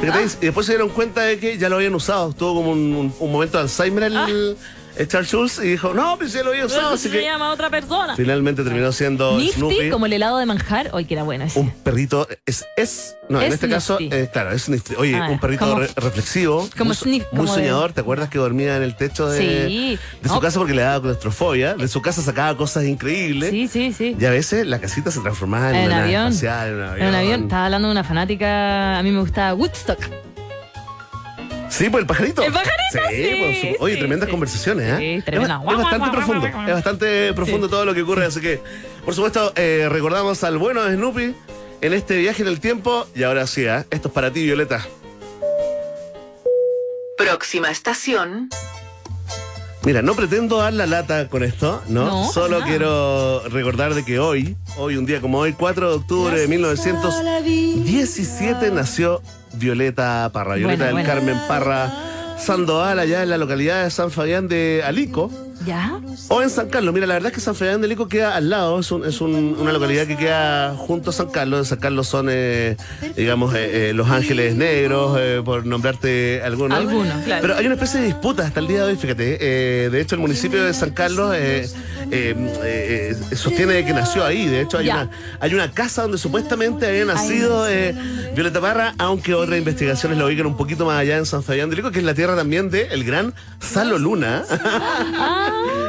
S1: Fíjate,
S2: Ah.
S1: Y después se dieron cuenta de que ya lo habían usado. Tuvo como un, un- un momento de Alzheimer el, el Charles Schulz y dijo, no, pero ya lo había usado,
S2: Ah. Eso
S1: así
S2: se
S1: que
S2: llama otra persona.
S1: finalmente terminó siendo
S2: Nifty,
S1: Snoopy.
S2: como el helado de manjar. Hoy que era buena esa.
S1: Un perrito es, es no, en
S2: Es
S1: este caso,
S2: nifty.
S1: eh, claro, es nifty. Oye,
S2: Ah,
S1: un perrito
S2: como-
S1: re- reflexivo,
S2: como
S1: muy, so-
S2: sniff,
S1: muy
S2: como de-
S1: soñador. ¿Te acuerdas que dormía en el techo de,
S2: Sí. Oh,
S1: de su
S2: No.
S1: casa ¿eh? porque le daba claustrofobia? De su casa sacaba cosas increíbles.
S2: Sí, sí, sí.
S1: Y a veces la casita se transformaba en,
S2: En
S1: una nave
S2: avión.
S1: espacial, en un avión.
S2: Era un avión, estaba hablando de una fanática. A mí me gustaba Woodstock.
S1: Sí, pues el pajarito.
S2: El pajarito, sí,
S1: pues, su- Oye,
S2: sí,
S1: tremendas
S2: sí.
S1: conversaciones, ¿eh?
S2: Sí, tremenda.
S1: Es, ba- es bastante profundo. Es bastante profundo todo lo que ocurre, así que, por supuesto, eh, recordamos al bueno de Snoopy en este viaje en el tiempo. Y ahora sí, ¿eh? esto es para ti, Violeta.
S10: Próxima estación.
S1: Mira, no pretendo dar la lata con esto, ¿no?
S2: No,
S1: Solo
S2: nada.
S1: quiero recordar de que hoy, hoy un día como hoy, 4 de octubre de 1917, nació Violeta Parra. Violeta del
S2: Bueno, bueno.
S1: Carmen Parra Sandoval, allá en la localidad de San Fabián de Alico.
S2: ¿Ya?
S1: O en San Carlos, mira, la verdad es que San Fernando del Lico queda al lado, es, un- es un- una localidad que queda junto a San Carlos. En San Carlos son, eh, digamos, eh, eh, Los Ángeles Negros, eh, por nombrarte algunos.
S2: Algunos, claro.
S1: Pero hay una especie de disputa hasta el día de hoy, fíjate. eh, de hecho, el municipio de San Carlos eh, eh, eh, eh, sostiene que nació ahí. De hecho, hay,
S2: Ya.
S1: una, hay una casa donde supuestamente había nacido eh, Violeta Parra, aunque otras investigaciones la ubican un poquito más allá en San Fabián del Lico, que es la tierra también del el gran Salo Luna.
S2: Ah.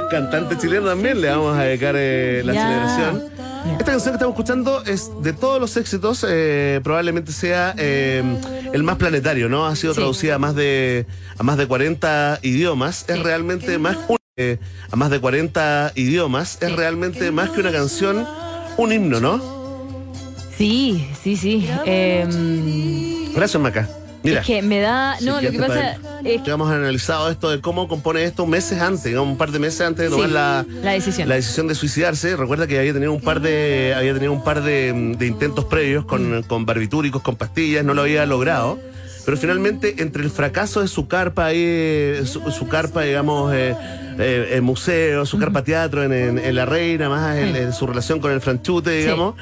S1: Cantante chileno también, le vamos a dedicar eh, la
S2: Ya.
S1: celebración.
S2: Ya.
S1: Esta canción que estamos escuchando es de todos los éxitos, eh, probablemente sea eh, el más planetario, ¿no? Ha sido
S2: Sí.
S1: traducida a más de a más de 40 idiomas. Es
S2: Sí.
S1: realmente más un- eh, a más de 40 idiomas. Es
S2: Sí.
S1: realmente más que una canción, un himno, ¿no?
S2: Sí, sí, sí. Em,
S1: Gracias, Maca. Mira.
S2: es que me da. No, lo que
S1: siguiente
S2: pasa
S1: panel.
S2: es que
S1: Ya hemos analizado esto de cómo compone esto meses antes, digamos, un par de meses antes de tomar
S2: Sí,
S1: la,
S2: la decisión.
S1: la decisión de suicidarse. Recuerda que había tenido un par de, había tenido un par de, mm, de intentos previos
S2: Mm.
S1: con, con barbitúricos, con pastillas, no lo había logrado. Pero finalmente, entre el fracaso de su carpa ahí, eh, su, su carpa, digamos, eh, eh, eh, museo, su carpa teatro en, en- en La Reina, más en, en su relación con el franchute, digamos.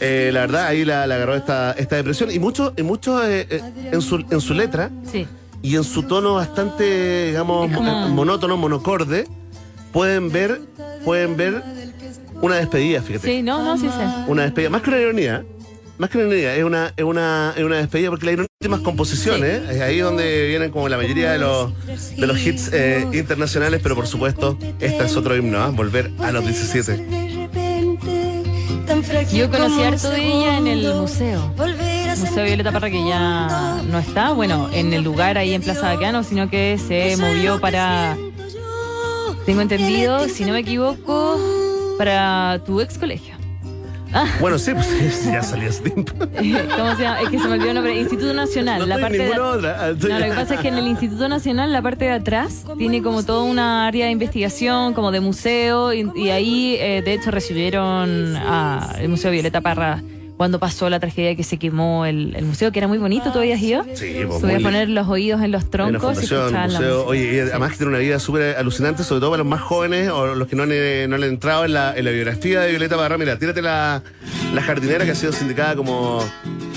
S1: eh, la verdad, ahí la, la agarró esta, esta depresión. Y mucho, y mucho eh, eh, en, su, en su letra,
S2: sí.
S1: y en su tono bastante, digamos,
S2: Es como-
S1: eh, monótono, monocorde, pueden ver, pueden ver una despedida, fíjate.
S2: Sí, no, no, sí sé.
S1: Una despedida, más que una ironía, más que una ironía, es una, es una, es una despedida porque la ironía en las composiciones, es ahí donde vienen como la mayoría de los, de los hits eh, internacionales, pero por supuesto, esta es otro himno, ¿ah? volver a los 17.
S2: Yo conocí harto de ella en el museo. Museo Violeta Parra que ya no está, bueno, en el lugar ahí en Plaza Baqueano, sino que se movió para, tengo entendido, si no me equivoco, para tu ex colegio.
S1: Bueno, sí, pues ya salía ese tiempo.
S2: ¿Cómo se llama? Es que se me olvidó el nombre. Instituto Nacional.
S1: No
S2: Ah, la
S1: estoy en
S2: parte de-
S1: ninguna otra. Ah, estoy-
S2: No, lo que pasa es que en el Instituto Nacional, la parte de atrás, tiene como toda una área de investigación, como de museo, y, y ahí, eh, de hecho, recibieron a el Museo Violeta Parra cuando pasó la tragedia que se quemó el, el museo, que era muy bonito, ¿tú habías ido?
S1: Sí,
S2: Se
S1: pues,
S2: voy a
S1: muy
S2: poner los oídos en los
S1: Hay una
S2: troncos y
S1: fundación,
S2: escuchaban la
S1: museo.
S2: música.
S1: Oye, y además que tiene una vida súper alucinante, sobre todo para los más jóvenes o los que no han, eh, no le han entrado en la, en la biografía de Violeta Barra. Mira, tírate la, la jardinera que ha sido sindicada como,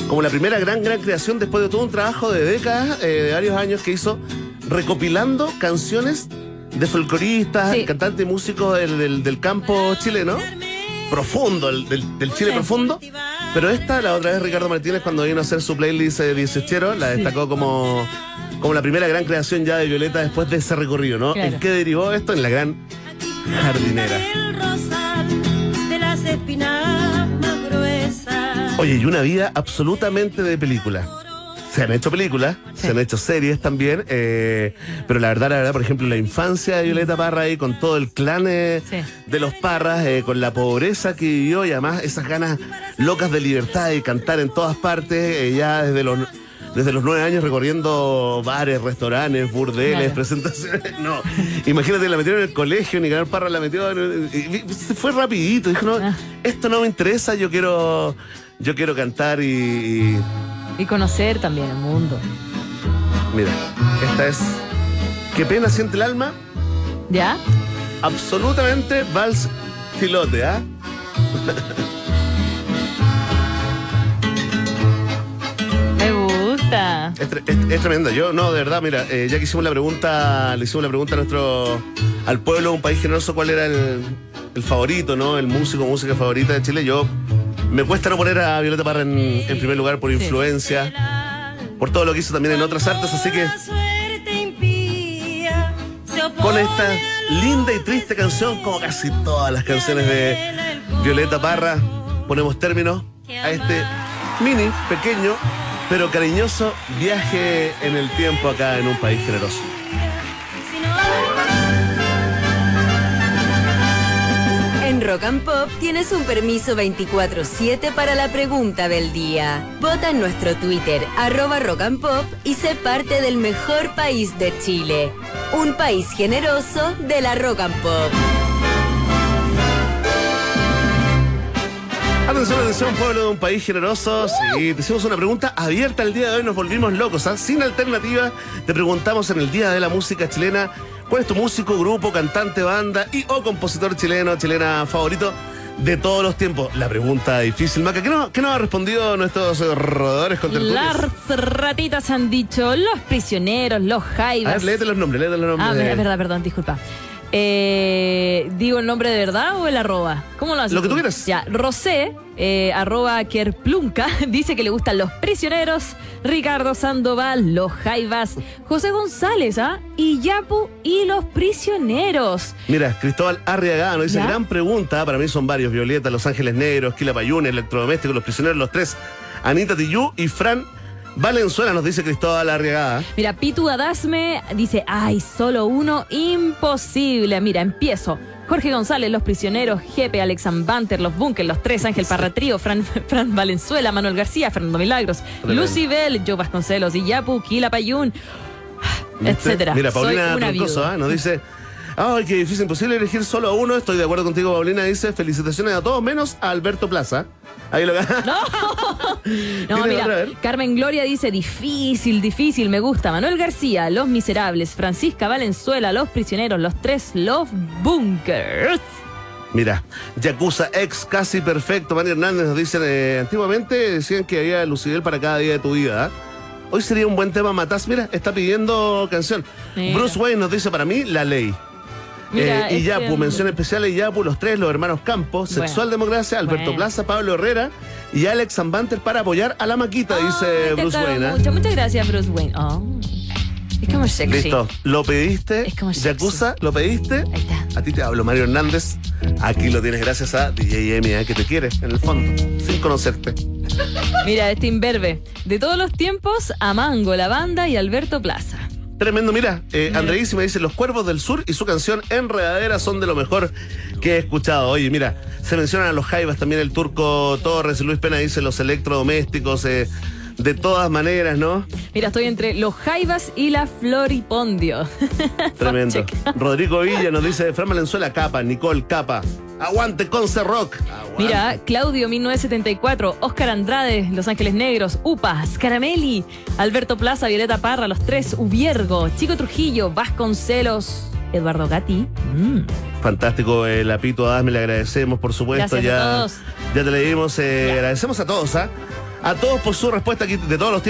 S1: como la primera gran, gran creación después de todo un trabajo de décadas, eh, de varios años que hizo recopilando canciones de folcloristas,
S2: Sí.
S1: cantantes, músicos del, del- del campo chileno, profundo, el- del, del Chile profundo. Pero esta, la otra vez Ricardo Martínez, cuando vino a hacer su playlist de 18, la destacó como, como la primera gran creación ya de Violeta después de ese recorrido, ¿no?
S2: Claro.
S1: ¿En qué derivó esto? En la gran jardinera. Oye, y una vida absolutamente de película. Se han hecho películas, se han hecho series también, eh, pero la verdad, la verdad, por ejemplo, la infancia de Violeta Parra ahí con todo el clan eh,
S2: Sí.
S1: de los Parras, eh, con la pobreza que vivió y además esas ganas locas de libertad y cantar en todas partes, eh, ya desde los desde los nueve años recorriendo bares, restaurantes, burdeles,
S2: Claro.
S1: presentaciones. No, imagínate, la metieron en el colegio, Nicanor Parra la metió, en- y- y se fue rapidito, dijo, no,
S2: Ah.
S1: esto no me interesa, yo quiero, yo quiero cantar y, y-
S2: Y conocer también el mundo.
S1: mira, esta es qué pena siente el alma,
S2: ¿Ya?
S1: absolutamente vals filote, ¿ah?
S2: Me gusta.
S1: Es, tre- es- es tremendo. Yo, no, de verdad, mira, eh, ya que hicimos la pregunta, le hicimos la pregunta a nuestro, al pueblo, un país generoso, cuál era el, el favorito, ¿no? El músico, música favorita de Chile. Yo, me cuesta no poner a Violeta Parra en, en primer lugar por influencia, por todo lo que hizo también en otras artes, así que con esta linda y triste canción, como casi todas las canciones de Violeta Parra, ponemos término a este mini, pequeño, pero cariñoso viaje en el tiempo acá en un país generoso.
S3: En Rock and Pop tienes un permiso 24-7 para la pregunta del día. Vota en nuestro Twitter, arroba Rock and Pop, y sé parte del mejor país de Chile. Un país generoso de la Rock and Pop.
S1: Atención, atención, pueblo de un país generoso. Sí, te hicimos una pregunta abierta el día de hoy, nos volvimos locos, ¿ah? sin alternativa. Te preguntamos en el Día de la Música Chilena, ¿cuál es tu músico, grupo, cantante, banda y o compositor chileno, chilena favorito de todos los tiempos? La pregunta difícil, Maca. ¿Qué, no- qué nos ha respondido nuestros eh, rodadores con
S2: Las ratitas han dicho, los prisioneros, los
S1: A ver,
S2: jaivas.
S1: léete los nombres, léete los
S2: Ah,
S1: nombres.
S2: es verdad, perdón, disculpa. Eh, ¿Digo el nombre de verdad o el arroba? ¿Cómo lo haces?
S1: Lo que tú quieras.
S2: Ya, Rosé, eh, arroba Kerplunca, dice que le gustan los prisioneros, Ricardo Sandoval, los Jaivas, José González, ¿ah? Y Yapu y los prisioneros.
S1: Mira, Cristóbal Arriagada nos dice,
S2: ¿Ya?
S1: gran pregunta, para mí son varios, Violeta, Los Ángeles Negros, Kila Payún, Electrodomésticos, Los Prisioneros, los tres, Anita Tillú y Fran Valenzuela, nos dice Cristóbal Arriagada.
S2: Mira, Pitu Adasme dice, ay, solo uno, imposible. Mira, empiezo Jorge González, Los Prisioneros, Jepe, Alex Banter, Los Bunkers, Los Tres, Ángel Parratrío, Fran, Fran Valenzuela, Manuel García, Fernando Milagros,
S1: Tremendo.
S2: Lucy Bell, Joe Vasconcelos, Iyapu, Kila Payún, etcétera.
S1: Mira,
S2: Soy
S1: Paulina
S2: una
S1: Troncoso
S2: viuda.
S1: ah, nos dice. Ay, qué difícil, imposible elegir solo a uno. Estoy de acuerdo contigo, Paulina. Dice, felicitaciones a todos, menos a Alberto Plaza. Ahí lo
S2: No,
S1: Dile otra
S2: mira,
S1: vez.
S2: Carmen Gloria dice difícil, difícil, me gusta. Manuel García, Los Miserables, Francisca Valenzuela, Los Prisioneros, Los Tres, Los Bunkers.
S1: Mira, Yakuza ex casi perfecto. Manny Hernández nos dicen, eh, antiguamente decían que había Lucibel para cada día de tu vida. ¿ah? Hoy sería un buen tema, Matas. Mira, está pidiendo canción.
S2: Mira.
S1: Bruce Wayne nos dice, para mí, la ley.
S2: Mira,
S1: Eh,
S2: este
S1: Iyapu,
S2: hombre.
S1: mención especial a Iyapu, los tres, los hermanos Campos,
S2: Bueno.
S1: Sexual Democracia, Alberto
S2: Bueno.
S1: Plaza, Pablo Herrera y Alex Zambanter para apoyar a la maquita, dice
S2: Ay, te
S1: Bruce
S2: aclaro
S1: Wayne. ¿ah?
S2: mucho. Muchas gracias, Bruce Wayne. Oh. Es como sexy.
S1: Listo, lo pediste,
S2: Es como sexy.
S1: Yakuza, lo pediste.
S2: Ahí está.
S1: A ti te hablo, Mario Hernández. Aquí lo tienes gracias a DJ Emi, ¿eh? que te quiere, en el fondo, sin conocerte.
S2: Mira, este imberbe. De todos los tiempos, a Mango, la banda y Alberto Plaza.
S1: Tremendo, mira, eh, Andreísima dice, Los Cuervos del Sur y su canción Enredadera son de lo mejor que he escuchado. Oye, mira, se mencionan a los Jaivas, también el turco Torres, Luis Pena dice los electrodomésticos, eh, de todas maneras, ¿no?
S2: Mira, estoy entre los Jaivas y la Floripondio.
S1: Tremendo.
S2: Fact
S1: Rodrigo Villa nos dice, Fran Valenzuela, capa, Nicole, capa. Aguante, Conce Rock. Aguante.
S2: Mira, Claudio 1974, Óscar Andrade, Los Ángeles Negros, Upa, Scaramelli, Alberto Plaza, Violeta Parra, Los Tres, Ubiergo, Chico Trujillo, Vasconcelos, Eduardo Gatti. Mm.
S1: Fantástico, eh, Lapito Adame, le agradecemos, por supuesto.
S2: Gracias
S1: ya,
S2: a todos.
S1: ya te leímos, eh, agradecemos a todos, ¿ah? A todos por su respuesta aquí de todos los tiempos.